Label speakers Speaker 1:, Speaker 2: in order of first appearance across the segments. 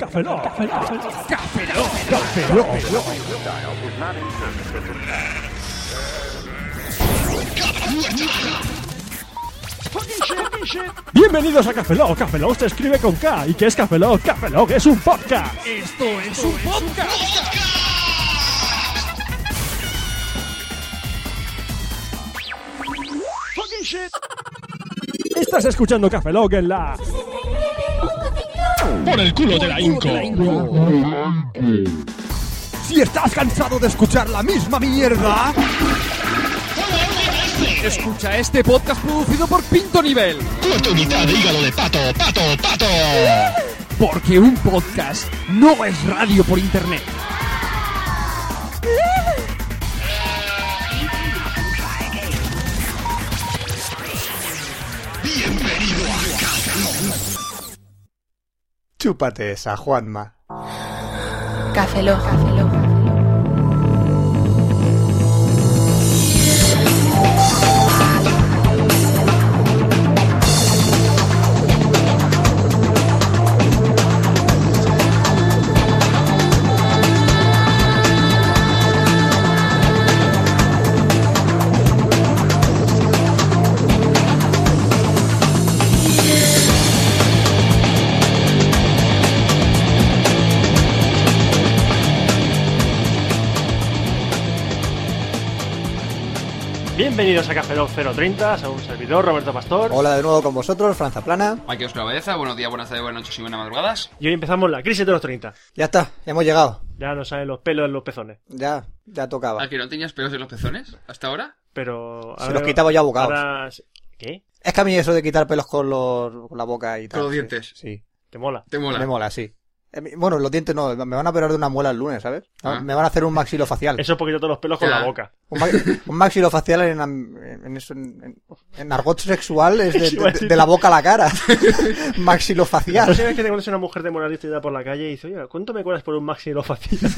Speaker 1: Café Lock, Café Lock, Café Lock, Café Lock. Bienvenidos a Café Lock. Café Lock se escribe con K. ¿Y qué es Café Lock? Café Lock es un podcast. Esto es un podcast. Estás escuchando Café Lock en la
Speaker 2: Por el culo de la Inco.
Speaker 3: Si estás cansado de escuchar la misma mierda, escucha este podcast producido por Pinto Nivel.
Speaker 2: Con tu mitad de hígado de pato, pato, pato.
Speaker 3: Porque un podcast no es radio por internet.
Speaker 4: Chúpate esa, Juanma.
Speaker 5: Café Lock.
Speaker 6: Bienvenidos a Café Lock 030, soy un servidor, Roberto Pastor.
Speaker 4: Hola de nuevo con vosotros, Franza Plana.
Speaker 7: Aquí os cabeza, buenos días, buenas tardes, buenas noches y buenas madrugadas.
Speaker 6: Y hoy empezamos la crisis de los 30.
Speaker 4: Ya está, ya hemos llegado.
Speaker 6: Ya nos salen los pelos en los pezones.
Speaker 4: Ya, ya tocaba.
Speaker 6: Ah.
Speaker 7: ¿A que no tenías pelos en los pezones hasta ahora?
Speaker 6: Pero.
Speaker 4: Se los quitaba ya bocados.
Speaker 6: ahora- ¿Qué?
Speaker 4: Es que a mí eso de quitar pelos con, los, con la boca
Speaker 6: Ah,
Speaker 4: y tal.
Speaker 7: Con los
Speaker 4: sí.
Speaker 7: dientes.
Speaker 4: Sí,
Speaker 6: ¿Te mola?
Speaker 7: Te mola.
Speaker 4: me mola, sí. Eh, mi- Bueno, los dientes no, me van a operar de una muela el lunes, ¿sabes?
Speaker 7: Ah.
Speaker 4: Me van a hacer un maxilofacial.
Speaker 6: Eso es porque yo todos los pelos con
Speaker 7: Ya.
Speaker 6: la boca.
Speaker 4: Un, ma- un maxilofacial en, am- en, eso- en- en argot sexual es de,
Speaker 6: Iba a
Speaker 4: de-
Speaker 6: decir-
Speaker 4: de la boca a la cara.
Speaker 6: No
Speaker 4: maxilofacial.
Speaker 6: sé que te conoces una mujer de moralista y da por la calle y dice, oye, ¿cuánto me cobras por un maxilofacial?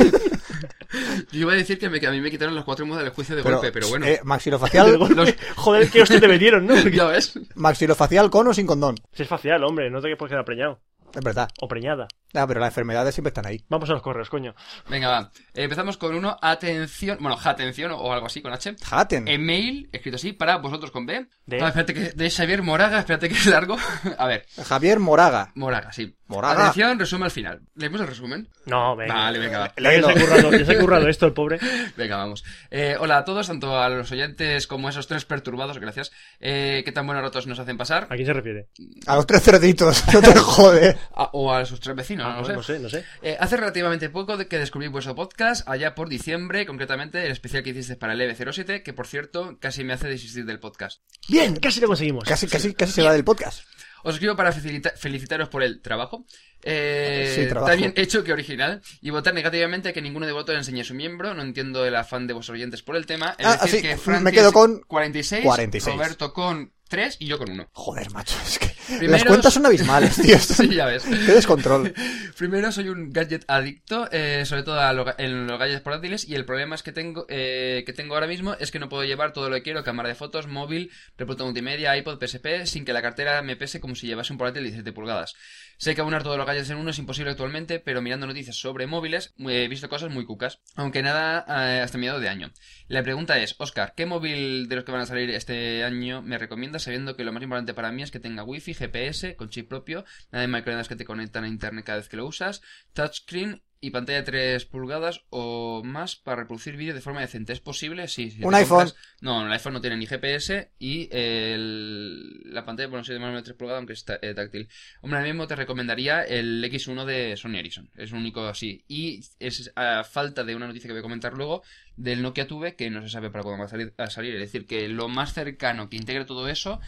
Speaker 7: Yo iba a decir que, me- que a mí me quitaron los cuatro mudas del juicio de golpe, pero bueno.
Speaker 4: eh,
Speaker 6: De
Speaker 4: maxilofacial,
Speaker 6: golpe.
Speaker 7: Los-
Speaker 6: Joder, que hostia te metieron, ¿no? Porque
Speaker 7: ya ves.
Speaker 4: maxilofacial con o sin condón.
Speaker 6: Si es facial, hombre, no te puedes quedar preñado.
Speaker 4: Es verdad.
Speaker 6: O preñada.
Speaker 4: Ah, pero las enfermedades siempre están ahí.
Speaker 6: Vamos a los correos, coño.
Speaker 7: Venga, va. Eh, empezamos con uno, atención, bueno, atención o algo así con H.
Speaker 4: Jaten.
Speaker 7: Email, escrito así, para vosotros con B.
Speaker 6: De-
Speaker 7: No, espérate que, de Xavier Moraga, espérate que es largo. a ver,
Speaker 4: Javier Moraga.
Speaker 7: Moraga, sí.
Speaker 4: Moraga.
Speaker 7: Atención, resumen al final. ¿Leemos el resumen?
Speaker 6: No, venga.
Speaker 7: Vale, venga, va.
Speaker 6: Ya que se ha currado, ya se ha currado esto, el pobre.
Speaker 7: Venga, vamos. Eh, hola a todos, tanto a los oyentes como a esos tres perturbados, gracias. Eh, ¿Qué tan buenos ratos nos hacen pasar?
Speaker 6: ¿A quién se refiere?
Speaker 4: A los tres cerditos. No te jode.
Speaker 7: A- o a sus tres vecinos,
Speaker 6: Ah,
Speaker 7: no, lo sé.
Speaker 4: pues
Speaker 6: no sé, no sé.
Speaker 7: Eh, hace relativamente poco de que descubrí vuestro podcast, allá por diciembre, concretamente el especial que hicisteis para el E EV07, que por cierto casi me hace desistir del podcast.
Speaker 6: Bien, casi lo conseguimos.
Speaker 4: Casi, casi, casi se va del podcast.
Speaker 7: Os escribo para felicita- felicitaros por el trabajo. Eh,
Speaker 4: Sí, trabajo.
Speaker 7: Tan bien hecho que original. Y votar negativamente que ninguno de vosotros enseñe su miembro. No entiendo el afán de vuestros oyentes por el tema. Es
Speaker 4: Ah,
Speaker 7: decir,
Speaker 4: sí,
Speaker 7: que
Speaker 4: me
Speaker 7: Francis
Speaker 4: quedo con
Speaker 7: 46,
Speaker 4: 46.
Speaker 7: Roberto con 3 y yo con 1.
Speaker 4: Joder, macho. Es que las
Speaker 7: Primeros-
Speaker 4: cuentas son abismales, tío.
Speaker 7: Sí, ya ves.
Speaker 4: Qué descontrol.
Speaker 7: Primero soy un gadget adicto, eh, sobre todo a lo- en los gadgets portátiles, y el problema es que tengo eh, que tengo ahora mismo es que no puedo llevar todo lo que quiero, cámara de fotos, móvil, reproductor multimedia, iPod, PSP, sin que la cartera me pese como si llevase un portátil de 17 pulgadas. Sé que aunar todos los gadgets en uno es imposible actualmente, pero mirando noticias sobre móviles eh, he visto cosas muy cucas, aunque nada eh, hasta mediados de año. La pregunta es, Oscar, ¿qué móvil de los que van a salir este año me recomiendas sabiendo que lo más importante para mí es que tenga wifi, GPS, con chip propio, nada de microondas que te conectan a internet cada vez que lo usas, touchscreen y pantalla de 3 pulgadas o más para reproducir vídeo de forma decente? ¿Es posible? Sí. si
Speaker 4: Un
Speaker 7: te
Speaker 4: iPhone.
Speaker 7: compras- No, el iPhone no tiene ni GPS y el- la pantalla, bueno, sí, de más o menos 3 pulgadas, aunque es ta- eh, táctil. Hombre, ahora mismo te recomendaría el X1 de Sony Ericsson. Es un único así. Y es a falta de una noticia que voy a comentar luego del Nokia Tube que no se sabe para cuándo va a salir, a salir. Es decir, que lo más cercano que integre todo eso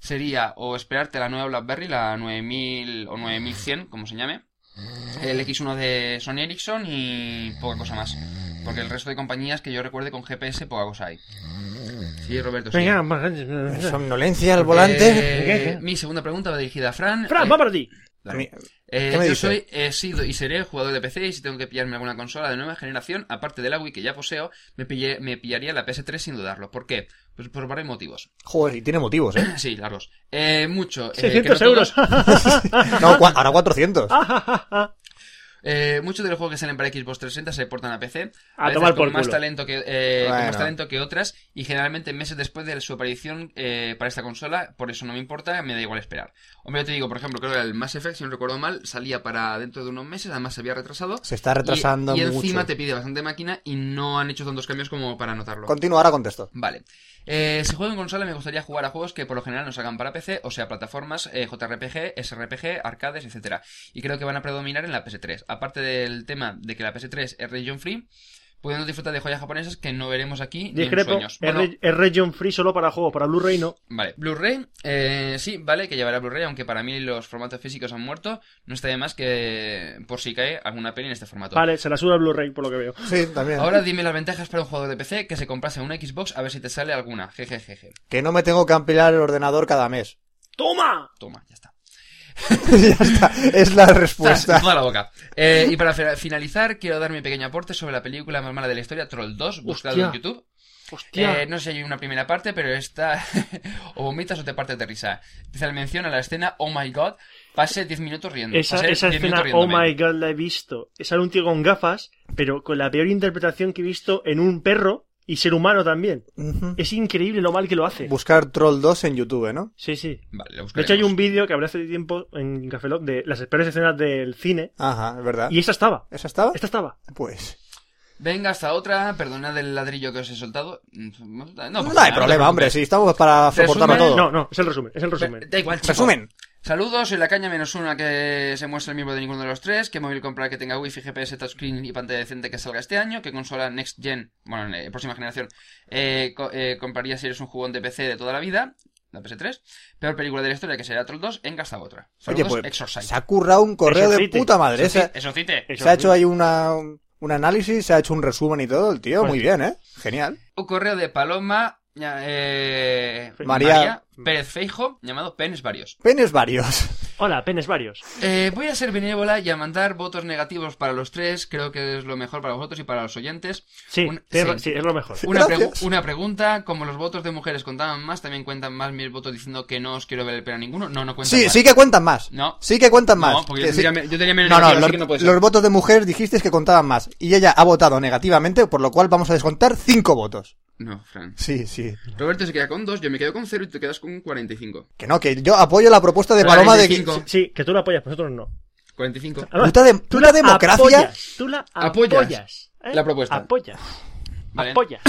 Speaker 7: sería o esperarte la nueva BlackBerry, la 9000 o 9100, como se llame, el X1 de Sony Ericsson y poca cosa más. Porque el resto de compañías que yo recuerde con GPS poca cosa hay. Sí, Roberto, sí.
Speaker 6: Venga, más grandes.
Speaker 4: Somnolencia al volante.
Speaker 7: Eh, mi segunda pregunta va dirigida a Fran.
Speaker 6: Fran,
Speaker 7: Eh,
Speaker 6: va para ti.
Speaker 4: A mí-
Speaker 7: Eh,
Speaker 4: ¿Qué me
Speaker 7: yo
Speaker 4: dices?
Speaker 7: soy, he sido y seré jugador de PC y si tengo que pillarme alguna consola de nueva generación, aparte de la Wii que ya poseo, me, pillé- me pillaría la PS3 sin dudarlo. ¿Por qué? Pues por varios motivos.
Speaker 4: Joder, y tiene motivos, ¿eh?
Speaker 7: Sí, largos. Eh, mucho. eh, que
Speaker 6: 600
Speaker 7: no todos-
Speaker 6: euros.
Speaker 4: No, cua- ahora 400.
Speaker 7: Ah. Eh, muchos de los juegos que salen para Xbox 360 se portan a PC.
Speaker 6: A tomar
Speaker 7: con
Speaker 6: por
Speaker 7: más
Speaker 6: culo.
Speaker 7: talento que eh, con más
Speaker 4: Bueno.
Speaker 7: talento que otras y generalmente meses después de su aparición eh, para esta consola, por eso no me importa, me da igual esperar. Hombre, yo te digo, por ejemplo, creo que el Mass Effect, si no recuerdo mal, salía para dentro de unos meses, además se había retrasado.
Speaker 4: Se está retrasando
Speaker 7: y, y encima
Speaker 4: mucho.
Speaker 7: te pide bastante máquina y no han hecho tantos cambios como para notarlo.
Speaker 4: Continúa, ahora contesto.
Speaker 7: Vale. Eh, si juego en consola, me gustaría jugar a juegos que por lo general no salgan para PC, o sea, plataformas eh, JRPG, SRPG, arcades, etcétera. Y creo que van a predominar en la PS3. Aparte del tema de que la PS3 es region free, podemos disfrutar de joyas japonesas que no veremos aquí ni en
Speaker 6: Discrepo.
Speaker 7: sueños.
Speaker 6: Es,
Speaker 7: Bueno,
Speaker 6: re- es region free solo para juegos, para Blu-ray no.
Speaker 7: Vale, Blu-ray, eh, sí, vale, que llevará Blu-ray, aunque para mí los formatos físicos han muerto, no está de más que por si cae alguna peli en este formato.
Speaker 6: Vale, se la suda el Blu-ray por lo que veo.
Speaker 4: Sí, también.
Speaker 7: Ahora dime las ventajas para un jugador de PC que se comprase una Xbox a ver si te sale alguna. Jejejeje.
Speaker 4: Que no me tengo que ampliar el ordenador cada mes.
Speaker 6: ¡Toma!
Speaker 7: Toma, ya está.
Speaker 4: ya está. Es la
Speaker 6: Pues
Speaker 7: ¡Zas!
Speaker 4: respuesta.
Speaker 7: Toda la boca. Eh, y para fe- finalizar, quiero dar mi pequeño aporte sobre la película más mala de la historia, Troll 2, buscado
Speaker 6: Hostia.
Speaker 7: en YouTube.
Speaker 6: Hostia.
Speaker 7: Eh, no sé si hay una primera parte, pero esta o vomitas o te partes de risa. Especial mención a la escena Oh My God, pase 10 minutos riendo.
Speaker 6: esa
Speaker 7: Pasé
Speaker 6: esa
Speaker 7: 10
Speaker 6: escena,
Speaker 7: minutos
Speaker 6: oh
Speaker 7: riéndome.
Speaker 6: my god, la he visto. Es un tío con gafas, pero con la peor interpretación que he visto en un perro y ser humano también.
Speaker 4: Ujú.
Speaker 6: Es increíble lo mal que lo hace.
Speaker 4: Buscar Troll 2 en YouTube, ¿no?
Speaker 6: Sí, sí.
Speaker 7: Vale, lo
Speaker 6: De hecho, hay
Speaker 7: buscaremos.
Speaker 6: un vídeo que hablé hace tiempo en Café Lock de las peores escenas del cine.
Speaker 4: Ajá, es verdad.
Speaker 6: Y esta estaba.
Speaker 4: ¿Esa estaba?
Speaker 6: Esta estaba.
Speaker 4: Pues.
Speaker 7: Venga, hasta otra. Perdonad el ladrillo que os he soltado. Mm, No,
Speaker 4: No,
Speaker 7: pasa
Speaker 4: hay
Speaker 7: nada,
Speaker 4: problema,
Speaker 7: te
Speaker 4: hombre.
Speaker 7: preocupes.
Speaker 4: Si estamos para
Speaker 7: Resumen-
Speaker 4: soportarlo todo.
Speaker 6: No, no, es el resumen. Es el
Speaker 7: Ve-
Speaker 6: resumen.
Speaker 7: Da igual, chicos.
Speaker 4: Resumen.
Speaker 7: Saludos, en la caña menos una que se muestra el miembro de ninguno de los tres, que móvil comprar que tenga wifi, GPS, touchscreen y pantalla decente que salga este año, que consola next gen, bueno, eh, próxima generación, eh, co- eh, compraría si eres un jugón de PC de toda la vida, la PS3, peor película de la historia que será Troll 2, en gasta otra.
Speaker 4: Oye,
Speaker 7: Saludos,
Speaker 4: pues.
Speaker 7: Exorcise.
Speaker 4: Se ha currado un correo de
Speaker 6: Exorcite.
Speaker 4: puta madre.
Speaker 7: Eso,
Speaker 4: Se,
Speaker 7: sí- eso sí te-
Speaker 6: Eso
Speaker 4: se ha
Speaker 6: sí.
Speaker 4: hecho ahí una, un análisis, se ha hecho un resumen y todo. El tío,
Speaker 6: Pues-
Speaker 4: muy bien, ¿eh? Genial.
Speaker 7: Un correo de Paloma, ya, eh,
Speaker 4: María-
Speaker 7: Pérez Feijo, llamado Penes Varios.
Speaker 4: Penes varios.
Speaker 6: Hola, penes varios.
Speaker 7: Eh, voy a ser benévola y a mandar votos negativos para los tres, creo que es lo mejor para vosotros y para los oyentes.
Speaker 6: Sí,
Speaker 7: Un-
Speaker 6: tienes
Speaker 7: sí.
Speaker 6: ra- sí, es lo mejor.
Speaker 7: Una, pregu-
Speaker 4: Gracias.
Speaker 7: una pregunta, como los votos de mujeres contaban más, también cuentan más mis votos diciendo que no os quiero ver el pelo a ninguno. No, no cuentan
Speaker 4: Sí,
Speaker 7: más.
Speaker 4: sí que cuentan más.
Speaker 7: No.
Speaker 4: Sí que cuentan más.
Speaker 7: No, porque yo
Speaker 4: Que sí-
Speaker 7: tenía, me- yo tenía menos
Speaker 4: No, no,
Speaker 7: negativo,
Speaker 4: los,
Speaker 7: así que no puede ser.
Speaker 4: los votos de mujeres dijisteis que contaban más. Y ella ha votado negativamente, por lo cual vamos a descontar cinco votos.
Speaker 7: No, Fran.
Speaker 4: Sí, sí.
Speaker 7: Roberto se queda con dos, yo me quedo con cero y te quedas con 45.
Speaker 4: Que no, que yo apoyo la propuesta de Paloma de que.
Speaker 7: 45.
Speaker 6: Sí, que tú la apoyas, nosotros no.
Speaker 7: 45.
Speaker 4: Puta, de- puta democracia.
Speaker 6: apoyas, tú la
Speaker 7: Apoyas
Speaker 6: apoyas. ¿eh?
Speaker 7: la propuesta.
Speaker 6: Apoyas. Ah,
Speaker 7: Vale.
Speaker 6: Apoyas.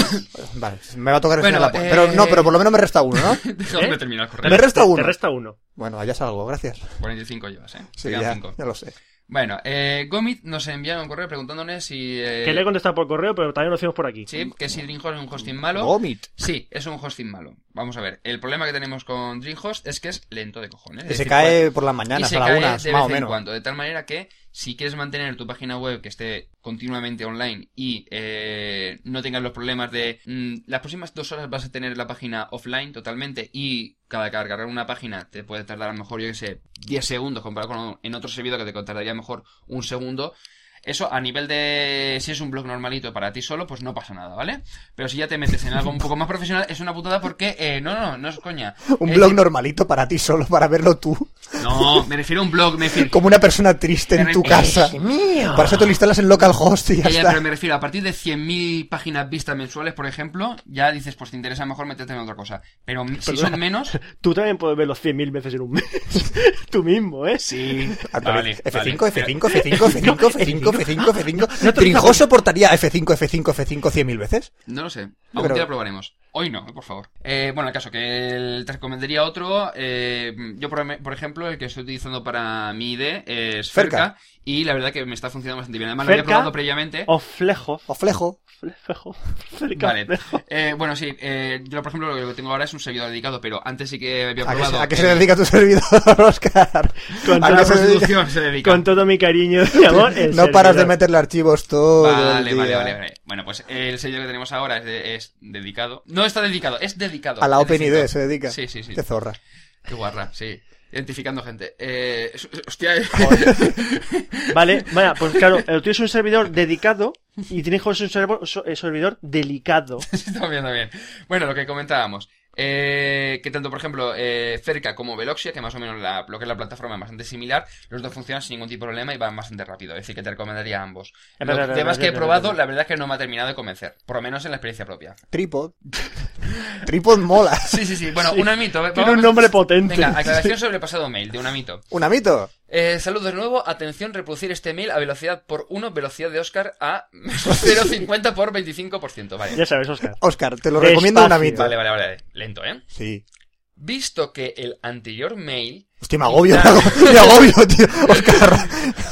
Speaker 4: Vale, me va a tocar
Speaker 7: Bueno,
Speaker 4: enseñar la
Speaker 7: eh,
Speaker 4: Pero no, pero por lo menos me resta uno, ¿no?
Speaker 7: Déjame
Speaker 6: ¿Eh?
Speaker 7: terminar el correo.
Speaker 4: Me resta
Speaker 6: Te
Speaker 4: uno.
Speaker 6: resta uno.
Speaker 4: Bueno, allá salgo, gracias.
Speaker 7: 45 llevas, eh.
Speaker 4: Sí,
Speaker 7: Te quedan
Speaker 4: ya,
Speaker 7: cinco.
Speaker 4: ya lo sé.
Speaker 7: Bueno, eh, Gomit nos envía un correo preguntándole si... eh,
Speaker 6: Que le he contestado por correo, pero también lo hacemos por aquí.
Speaker 7: sí, que si Dreamhost es un hosting malo.
Speaker 4: Vomit.
Speaker 7: Sí, es un hosting malo. Vamos a ver, el problema que tenemos con Dreamhost es que es lento de cojones.
Speaker 4: Que
Speaker 7: Es
Speaker 4: se
Speaker 7: decir,
Speaker 4: cae por las
Speaker 7: Eh, y
Speaker 4: mañanas,
Speaker 7: se
Speaker 4: a
Speaker 7: cae
Speaker 4: la una,
Speaker 7: de
Speaker 4: más o
Speaker 7: vez en
Speaker 4: menos.
Speaker 7: cuando, de tal manera que si quieres mantener tu página web que esté continuamente online y eh, no tengas los problemas de mm, las próximas dos horas vas a tener la página offline totalmente y cada cargar una página te puede tardar a lo mejor, yo que sé, 10 segundos comparado con en otro servidor que te tardaría a lo mejor un segundo. Eso a nivel de si es un blog normalito para ti solo, pues no pasa nada, ¿vale? Pero si ya te metes en algo un poco más profesional, es una putada porque eh, no, no, no es coña.
Speaker 4: Un
Speaker 7: Es
Speaker 4: blog
Speaker 7: decir,
Speaker 4: normalito para ti solo, para verlo tú.
Speaker 7: No, me refiero a un blog, me refiero,
Speaker 4: Como una persona triste en
Speaker 7: Pero
Speaker 4: tu
Speaker 7: es-
Speaker 4: casa. Para eso te lo instalas en localhost y ya
Speaker 7: Ya, ya,
Speaker 4: está.
Speaker 7: pero me refiero, a partir de 100.000 páginas vistas mensuales, por ejemplo, ya dices, pues te interesa mejor meterte en otra cosa. Pero si son menos...
Speaker 6: Tú también puedes verlo 100.000 veces en un mes. Tú mismo, ¿eh?
Speaker 7: Sí.
Speaker 4: Actualiz- F5, F5,
Speaker 7: vale.
Speaker 4: F5, F5, F5, F5, F5,
Speaker 6: No
Speaker 4: F5.
Speaker 6: te
Speaker 4: Trinjó soportaría F5, F5, F5 cien mil veces.
Speaker 7: No lo sé. Algún
Speaker 4: Pero-
Speaker 7: día lo probaremos. Hoy no, por favor. Eh, bueno, el caso que el- te recomendaría otro. eh, yo, por, por ejemplo, el que estoy utilizando para mi ID es Ferca.
Speaker 4: Ferca.
Speaker 7: Y la verdad que me está funcionando bastante bien. Además, lo había
Speaker 6: Ferca Oh,
Speaker 7: probado previamente.
Speaker 6: O flejo.
Speaker 4: O flejo.
Speaker 6: Flejo. Cerca.
Speaker 7: Vale.
Speaker 6: flejo.
Speaker 7: Eh, bueno, sí. eh, yo, por ejemplo, lo que tengo ahora es un servidor dedicado, pero antes sí que había
Speaker 4: ¿A qué, se-
Speaker 7: probado.
Speaker 4: a qué se dedica tu servidor, Oscar?
Speaker 6: Con
Speaker 4: ¿A
Speaker 7: A
Speaker 4: qué
Speaker 7: la
Speaker 6: todo-
Speaker 4: se dedica?
Speaker 7: prostitución se dedica.
Speaker 6: Con todo mi cariño y amor. el
Speaker 4: No paras de
Speaker 6: servidor.
Speaker 4: meterle archivos todo.
Speaker 7: Vale,
Speaker 4: el
Speaker 7: vale,
Speaker 4: día.
Speaker 7: vale, vale. Bueno, pues el sello que tenemos ahora es, de- es dedicado. No está dedicado, es dedicado.
Speaker 4: A la
Speaker 7: Es
Speaker 4: OpenID
Speaker 7: distinto.
Speaker 4: se dedica.
Speaker 7: Sí, sí, sí.
Speaker 4: Qué zorra.
Speaker 7: Qué guarra, sí. Identificando gente. Eh, es- hostia, eh.
Speaker 6: Vale, vaya, pues claro, el tuyo es un servidor dedicado y tiene es un servo- so- eh, servidor delicado.
Speaker 7: Está bien, está bien. Bueno, lo que comentábamos. eh, que tanto, por ejemplo, eh, Cerca como Veloxia, que más o menos la- lo que es la plataforma es bastante similar, los dos funcionan sin ningún tipo de problema y van bastante rápido. Es decir, que te recomendaría ambos.
Speaker 6: Eh,
Speaker 7: Los
Speaker 6: eh, eh,
Speaker 7: temas
Speaker 6: eh,
Speaker 7: que he
Speaker 6: eh,
Speaker 7: probado,
Speaker 6: eh,
Speaker 7: la verdad es que no me ha terminado de convencer. Por lo menos en la experiencia propia.
Speaker 4: Tripod. Tripod mola.
Speaker 7: Sí, sí, sí. Bueno,
Speaker 6: Sí.
Speaker 7: un amito. eh,
Speaker 6: Tiene
Speaker 7: vamos-
Speaker 6: un nombre potente.
Speaker 7: Venga, aclaración sobre el pasado mail de un amito.
Speaker 4: Un amito.
Speaker 7: Eh, saludos de nuevo. Atención, reproducir este mail a velocidad por 1, velocidad de Oscar a 0,50 por 25%. Vale.
Speaker 6: Ya sabes, Oscar.
Speaker 4: Oscar, te lo
Speaker 6: Despacio.
Speaker 4: recomiendo un amito.
Speaker 7: Vale, vale, vale. Lento, ¿eh?
Speaker 4: Sí.
Speaker 7: Visto que el anterior mail
Speaker 4: Hostia, me agobio,
Speaker 7: Ya.
Speaker 4: me agobio, me agobio, tío. Oscar,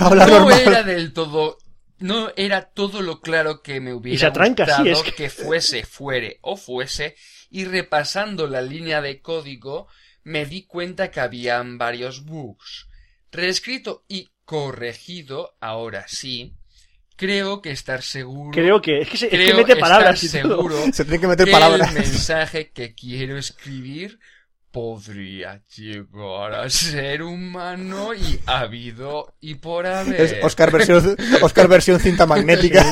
Speaker 4: habla
Speaker 7: no
Speaker 4: normal.
Speaker 7: era del todo. No era todo lo claro que me
Speaker 6: Y se
Speaker 7: hubiera
Speaker 6: atranca, sí,
Speaker 7: gustado
Speaker 6: es
Speaker 7: que...
Speaker 6: que-
Speaker 7: fuese, fuere o fuese, y repasando la línea de código, me di cuenta que habían varios bugs. Reescrito y corregido, ahora sí, creo que estar seguro.
Speaker 6: Creo que, es que, se- es que
Speaker 7: creo
Speaker 6: mete
Speaker 7: estar
Speaker 6: palabras y todo.
Speaker 7: seguro
Speaker 4: Se tienen que meter
Speaker 7: que
Speaker 4: palabras.
Speaker 7: el mensaje que quiero escribir podría llegar a ser humano y habido y por haber.
Speaker 4: Es Oscar versión, Oscar versión cinta magnética.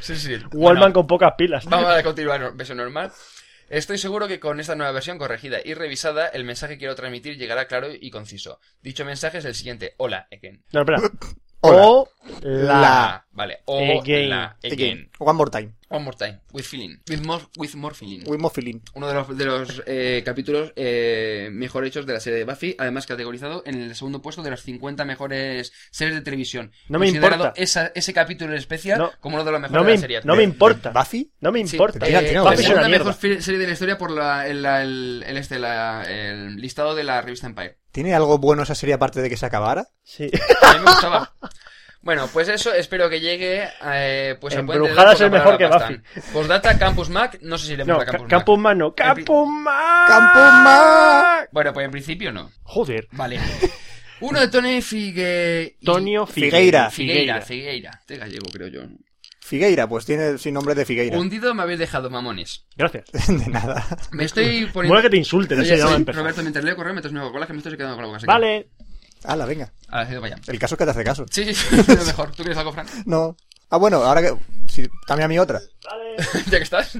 Speaker 7: Sí, sí.
Speaker 6: Wallman
Speaker 7: Bueno,
Speaker 6: con pocas pilas.
Speaker 7: Vamos a continuar, no, versión normal. Estoy seguro que con esta nueva versión corregida y revisada, el mensaje que quiero transmitir llegará claro y conciso. Dicho mensaje es el siguiente. Hola, again.
Speaker 6: No, espera.
Speaker 4: Hola.
Speaker 6: O la.
Speaker 4: La.
Speaker 7: Ah, vale. Hola,
Speaker 6: Again.
Speaker 7: again.
Speaker 4: One more time.
Speaker 7: One more time. With feeling. With more, with more feeling.
Speaker 4: With more feeling.
Speaker 7: Uno de los, de los eh, capítulos eh, mejor hechos de la serie de Buffy, además categorizado en el segundo puesto de las 50 mejores series de televisión.
Speaker 6: No me
Speaker 7: Considerado
Speaker 6: importa.
Speaker 7: Esa, ese capítulo en especial
Speaker 6: No.
Speaker 7: como uno de los mejores
Speaker 6: No
Speaker 7: de
Speaker 6: me,
Speaker 7: la serie.
Speaker 6: no me importa.
Speaker 4: Buffy.
Speaker 6: No me
Speaker 7: Sí,
Speaker 6: importa.
Speaker 4: Mira,
Speaker 7: eh,
Speaker 4: tío,
Speaker 7: la
Speaker 6: Buffy es una
Speaker 7: segunda mejor
Speaker 6: mierda.
Speaker 7: fi- serie de la historia por la, el, la- el- el este, la- el listado de la revista Empire.
Speaker 4: ¿Tiene algo bueno esa serie aparte de que se acabara?
Speaker 6: Sí.
Speaker 7: A mí me gustaba. Bueno, pues eso, espero que llegue eh, pues a Puente de
Speaker 6: Embrujadas
Speaker 7: Datos,
Speaker 6: es
Speaker 7: la
Speaker 6: mejor
Speaker 7: palabra
Speaker 6: que
Speaker 7: pasta. Postdata, Campus Mac, no sé si le
Speaker 6: No,
Speaker 7: mola
Speaker 6: Ca-
Speaker 7: Campus,
Speaker 6: Campus
Speaker 7: Mac.
Speaker 6: Man no. Campus
Speaker 7: Ah.
Speaker 6: Man.
Speaker 4: ¡Campus Man.
Speaker 7: Bueno, pues en principio no.
Speaker 6: Joder.
Speaker 7: Vale. Uno de Tony Figue...
Speaker 6: Tonio
Speaker 4: Figueira.
Speaker 7: Figueira,
Speaker 6: Figueira.
Speaker 7: Figueira. De gallego, creo yo.
Speaker 4: Figueira, pues tiene sin nombre de Figueira.
Speaker 7: Hundido me habéis dejado, mamones.
Speaker 6: Gracias.
Speaker 4: De nada.
Speaker 7: Me estoy
Speaker 6: Mola que
Speaker 7: poniendo...
Speaker 6: te insulten. ¿eh?
Speaker 7: Oye,
Speaker 6: Ese llama
Speaker 7: sí,
Speaker 6: a empezar.
Speaker 7: Roberto, mientras leo correo, mientras me hago colas, que me estoy quedando con la boca seca.
Speaker 6: Vale.
Speaker 4: Hala, venga.
Speaker 7: Ahora sí, vaya.
Speaker 4: El caso es que te hace caso.
Speaker 7: Sí, sí, sí, lo mejor. ¿Tú quieres algo, Fran?
Speaker 4: No. Ah, bueno, ahora que. sí, también a mí otra.
Speaker 7: ya que estás.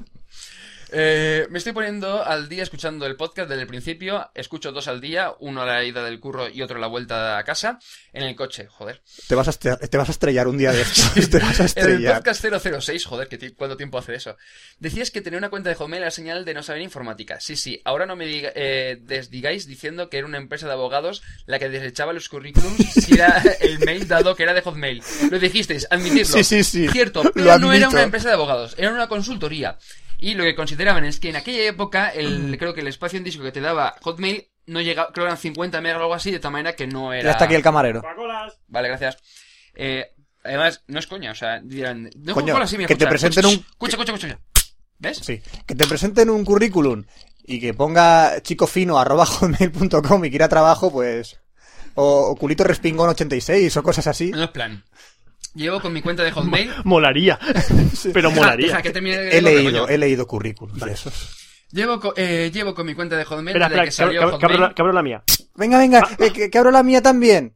Speaker 7: Eh, me estoy poniendo al día escuchando el podcast desde el principio. Escucho dos al día, uno a la ida del curro y otro a la vuelta a casa, en el coche, joder.
Speaker 4: Te vas a, estre- te vas a estrellar un día de estos. Te vas a
Speaker 7: En el
Speaker 4: estrellar.
Speaker 7: podcast 006, joder, que ti- ¿cuánto tiempo hace eso? Decías que tener una cuenta de Gmail era señal de no saber informática. Sí, sí, ahora no me diga- eh, desdigáis diciendo que era una empresa de abogados la que desechaba los currículums si era el mail dado que era de Hotmail. Lo dijisteis, admitidlo.
Speaker 4: Sí, sí, sí.
Speaker 7: Cierto,
Speaker 4: Lo
Speaker 7: pero no era
Speaker 4: admito.
Speaker 7: una empresa de abogados, era una consultoría. Y lo que consideraban es que en aquella época,
Speaker 4: Mm.
Speaker 7: el, creo que el espacio en disco que te daba Hotmail no llegaba, creo que eran 50 megas o algo así, de tal manera que no era...
Speaker 4: Ya está aquí el camarero.
Speaker 7: Vale, gracias. Eh, además, no es coña, o sea, dirán... No,
Speaker 4: Coño,
Speaker 7: Coca-Cola sí, mira,
Speaker 4: que te
Speaker 7: escucha,
Speaker 4: presenten
Speaker 7: escucha,
Speaker 4: un-
Speaker 7: Pues, Escucha, escucha, escucha. ¿Ves?
Speaker 4: Sí. Que te presenten un currículum y que ponga chicofino arroba hotmail.com y que ir a trabajo, pues. O, o culito respingón 86 o cosas así.
Speaker 7: No es plan. Llevo con mi cuenta de Hotmail...
Speaker 6: Molaría. Pero
Speaker 7: Deja, deja
Speaker 6: molaría.
Speaker 7: que termine de
Speaker 4: He
Speaker 7: leerlo,
Speaker 4: leído,
Speaker 7: coño.
Speaker 4: he leído currículums de esos.
Speaker 7: Llevo, co- eh, llevo con mi cuenta de Hotmail
Speaker 6: Espera,
Speaker 7: desde que
Speaker 6: espera.
Speaker 7: salió
Speaker 6: que abro- que abro
Speaker 7: Hotmail.
Speaker 6: la- que abro la mía.
Speaker 4: Venga, venga,
Speaker 7: Ah,
Speaker 4: eh, que, que abro la mía también.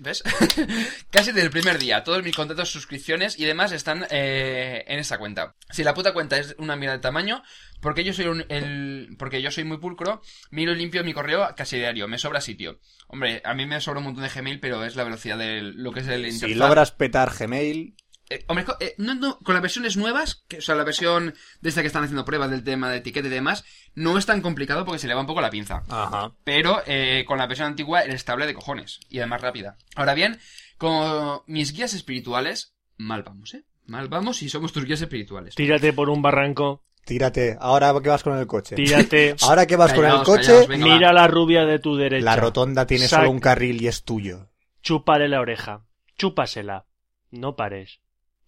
Speaker 7: ¿Ves? Casi desde el primer día. Todos mis contratos, suscripciones y demás están eh, en esa cuenta. Si la puta cuenta es una mierda de tamaño, porque yo soy un- el, porque yo soy muy pulcro, miro y limpio mi correo casi diario. Me sobra sitio. Hombre, a mí me sobra un montón de Gmail, pero es la velocidad de lo que es el interfaz.
Speaker 4: Si logras petar Gmail.
Speaker 7: Eh, hombre, co- eh, no, no, con las versiones nuevas, que, o sea, la versión de esta que están haciendo pruebas del tema de etiqueta y demás, no es tan complicado porque se le va un poco la pinza.
Speaker 4: Ajá.
Speaker 7: Pero eh, con la versión antigua era estable de cojones. Y además rápida. Ahora bien, con mis guías espirituales, mal vamos, ¿eh? Mal vamos si somos tus guías espirituales.
Speaker 6: Tírate por un barranco.
Speaker 4: Tírate, ahora que vas con el coche.
Speaker 6: Tírate.
Speaker 4: Ahora que vas con el
Speaker 7: Callaos,
Speaker 4: coche,
Speaker 7: callaos, venga, va.
Speaker 6: Mira la rubia de tu derecha.
Speaker 4: la rotonda tiene
Speaker 6: Sac-
Speaker 4: solo un carril y es tuyo.
Speaker 6: Chúpale la oreja. Chúpasela. No pares.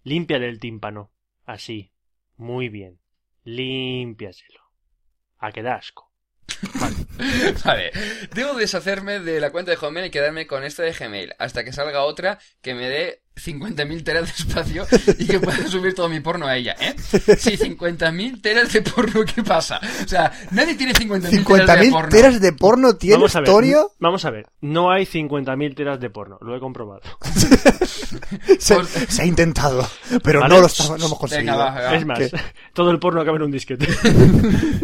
Speaker 6: Límpiale el tímpano. Así. Muy bien. Límpiaselo. A que da asco.
Speaker 7: Vale. Debo deshacerme de la cuenta de Hotmail y quedarme con esta de Gmail hasta que salga otra que me dé 50.000 teras de espacio y que pueda subir todo mi porno a ella, ¿eh? Sí, 50.000 teras de porno, ¿qué pasa? O sea, nadie tiene 50.000 teras de
Speaker 4: 50.000
Speaker 7: porno.
Speaker 4: teras de porno tiene
Speaker 6: Vamos a ver,
Speaker 4: Antonio.
Speaker 6: Vamos a ver, no hay 50.000 teras de porno, lo he comprobado.
Speaker 4: Se,
Speaker 7: Pues-
Speaker 4: se ha intentado, pero
Speaker 6: Vale.
Speaker 4: no lo estamos- no hemos conseguido.
Speaker 7: Venga, va, va.
Speaker 6: es más,
Speaker 4: Ah, ¿qué?
Speaker 6: todo el porno cabe en un disquete.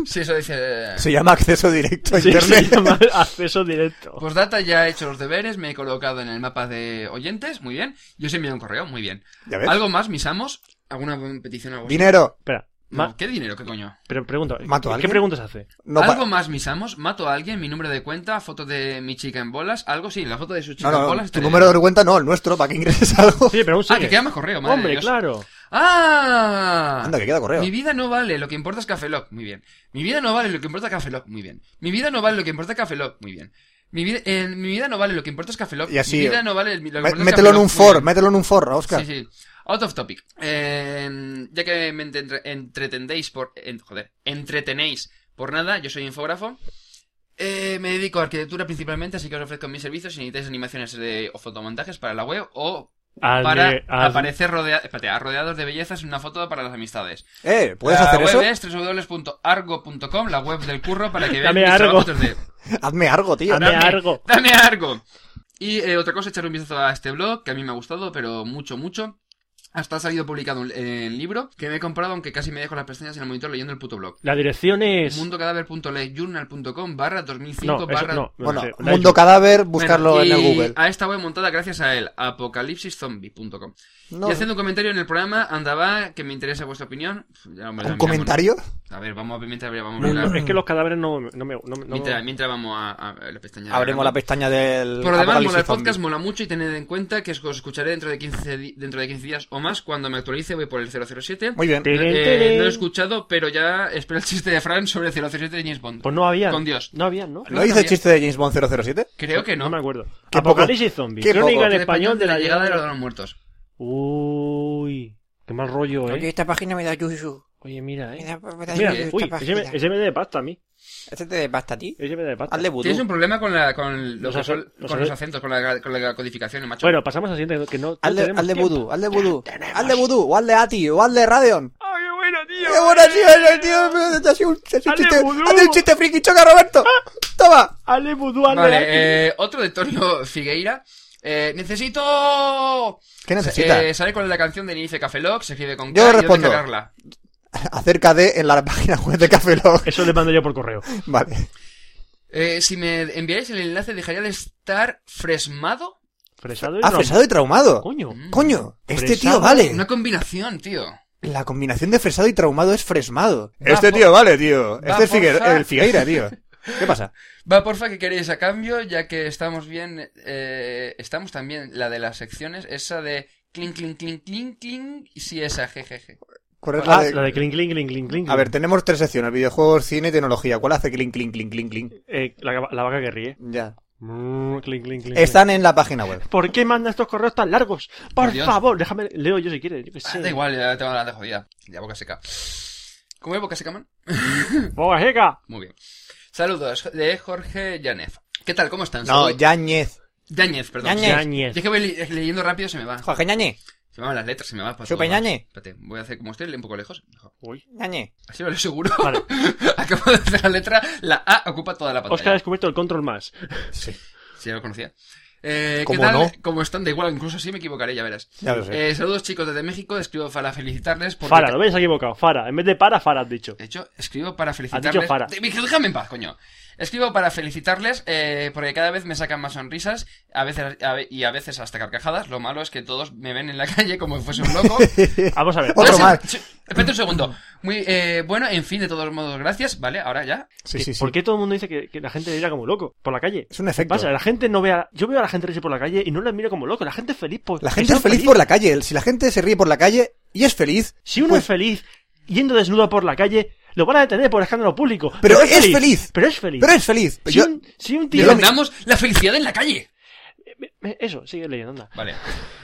Speaker 7: Sí, eso dice... eh,
Speaker 4: Se llama acceso directo a
Speaker 6: Sí,
Speaker 4: internet.
Speaker 6: se llama acceso directo.
Speaker 7: Postdata, ya he hecho los deberes, me he colocado en el mapa de oyentes, muy bien. Yo os he enviado un correo, muy bien.
Speaker 4: Ya ves.
Speaker 7: ¿Algo más, mis amos? ¿Alguna petición? Algo así?
Speaker 4: Dinero.
Speaker 6: Espera,
Speaker 7: No,
Speaker 6: ma-
Speaker 7: ¿Qué dinero? ¿Qué coño?
Speaker 6: pero pregunta,
Speaker 4: ¿Mato a
Speaker 6: ¿qué
Speaker 4: alguien?
Speaker 6: preguntas hace?
Speaker 4: No, pa-
Speaker 7: algo más, mis amos. Mato a alguien, mi número de cuenta, foto de mi chica en bolas. Algo sí, la foto de su chica
Speaker 4: no,
Speaker 7: en
Speaker 4: no,
Speaker 7: bolas.
Speaker 4: tu
Speaker 7: estaría
Speaker 4: número
Speaker 7: bien.
Speaker 4: de cuenta no, el nuestro, para que ingreses algo.
Speaker 6: Sí, pero aún
Speaker 7: Ah,
Speaker 6: sigue.
Speaker 7: que queda más correo, madre de
Speaker 6: Hombre,
Speaker 7: Dios.
Speaker 6: claro.
Speaker 7: ¡Ah!
Speaker 4: Anda, que queda correo.
Speaker 7: Mi vida no vale, lo que importa es Café Lock, muy bien. Mi vida no vale, lo que importa es Café Lock, muy bien. Mi vida no vale, lo que importa es Café Lock, muy bien. Mi vida, eh, mi vida no vale, lo que importa es Café Lock.
Speaker 4: Y así,
Speaker 7: mi vida no vale, lo que
Speaker 4: Mé-
Speaker 7: importa es Café
Speaker 4: mételo en
Speaker 7: Lock,
Speaker 4: un
Speaker 7: muy
Speaker 4: for,
Speaker 7: bien.
Speaker 4: mételo en un for, Oscar.
Speaker 7: Sí, sí. Out of topic. Eh, ya que me entre- entretendéis por... en- joder, entretenéis por nada, yo soy infógrafo. Eh, me dedico a arquitectura principalmente, así que os ofrezco mis servicios si necesitáis animaciones de, o fotomontajes para la web o
Speaker 6: Al
Speaker 7: para
Speaker 6: de- al-
Speaker 7: aparecer rodea- espérate, a rodeados de bellezas en una foto para las amistades.
Speaker 4: Eh, ¿puedes
Speaker 7: la
Speaker 4: hacer
Speaker 7: web
Speaker 4: eso?
Speaker 7: es www.argo.com, la web del curro, para que veáis
Speaker 6: Dame
Speaker 7: mis
Speaker 6: Argo.
Speaker 7: trabajos desde-
Speaker 4: Hazme algo, tío.
Speaker 6: Hazme algo.
Speaker 7: Dame algo. Y eh, otra cosa, echar un vistazo a este blog, que a mí me ha gustado, pero mucho, mucho. Hasta ha salido publicado un eh, libro que me he comprado, aunque casi me dejo las pestañas en el monitor leyendo el puto blog.
Speaker 6: La dirección es...
Speaker 7: Mundocadáver.lejournal.com barra 2005
Speaker 6: No, eso
Speaker 7: barra...
Speaker 6: no.
Speaker 4: Bueno,
Speaker 6: sí, la he
Speaker 4: mundo
Speaker 6: hecho.
Speaker 4: cadáver, buscarlo
Speaker 7: Bueno,
Speaker 4: en el
Speaker 7: y ah,
Speaker 4: Google.
Speaker 7: A esta web montada gracias a él, apocalipsiszombie.com.
Speaker 4: No,
Speaker 7: Y haciendo un comentario en el programa, andaba, que me interesa vuestra opinión. Pf, ya, hombre,
Speaker 4: ¿Un
Speaker 7: mira, bueno.
Speaker 4: comentario?
Speaker 7: A ver, vamos a ver mientras vamos a
Speaker 6: No, no,
Speaker 7: hablar.
Speaker 6: es que los cadáveres no, no me... No, no-
Speaker 7: mientras, mientras vamos a, a la pestaña.
Speaker 4: Abrimos la pestaña del.
Speaker 7: Por lo demás,
Speaker 4: Apocalipsis
Speaker 7: mola el
Speaker 4: Zombie.
Speaker 7: podcast, mola mucho y tened en cuenta que os os escucharé dentro de 15, di- dentro de 15 días o más cuando me actualice, voy por el 007.
Speaker 4: Muy bien.
Speaker 6: Teren,
Speaker 7: Eh,
Speaker 6: teren.
Speaker 7: no lo he escuchado, pero ya espero el chiste de Fran sobre 007 de James Bond.
Speaker 6: Pues no había.
Speaker 7: Con Dios.
Speaker 6: No había, ¿no?
Speaker 4: ¿No hice el chiste de James Bond 007?
Speaker 7: Creo que no.
Speaker 6: me acuerdo.
Speaker 4: Qué poco-
Speaker 6: Apocalipsis Zombie.
Speaker 4: qué
Speaker 6: Crónica
Speaker 4: poco.
Speaker 6: en
Speaker 7: En
Speaker 6: español de la llegada de
Speaker 7: los
Speaker 6: los...
Speaker 7: muertos.
Speaker 6: Uy, qué mal rollo,
Speaker 8: Oye,
Speaker 6: ¿eh?
Speaker 8: esta página me da yuyu.
Speaker 6: Oye, mira,
Speaker 8: Me
Speaker 6: ¿eh?
Speaker 8: da, me da
Speaker 6: Mira,
Speaker 8: yuyu
Speaker 6: uy,
Speaker 8: esta
Speaker 6: ese me,
Speaker 8: página.
Speaker 6: ese me da de pasta a mí.
Speaker 8: ¿Este te basta a ti?
Speaker 6: Ese me da de pasta.
Speaker 4: Hazle vudú.
Speaker 7: Tienes un problema con, la, con, los,
Speaker 6: Los acen-
Speaker 7: con
Speaker 6: los
Speaker 7: los
Speaker 6: acen-
Speaker 7: acentos, con la, con la codificación, macho.
Speaker 6: Bueno, pasamos al siguiente, que no, no
Speaker 4: Hazle,
Speaker 6: tenemos
Speaker 4: hazle
Speaker 6: tiempo.
Speaker 4: vudú, hazle vudú. Hazle vudú, o hazle Ati, o hazle Radeon.
Speaker 6: ¡Ah, qué bueno, tío!
Speaker 4: ¡Qué bueno, tío! ese tío! ese ha sido un- ese ha sido un
Speaker 6: Hazle
Speaker 4: chiste-
Speaker 6: vudú. Ah.
Speaker 4: hazle un chiste friki, choca, Roberto. ¡Toma!
Speaker 6: ¡Hazle vudú, hazle!
Speaker 7: vale, eh, otro de Antonio Figueira. Eh, necesito...
Speaker 4: ¿Qué necesita?
Speaker 7: Eh, ¿Sabe cuál es la canción de Inicio Café Lock? Se escribe con
Speaker 4: Yo
Speaker 7: K y
Speaker 4: respondo.
Speaker 7: descargarla.
Speaker 4: Acerca de en la página web de Café Lock.
Speaker 6: Eso le mando yo por correo.
Speaker 4: Vale.
Speaker 7: Eh, si me enviáis el enlace, dejaría de estar fresmado.
Speaker 6: Fresado y
Speaker 4: Ah,
Speaker 6: no-
Speaker 4: fresado y traumado.
Speaker 6: Coño.
Speaker 7: Mm.
Speaker 4: Coño, este tío
Speaker 6: Fresado.
Speaker 4: vale.
Speaker 7: Una combinación, tío.
Speaker 4: La combinación de fresado y traumado es fresmado. Este
Speaker 7: por-
Speaker 4: tío vale, tío.
Speaker 7: va
Speaker 4: Este es Figue-
Speaker 7: porfa.
Speaker 4: el Figueira, tío. ¿Qué pasa?
Speaker 7: Va, porfa, que queréis a cambio, ya que estamos bien. Eh, estamos también la de las secciones, esa de clink, clink, clink, clink, clink. Y sí, esa, jejeje.
Speaker 4: ¿Cuál es la
Speaker 6: Ah,
Speaker 4: de-
Speaker 6: la de clink, clink, clink, clink, clink.
Speaker 4: A ver, tenemos tres secciones: videojuegos, cine y tecnología. ¿Cuál hace clink, clink, clink, clink, clink?
Speaker 6: Eh, la, la vaca que ríe.
Speaker 4: Ya.
Speaker 6: Mm, clink, clink, clink.
Speaker 4: Están en la página web.
Speaker 6: ¿Por qué manda estos correos tan largos? Por
Speaker 7: Por Dios.
Speaker 6: favor, déjame, leo yo si quieres. Yo qué
Speaker 7: Ah,
Speaker 6: sé.
Speaker 7: Da igual, ya tengo la de jodida. Ya boca seca. ¿Cómo es boca seca, man?
Speaker 6: Boga seca.
Speaker 7: Muy bien. Saludos de Jorge Yanez. ¿Qué tal? ¿Cómo están?
Speaker 4: No,
Speaker 7: Saludos.
Speaker 4: Yañez.
Speaker 7: Yanez, perdón.
Speaker 4: Yañez.
Speaker 7: Y Es que voy li- leyendo rápido, se me va.
Speaker 4: Jorge Ñañe.
Speaker 7: Se me van las letras, se me va. para
Speaker 4: Chupa
Speaker 7: todo lado.
Speaker 4: Ñañez.
Speaker 7: Espérate, voy a hacer como estoy, un poco lejos. Mejor.
Speaker 6: Uy.
Speaker 4: Ñañez.
Speaker 7: Así lo seguro.
Speaker 6: Vale.
Speaker 7: Acabo de hacer la letra. La A ocupa toda la pantalla.
Speaker 6: Oscar ha descubierto el control más.
Speaker 7: Si ya lo conocía. Eh, ¿Qué
Speaker 4: ¿Cómo
Speaker 7: tal?
Speaker 4: no?
Speaker 7: Como están de igual, incluso así me equivocaré, ya verás.
Speaker 4: Ya lo sé.
Speaker 7: Eh, saludos chicos desde México, escribo para felicitarles por...
Speaker 6: Fara, lo habéis equivocado. Fara. En vez de para, Fara has dicho.
Speaker 7: De hecho, escribo para felicitarles...
Speaker 6: dicho Fara.
Speaker 7: Te- Déjame en paz, coño. Escribo para felicitarles eh, porque cada vez me sacan más sonrisas a veces, a ve- y a veces hasta carcajadas. Lo malo es que todos me ven en la calle como si fuese un loco.
Speaker 6: Vamos a ver.
Speaker 4: Otro
Speaker 7: Ahora sí,
Speaker 4: más.
Speaker 7: sí, Espérate un segundo. Muy, eh, bueno, en fin, de todos modos, gracias. Vale, ahora ya.
Speaker 4: Sí, sí, sí.
Speaker 6: ¿Por qué todo el mundo dice que, que la gente irá como loco por la calle?
Speaker 4: Es un
Speaker 6: ¿Qué
Speaker 4: efecto.
Speaker 6: pasa? La gente no vea. Yo veo a la gente reírse por la calle y no la miro como loco. La gente es feliz por.
Speaker 4: La gente es feliz por la calle. Si la gente se ríe por la calle y es feliz.
Speaker 6: Si uno
Speaker 4: pues-
Speaker 6: es feliz yendo desnudo por la calle, lo van a detener por escándalo público.
Speaker 4: Pero
Speaker 6: no
Speaker 4: es feliz.
Speaker 6: Pero es feliz.
Speaker 4: Pero es feliz.
Speaker 6: Si,
Speaker 4: Yo-
Speaker 6: un, si un tío.
Speaker 7: Defendamos la felicidad en la calle.
Speaker 6: Me- me- Eso, sigue leyendo, anda.
Speaker 7: Vale.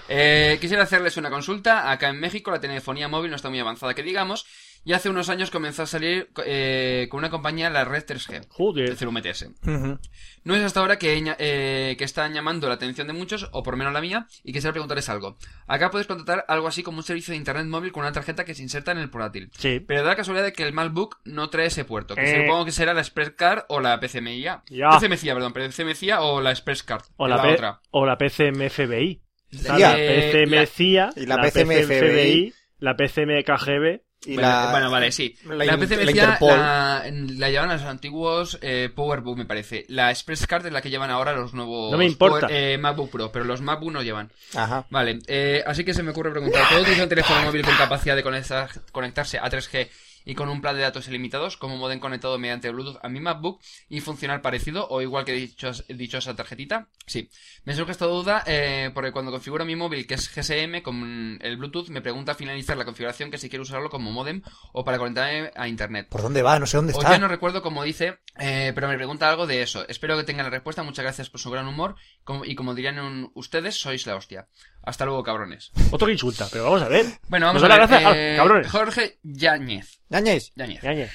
Speaker 7: Eh, quisiera hacerles una consulta. Acá en México la telefonía móvil no está muy avanzada, que digamos. Y hace unos años comenzó a salir eh, con una compañía, la Red 3G, es
Speaker 6: Joder.
Speaker 7: decir, UMTS.
Speaker 4: Ujú.
Speaker 7: No es hasta ahora que, ña- eh, que están llamando la atención de muchos, o por menos la mía, y quisiera preguntarles algo. Acá puedes contratar algo así como un servicio de internet móvil con una tarjeta que se inserta en el portátil.
Speaker 6: Sí.
Speaker 7: Pero da la casualidad de que el MacBook no trae ese puerto, que
Speaker 6: Eh.
Speaker 7: supongo que será la Express Card o la PCMIA.
Speaker 6: Ya.
Speaker 7: PCMCIA, perdón, PCMCIA o la Express Card.
Speaker 6: O la,
Speaker 7: la
Speaker 6: P-
Speaker 7: otra.
Speaker 6: o la PCMFBI. Está
Speaker 4: Ya.
Speaker 6: La PCMCIA,
Speaker 4: Y la
Speaker 6: la PCMFBI,
Speaker 4: PCMFBI,
Speaker 6: la PCMKGB.
Speaker 4: Y
Speaker 7: bueno,
Speaker 4: la-
Speaker 7: bueno, vale, sí.
Speaker 4: la
Speaker 7: La,
Speaker 4: in-
Speaker 7: PCMCIA
Speaker 4: la
Speaker 7: la,
Speaker 4: Interpol.
Speaker 7: la, llevan a los antiguos eh, PowerBook, me parece. La Express Card es la que llevan ahora los nuevos
Speaker 6: No me importa.
Speaker 7: Power- eh, MacBook Pro, pero los MacBook no llevan.
Speaker 4: Ajá.
Speaker 7: Vale, eh, así que se me ocurre preguntar, ¿puedo utilizar un teléfono móvil con capacidad de conectar- conectarse a 3G y con un plan de datos ilimitados como modem conectado mediante Bluetooth a mi MacBook y funcionar parecido o igual que dichos, dichosa tarjetita? Sí. Me surge esta duda eh, porque cuando configuro mi móvil, que es GSM, con el Bluetooth, me pregunta finalizar la configuración que si quiero usarlo como modem o para conectarme a Internet.
Speaker 4: ¿Por dónde va? No sé dónde
Speaker 7: O
Speaker 4: está.
Speaker 7: ya no recuerdo cómo dice, eh, pero me pregunta algo de eso. Espero que tengan la respuesta. Muchas gracias por su gran humor. Como- y como dirían un- ustedes, sois la hostia. Hasta luego, cabrones.
Speaker 6: Otro que insulta, pero vamos a ver.
Speaker 7: Bueno, vamos
Speaker 6: Nos da
Speaker 7: a
Speaker 6: la
Speaker 7: ver.
Speaker 6: gracia a los
Speaker 7: eh,
Speaker 6: cabrones.
Speaker 7: Jorge Yáñez.
Speaker 4: Ñañez.
Speaker 7: Yáñez.
Speaker 6: Ñañez.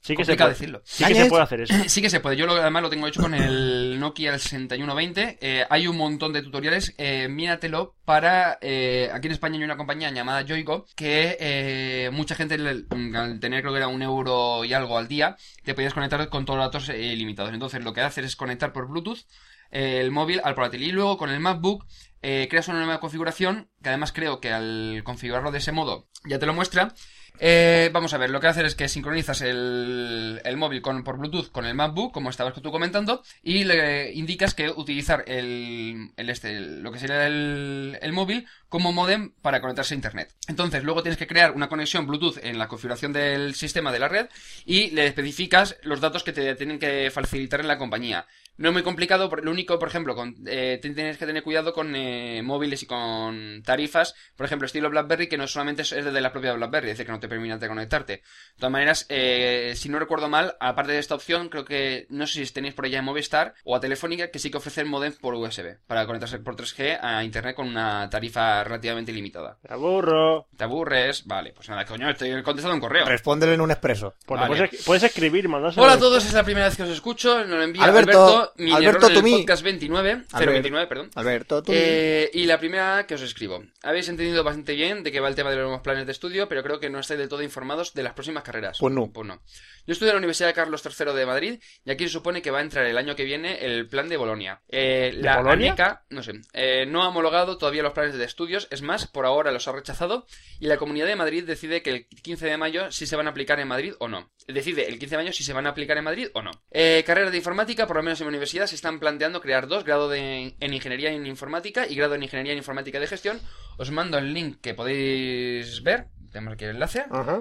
Speaker 6: Sí que se
Speaker 7: Complicado
Speaker 6: puede.
Speaker 7: decirlo.
Speaker 6: Sí que se
Speaker 4: Ñañez.
Speaker 6: puede hacer eso.
Speaker 7: Sí que se puede. Yo lo, además lo tengo hecho con el Nokia el 6120. Eh, hay un montón de tutoriales. Eh, míratelo para... eh, aquí en España hay una compañía llamada Yoigo que eh, mucha gente le- al tener creo que era un euro y algo al día te podías conectar con todos los datos eh, ilimitados. Entonces lo que haces es conectar por Bluetooth eh, el móvil al portátil y luego con el MacBook eh, creas una nueva configuración que además creo que al configurarlo de ese modo ya te lo muestra Eh, vamos a ver lo que haces es que sincronizas el, el móvil con, por Bluetooth con el MacBook como estabas tú comentando y le indicas que utilizar el, el este el- lo que sería el, el móvil como modem para conectarse a internet entonces luego tienes que crear una conexión Bluetooth en la configuración del sistema de la red y le especificas los datos que te tienen que facilitar en la compañía. No es muy complicado, por- lo único, por ejemplo, con, eh, te- tienes que tener cuidado con eh, móviles y con tarifas, por ejemplo, estilo BlackBerry, que no solamente es es de la propia BlackBerry, es decir, que no te permite conectarte. De todas maneras, eh, si no recuerdo mal, aparte de esta opción, creo que no sé si tenéis por allá en Movistar o a Telefónica, que sí que ofrecen modem por USB, para conectarse por 3G a Internet con una tarifa relativamente limitada.
Speaker 6: Me aburro.
Speaker 7: ¿Te aburres? Vale, pues nada, coño, estoy contestando un correo.
Speaker 4: Respóndelo en un expreso.
Speaker 6: Bueno,
Speaker 7: Vale.
Speaker 6: puedes, puedes escribir, mandárselo.
Speaker 7: Hola a todos, es la primera vez que os escucho. Nos lo envía Alberto,
Speaker 4: Alberto,
Speaker 7: mi
Speaker 4: Alberto
Speaker 7: error en el
Speaker 4: Tumí.
Speaker 7: podcast 29, 029, perdón.
Speaker 4: Alberto, tú.
Speaker 7: Eh, y la primera que os escribo. Habéis entendido bastante bien de qué va el tema de los nuevos planes de estudio, pero creo que no estáis del todo informados de las próximas carreras.
Speaker 4: Pues no.
Speaker 7: Yo estudio en la Universidad Carlos III de Madrid y aquí se supone que va a entrar el año que viene el plan de Bolonia. Eh, la
Speaker 6: Bolonia?
Speaker 7: ANECA, no sé, eh, no ha homologado todavía los planes de estudios, es más, por ahora los ha rechazado y la Comunidad de Madrid decide que el 15 de mayo si se van a aplicar en Madrid o no. Decide el 15 de mayo si se van a aplicar en Madrid o no. Eh, carreras de informática, por lo menos en mi universidad, se están planteando crear dos, grado de, en ingeniería en informática y grado en ingeniería en informática de gestión. Os mando el link que podéis ver, tenemos aquí el enlace,
Speaker 4: Ajá.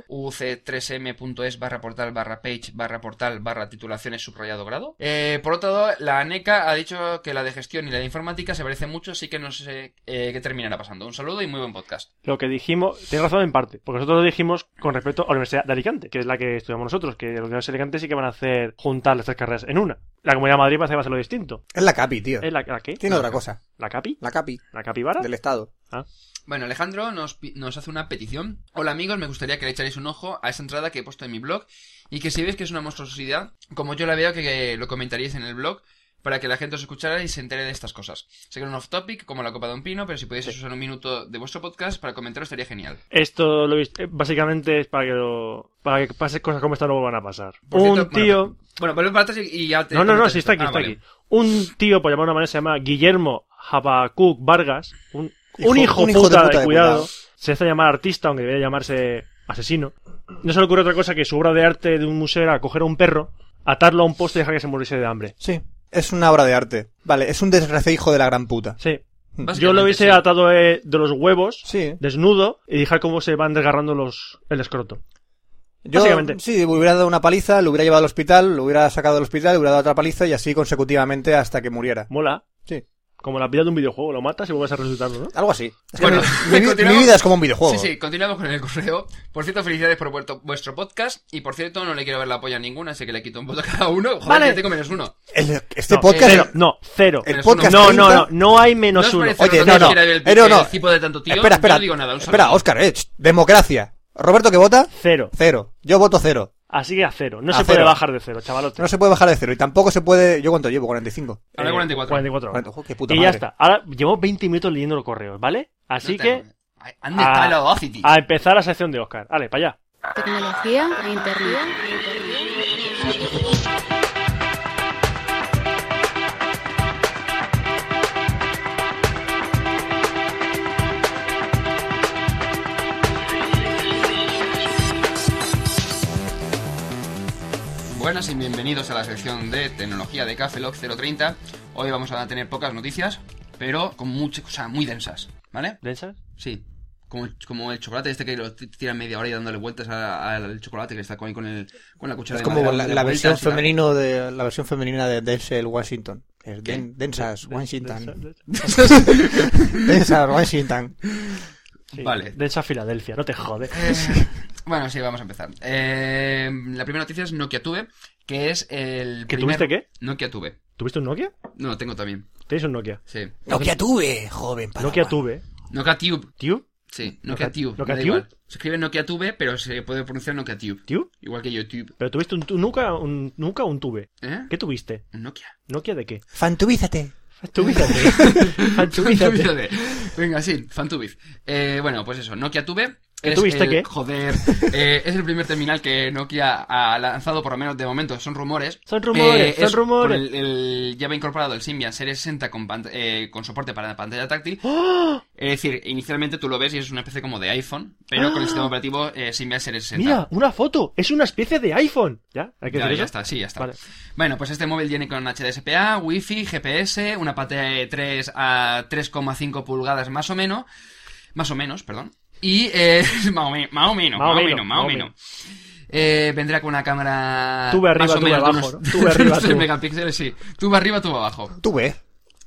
Speaker 7: uc3m.es barra portal barra page barra portal barra titulaciones subrayado grado. Eh, por otro lado, la ANECA ha dicho que la de gestión y la de informática se parecen mucho, así que no sé eh, qué terminará pasando. Un saludo y muy buen podcast.
Speaker 6: Lo que dijimos, tienes razón en parte, porque nosotros lo dijimos con respecto a la Universidad de Alicante, que es la que estudiamos nosotros, que la Universidad de Alicante sí que van a hacer juntar las tres carreras en una. La Comunidad de Madrid parece que va a hacer lo distinto.
Speaker 4: Es la capi, tío.
Speaker 6: ¿Es la, la qué?
Speaker 4: Tiene otra cosa.
Speaker 6: ¿La Capi?
Speaker 4: La capi
Speaker 6: ¿La Capibara?
Speaker 4: del Estado.
Speaker 7: Bueno, Alejandro nos, pi- nos hace una petición. Hola amigos, me gustaría que le echarais un ojo a esa entrada que he puesto en mi blog y que si veis que es una monstruosidad, como yo la veo, que, que lo comentaríais en el blog para que la gente os escuchara y se entere de estas cosas. Sé que es un off topic, como la copa de un pino, pero si pudieseis usar un minuto de vuestro podcast para comentaros estaría genial.
Speaker 6: Esto lo he visto- eh, básicamente es para que lo, para que pase cosas como estas no van a pasar.
Speaker 7: Por
Speaker 6: un
Speaker 7: cierto,
Speaker 6: tío,
Speaker 7: Bueno, bueno, vuelve para atrás y y ya te.
Speaker 6: no, no, no,
Speaker 7: comentas
Speaker 6: sí está aquí,
Speaker 7: esto. Ah,
Speaker 6: está
Speaker 7: vale.
Speaker 6: aquí. Un tío, por llamar de una manera, se llama Guillermo Habacuc Vargas, un, un hijo, puta, de, cuidado. Se hace llamar artista, aunque debería llamarse asesino. No se le ocurre otra cosa que su obra de arte de un museo era coger a un perro, atarlo a un poste y dejar que se muriese de hambre.
Speaker 4: Sí. Es una obra de arte. Vale, es un desgraciado hijo de la gran puta.
Speaker 6: Sí.
Speaker 7: Básicamente,
Speaker 6: Yo lo hubiese
Speaker 7: sí.
Speaker 6: atado eh, de los huevos,
Speaker 4: Sí.
Speaker 6: desnudo, y dejar cómo se van desgarrando los, el escroto.
Speaker 4: Yo,
Speaker 6: Básicamente.
Speaker 4: sí, le hubiera dado una paliza, lo hubiera llevado al hospital, lo hubiera sacado del hospital, le hubiera dado otra paliza y así consecutivamente hasta que muriera.
Speaker 6: Mola.
Speaker 4: Sí.
Speaker 6: Como la vida de un videojuego, lo matas y vuelves a resucitarlo, ¿no?
Speaker 4: Algo así. Es que
Speaker 7: Bueno,
Speaker 4: mi, mi-
Speaker 7: continuamos.
Speaker 4: mi vida es como un videojuego.
Speaker 7: Sí, sí, continuamos con el correo. Por cierto, felicidades por vuestro, vuestro podcast. Y por cierto, no le quiero ver la polla a ninguna, así que le quito un voto a cada uno. Joder,
Speaker 6: Vale.
Speaker 7: yo tengo menos uno.
Speaker 4: El- este
Speaker 6: No, eh,
Speaker 4: podcast.
Speaker 6: Cero, no, cero.
Speaker 4: el
Speaker 7: menos
Speaker 4: podcast
Speaker 6: No, no,
Speaker 4: 30
Speaker 6: no, no hay
Speaker 7: No
Speaker 6: menos
Speaker 7: os
Speaker 6: uno.
Speaker 7: parece
Speaker 4: Oye,
Speaker 7: horroroso
Speaker 4: no, no.
Speaker 7: que era el,
Speaker 4: Eh, no, no.
Speaker 7: el tipo de tanto tío.
Speaker 4: espera, espera.
Speaker 7: Yo no digo nada, un saludo.
Speaker 4: espera, Oscar, eh, ch, democracia. Roberto, ¿qué vota?
Speaker 6: Cero.
Speaker 4: Cero. Yo voto cero.
Speaker 6: Así que a cero. No
Speaker 4: A
Speaker 6: se
Speaker 4: cero.
Speaker 6: puede bajar de cero, chavalote.
Speaker 4: No se puede bajar de cero y tampoco se puede... ¿Yo cuánto llevo? ¿45?
Speaker 7: Ahora
Speaker 6: Eh,
Speaker 7: 44.
Speaker 6: 44.
Speaker 4: Cuarenta- Ojo, qué
Speaker 6: Y
Speaker 4: puta
Speaker 6: ya
Speaker 4: madre.
Speaker 6: está. Ahora llevo 20 minutos leyendo los correos, ¿vale? Así
Speaker 7: No
Speaker 6: que
Speaker 7: tengo- Ay, ¿Dónde está
Speaker 6: Ah.
Speaker 7: el Audacity?
Speaker 6: a empezar la sección de Oscar. Vale, para allá.
Speaker 5: Tecnología e internet.
Speaker 7: Buenas y bienvenidos a la sección de tecnología de Cafeloc 030. Hoy vamos a tener pocas noticias, pero con muchas cosas muy densas, ¿vale?
Speaker 6: ¿Densas?
Speaker 7: Sí. Como el, como el chocolate este que lo t- tiran media hora y dándole vueltas a- al chocolate que está con, con el, con la cuchara
Speaker 4: Es
Speaker 7: de
Speaker 4: como
Speaker 7: madera,
Speaker 4: la,
Speaker 7: dándole
Speaker 4: la versión
Speaker 7: vueltas y tal.
Speaker 4: femenino de la versión femenina de Denzel Washington. Es Den- Densas Washington. Densas Washington.
Speaker 6: Sí,
Speaker 7: Vale.
Speaker 6: Densa Filadelfia, no te jodes.
Speaker 7: Eh, Bueno, sí, vamos a empezar. Eh, la primera noticia es Nokia Tube, que es el
Speaker 6: ¿Que
Speaker 7: primer-
Speaker 6: tuviste qué?
Speaker 7: Nokia Tube.
Speaker 6: ¿Tuviste un Nokia?
Speaker 7: No, lo tengo también.
Speaker 6: ¿Tenéis un Nokia?
Speaker 7: Sí.
Speaker 8: Nokia tuve, joven. Padawan.
Speaker 6: Nokia tuve.
Speaker 7: Nokia Tube.
Speaker 6: ¿Tube?
Speaker 7: Sí, Nokia
Speaker 6: Nokia-
Speaker 7: Tube.
Speaker 6: Nokia
Speaker 7: me da
Speaker 6: Tube.
Speaker 7: igual. Se escribe Nokia Tube, pero se puede pronunciar Nokia Tube.
Speaker 6: ¿Tube?
Speaker 7: Igual que YouTube.
Speaker 6: Pero tuviste un, tu- nunca, un, nunca un tuve.
Speaker 7: ¿Eh?
Speaker 6: ¿Qué tuviste?
Speaker 7: Un Nokia.
Speaker 6: ¿Nokia de qué?
Speaker 4: Fantubízate.
Speaker 6: Fantubízate. Fantubízate.
Speaker 7: Fantubízate. Venga, sí, Fantubiz. Eh, bueno, pues eso, Nokia Tube.
Speaker 6: ¿Que
Speaker 7: es
Speaker 6: tuviste
Speaker 7: el-
Speaker 6: qué?
Speaker 7: Joder, eh, es el primer terminal que Nokia ha lanzado, por lo menos de momento, son rumores. Eh,
Speaker 6: Son rumores, son
Speaker 7: es con
Speaker 6: rumores.
Speaker 7: el, el- ya va incorporado el Symbian Series 60 con, pant- eh, con soporte para pantalla táctil.
Speaker 6: ¡Ah!
Speaker 7: Es decir, inicialmente tú lo ves y es una especie como de iPhone, pero con el sistema operativo eh, Symbian Series 60.
Speaker 6: ¡Ah! Mira, una foto. Es una especie de iPhone. ¿Ya? ¿Hay que
Speaker 7: Ya,
Speaker 6: decir
Speaker 7: ya
Speaker 6: eso?
Speaker 7: está, sí, ya está.
Speaker 6: Vale.
Speaker 7: Bueno, pues este móvil viene con HDSPA, Wi-Fi, GPS, una pantalla de 3 a 3,5 pulgadas más o menos. Más o menos, perdón. Y eh, más o menos, más o menos, más o menos, más o menos. Eh, vendrá con una cámara...
Speaker 6: Tuve arriba,
Speaker 7: más o
Speaker 6: tuve
Speaker 7: menos de
Speaker 6: abajo,
Speaker 7: unos-
Speaker 6: ¿no? Tuve arriba,
Speaker 7: unos tres
Speaker 6: tuve-
Speaker 7: megapíxeles, sí. Tuve arriba, tuve abajo.
Speaker 4: Tuve.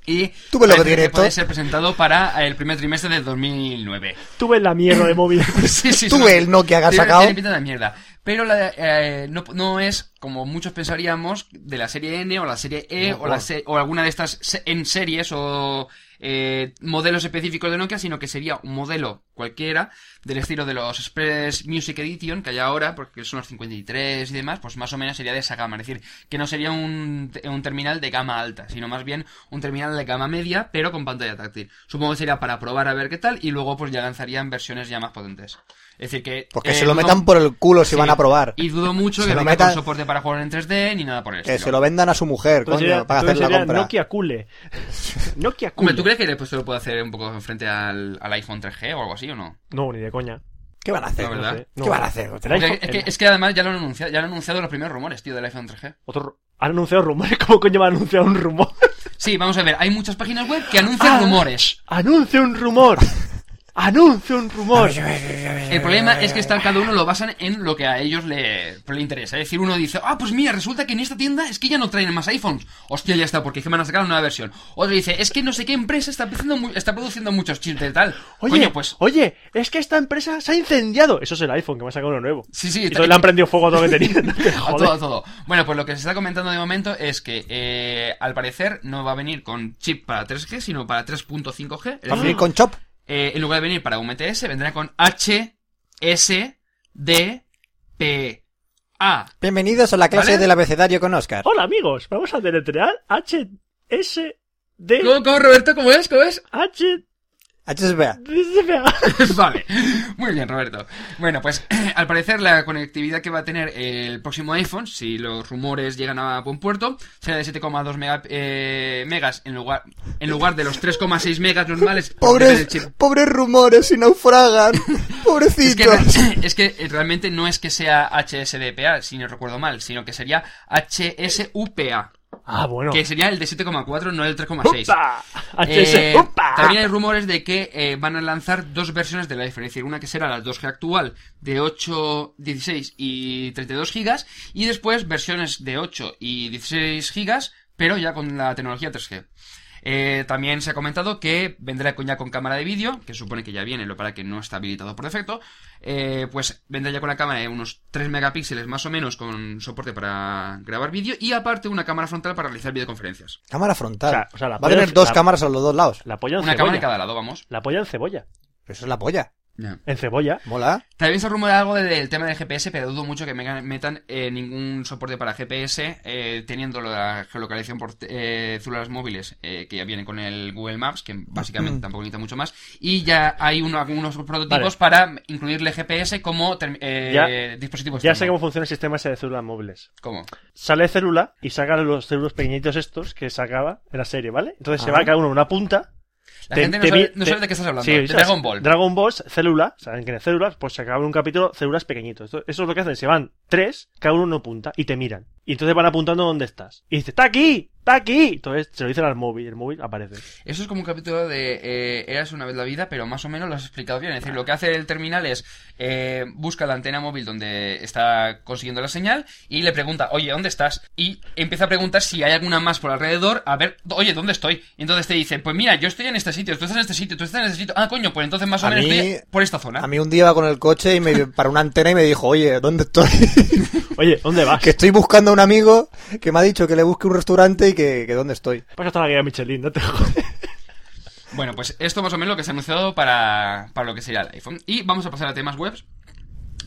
Speaker 7: Y
Speaker 4: Tuve lo que
Speaker 7: parece
Speaker 4: tiene esto.
Speaker 7: puede ser presentado para el primer trimestre de 2009.
Speaker 6: Tuve la mierda de móvil.
Speaker 7: Sí, sí,
Speaker 4: Tú
Speaker 7: sí.
Speaker 4: ve Pues el Nokia que has
Speaker 7: Tiene-
Speaker 4: sacado.
Speaker 7: tiene pinta de mierda. Pero la, eh, no, no es, como muchos pensaríamos, de la serie N o la serie E o, la se- o alguna de estas se- en series o eh, modelos específicos de Nokia, sino que sería un modelo cualquiera del estilo de los Express Music Edition que hay ahora, porque son los 53 y demás, pues más o menos sería de esa gama. Es decir, que no sería un, un terminal de gama alta, sino más bien un terminal de gama media, pero con pantalla táctil. Supongo que sería para probar a ver qué tal y luego pues ya lanzarían versiones ya más potentes. Es decir que...
Speaker 4: Pues que
Speaker 7: eh,
Speaker 4: se lo
Speaker 7: dudo-
Speaker 4: metan por el culo si
Speaker 7: Sí.
Speaker 4: van a probar.
Speaker 7: Y dudo mucho
Speaker 4: Se
Speaker 7: que
Speaker 4: lo
Speaker 7: venga
Speaker 4: metan-
Speaker 7: con soporte para jugar en 3D ni nada por el
Speaker 4: Que
Speaker 7: estilo.
Speaker 4: se lo vendan a su mujer,
Speaker 6: Entonces
Speaker 4: coño,
Speaker 6: sería-
Speaker 4: para hacer
Speaker 6: entonces
Speaker 4: la
Speaker 6: sería
Speaker 4: compra.
Speaker 6: pues Nokia Cule. Nokia Cule.
Speaker 7: Hombre, ¿tú crees que después se lo puede hacer un poco frente al, al iPhone 3G o algo así o no?
Speaker 6: No, ni de coña.
Speaker 4: ¿Qué van a hacer?
Speaker 7: La verdad.
Speaker 6: No sé. No.
Speaker 4: ¿Qué van a hacer?
Speaker 6: El iPhone-
Speaker 7: Porque es,
Speaker 6: el-
Speaker 7: que, es que además ya lo han anunciado, ya han anunciado los primeros rumores, tío, del iPhone 3G.
Speaker 6: otro ru- Han anunciado rumores. ¿Cómo coño van a anunciar un rumor?
Speaker 7: Sí, vamos a ver, hay muchas páginas web que anuncian
Speaker 6: Ah.
Speaker 7: rumores.
Speaker 6: ¡Anuncia un rumor! ¡Anuncia un rumor!
Speaker 7: El problema es que está, cada uno lo basan en lo que a ellos le, pues, le interesa. Es decir, uno dice, ah, pues mira, resulta que en esta tienda es que ya no traen más iPhones. Hostia, ya está, porque es que van a sacar una nueva versión. Otro dice, es que no sé qué empresa está produciendo, mu- está produciendo muchos chips de tal.
Speaker 6: Oye,
Speaker 7: Coño, pues...
Speaker 6: oye, es que esta empresa se ha incendiado. Eso es el iPhone que me ha sacado uno nuevo.
Speaker 7: Sí, sí,
Speaker 6: Y
Speaker 7: está-
Speaker 6: entonces le han prendido fuego a todo lo que tenía. No te
Speaker 7: A
Speaker 6: jodes.
Speaker 7: todo, a todo. Bueno, pues lo que se está comentando de momento es que eh, al parecer no va a venir con chip para 3G, sino para 3.5G. Es
Speaker 4: ¿Va a venir
Speaker 7: decir,
Speaker 4: con Chop?
Speaker 7: eh, en lugar de venir para UMTS, vendrá con H, S, D, P, A.
Speaker 4: Bienvenidos a la clase
Speaker 7: ¿Vale?
Speaker 4: del abecedario con Oscar.
Speaker 6: Hola amigos, vamos a deletrear H S D
Speaker 7: ¿Cómo, cómo, Roberto? ¿Cómo es? ¿Cómo es?
Speaker 6: H
Speaker 4: HSBA.
Speaker 7: vale. Muy bien, Roberto. Bueno, pues al parecer la conectividad que va a tener el próximo iPhone, si los rumores llegan a buen puerto, será de 7,2 mega- eh, megas en lugar, en lugar de los 3,6 megas normales. por meter el
Speaker 4: Pobres,
Speaker 7: chip.
Speaker 4: pobres rumores y naufragan.
Speaker 7: Es que,
Speaker 4: Pobrecitos.
Speaker 7: es que eh, realmente no es que sea HSDPA, si no recuerdo mal, sino que sería HSUPA,
Speaker 6: Ah, bueno.
Speaker 7: que sería el de 7,4, no el 3,6.
Speaker 6: ¡Upa! Ah, H
Speaker 7: Eh,
Speaker 6: S ¡Upa!
Speaker 7: también hay rumores de que eh, van a lanzar dos versiones del iPhone, es decir, una que será la 2G actual de 8, 16 y 32 gigas y después versiones de 8 y 16 gigas, pero ya con la tecnología 3G. Eh, también se ha comentado que vendrá con- ya con cámara de vídeo, que supone que ya viene, lo para que no está habilitado por defecto. Eh, pues vendrá ya con la cámara de unos 3 megapíxeles más o menos con soporte para grabar vídeo y aparte una cámara frontal para realizar videoconferencias.
Speaker 4: Cámara frontal.
Speaker 6: O sea, o sea,
Speaker 4: va
Speaker 6: la
Speaker 4: a
Speaker 6: polla-
Speaker 4: tener dos
Speaker 6: la-
Speaker 4: cámaras a los dos lados.
Speaker 6: La polla en
Speaker 7: Una cámara en
Speaker 6: cebolla.
Speaker 7: cada lado, vamos.
Speaker 6: La polla en cebolla.
Speaker 4: Pero eso es la polla.
Speaker 7: Ya.
Speaker 6: en cebolla.
Speaker 4: Mola.
Speaker 7: También se rumora algo de- del tema del GPS, pero dudo mucho que me- metan eh, ningún soporte para GPS eh, teniendo la geolocalización por eh, células móviles eh, que ya vienen con el Google Maps,
Speaker 6: Mm.
Speaker 7: que básicamente tampoco necesita mucho más. Y ya hay uno- algunos prototipos para incluirle GPS como term- eh,
Speaker 6: Ya-
Speaker 7: dispositivo.
Speaker 6: Ya
Speaker 7: externo.
Speaker 6: sé cómo funciona el sistema ese de células móviles.
Speaker 7: ¿Cómo?
Speaker 6: Sale célula y saca los células pequeñitos estos que sacaba en la serie, ¿vale? Entonces se
Speaker 4: Ah.
Speaker 6: va cada uno a una punta.
Speaker 7: La
Speaker 6: Te-
Speaker 7: gente no,
Speaker 6: te
Speaker 7: sabe,
Speaker 6: vi-
Speaker 7: no
Speaker 6: te-
Speaker 7: sabe de qué estás hablando.
Speaker 6: Sí,
Speaker 7: de
Speaker 6: ¿sabes?
Speaker 7: Dragon Ball.
Speaker 6: Dragon Ball, célula, saben que es células, pues se acaba en un capítulo, células pequeñitos. Esto- Eso es lo que hacen, se van tres, cada uno en una punta, y te miran. Y entonces van apuntando dónde estás. Y dice, ¡está aquí! ¡Está aquí! Entonces se lo dicen al móvil, y el móvil aparece.
Speaker 7: Eso es como un capítulo de eh, Eras una vez la vida, pero más o menos lo has explicado bien. Es decir, lo que hace el terminal es eh, busca la antena móvil donde está consiguiendo la señal y le pregunta, oye, ¿dónde estás? Y empieza a preguntar si hay alguna más por alrededor, a ver, oye, ¿dónde estoy? Y entonces te dice, pues mira, yo estoy en este sitio, tú estás en este sitio, tú estás en este sitio. Ah, coño, pues entonces más o
Speaker 4: A
Speaker 7: menos
Speaker 4: mí-
Speaker 7: estoy por esta
Speaker 6: Ah.
Speaker 7: zona.
Speaker 4: A mí un día iba con el coche y me para una antena y me dijo, oye, ¿dónde estoy?
Speaker 6: Oye, ¿dónde vas?
Speaker 4: que estoy buscando a un amigo que me ha dicho que le busque un restaurante y que, que dónde estoy.
Speaker 6: Pasa hasta la guía Michelin, no te jodas.
Speaker 7: Bueno, pues esto más o menos lo que se ha anunciado para, para lo que sería el iPhone. Y vamos a pasar a temas webs.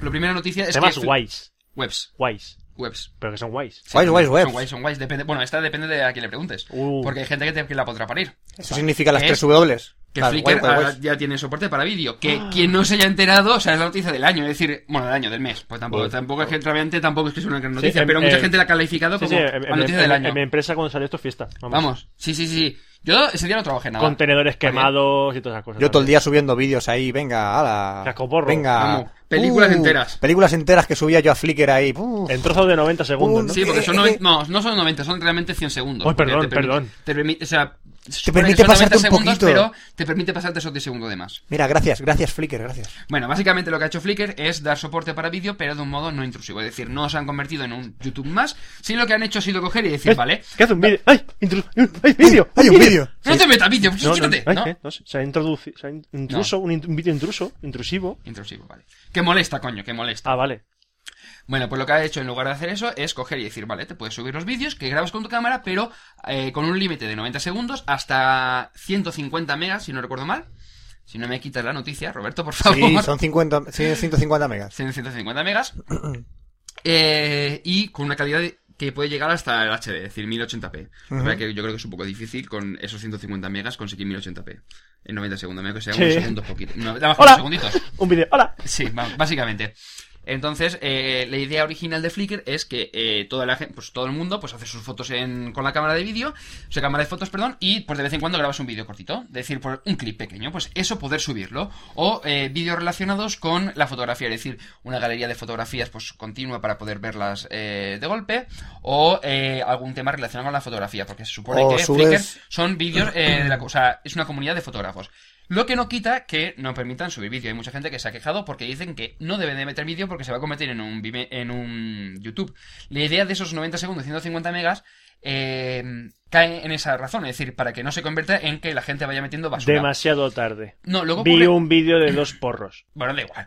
Speaker 7: La primera noticia es
Speaker 6: Temas
Speaker 7: que...
Speaker 6: guays.
Speaker 7: Webs,
Speaker 6: Guays.
Speaker 7: webs.
Speaker 6: Pero que son guays.
Speaker 7: Sí,
Speaker 4: Guays, guays,
Speaker 7: Son
Speaker 4: webs.
Speaker 7: guays, son guays. Depende, bueno, esta depende de a quién le preguntes.
Speaker 6: Uh.
Speaker 7: Porque hay gente que, te- que la podrá parir.
Speaker 4: Eso significa las
Speaker 7: Es
Speaker 4: tres W.
Speaker 7: Que
Speaker 4: Las
Speaker 7: Flickr
Speaker 4: guay, guay,
Speaker 7: ahora
Speaker 4: guays. Ah.
Speaker 7: ya tiene soporte para vídeo. Que quien no se haya enterado, o sea, es la noticia del año. Es decir, bueno, del año, del mes. Pues tampoco, tampoco es que realmente tampoco es que sea una gran noticia.
Speaker 6: en-
Speaker 7: pero mucha
Speaker 6: en-
Speaker 7: gente la ha calificado
Speaker 6: Sí,
Speaker 7: como
Speaker 6: sí, en,
Speaker 7: la
Speaker 6: en-
Speaker 7: noticia del
Speaker 6: en-
Speaker 7: año.
Speaker 6: en mi empresa cuando salió esto fiesta. Vamos.
Speaker 7: Vamos. Sí, sí, sí. Yo ese día no trabajé nada.
Speaker 6: Contenedores
Speaker 7: Está bien.
Speaker 6: quemados y todas esas cosas.
Speaker 4: Yo todo el
Speaker 6: también.
Speaker 4: día subiendo vídeos ahí, venga, ala.
Speaker 6: Cascoporro.
Speaker 4: Venga. Uh,
Speaker 7: Vamos, películas enteras.
Speaker 4: Películas enteras que subía yo a Flickr ahí. Uf.
Speaker 6: En trozos de 90 segundos.
Speaker 4: Uh,
Speaker 6: ¿no?
Speaker 7: Sí, porque son
Speaker 4: Eh,
Speaker 7: 90, no, no son 90, son realmente 100 segundos.
Speaker 6: Pues
Speaker 7: Porque
Speaker 6: perdón,
Speaker 7: te permite-
Speaker 6: perdón.
Speaker 7: Te permite, o sea, se supone
Speaker 4: permite
Speaker 7: que son
Speaker 4: pasarte
Speaker 7: 90
Speaker 4: un
Speaker 7: segundos,
Speaker 4: poquito.
Speaker 7: pero te permite pasarte esos 10 segundos de más.
Speaker 4: Mira, gracias, gracias Flickr, gracias.
Speaker 7: Bueno, básicamente lo que ha hecho Flickr es dar soporte para vídeo, pero de un modo no intrusivo. Es decir, no se han convertido en un YouTube más, sino lo que han hecho ha sido coger y decir,
Speaker 6: ¿Qué-
Speaker 7: vale,
Speaker 6: ¿Qué hace un vídeo? ¡Ay! Intru- ¡Ay, vídeo!
Speaker 4: Hay un vídeo.
Speaker 7: no te metas vídeo,
Speaker 6: No, no,
Speaker 7: Pues quítate,
Speaker 6: ay,
Speaker 7: ¿no?
Speaker 6: eh, no, se ha introducido, se ha in- intruso, un, in- un vídeo intruso, intrusivo.
Speaker 7: Intrusivo, vale. Que molesta, coño, que molesta.
Speaker 6: Ah, vale.
Speaker 7: Bueno, pues lo que ha hecho en lugar de hacer eso es coger y decir, vale, te puedes subir los vídeos que grabas con tu cámara, pero eh, con un límite de 90 segundos hasta 150 megas, si no recuerdo mal. Si no me quitas la noticia, Roberto, por favor.
Speaker 4: Sí, son 50, sí, 150 megas.
Speaker 7: 150 megas. eh, y con una calidad de- que puede llegar hasta el HD, es decir, 1080p. La verdad que yo creo que es un poco difícil con esos 150 megas conseguir 1080p. En 90 segundos, menos que sea
Speaker 6: Sí.
Speaker 7: unos segundos poquito. No, nada más que
Speaker 6: Hola.
Speaker 7: unos segunditos.
Speaker 6: Un vídeo. ¡Hola!
Speaker 7: Sí, va- básicamente. Entonces, eh, la idea original de Flickr es que eh, toda la, gen- pues, todo el mundo pues, hace sus fotos en- con la cámara de vídeo, o sea, cámara de fotos, perdón, y pues de vez en cuando grabas un vídeo cortito, es decir, por un clip pequeño, pues eso poder subirlo, o eh, vídeos relacionados con la fotografía, es decir, una galería de fotografías pues continua para poder verlas eh, de golpe, o eh, algún tema relacionado con la fotografía, porque se supone
Speaker 4: O
Speaker 7: que
Speaker 4: subes-
Speaker 7: Flickr son vídeos eh, de la co- o sea, es una comunidad de fotógrafos. Lo que no quita que no permitan subir vídeo. Hay mucha gente que se ha quejado porque dicen que no deben de meter vídeo porque se va a convertir en un, Vime- en un YouTube. La idea de esos 90 segundos, 150 megas, eh, cae en esa razón. Es decir, para que no se convierta en que la gente vaya metiendo basura.
Speaker 6: Demasiado tarde.
Speaker 7: No, luego
Speaker 6: Vi
Speaker 7: ocurre-
Speaker 6: un vídeo de dos porros.
Speaker 7: Bueno, da igual.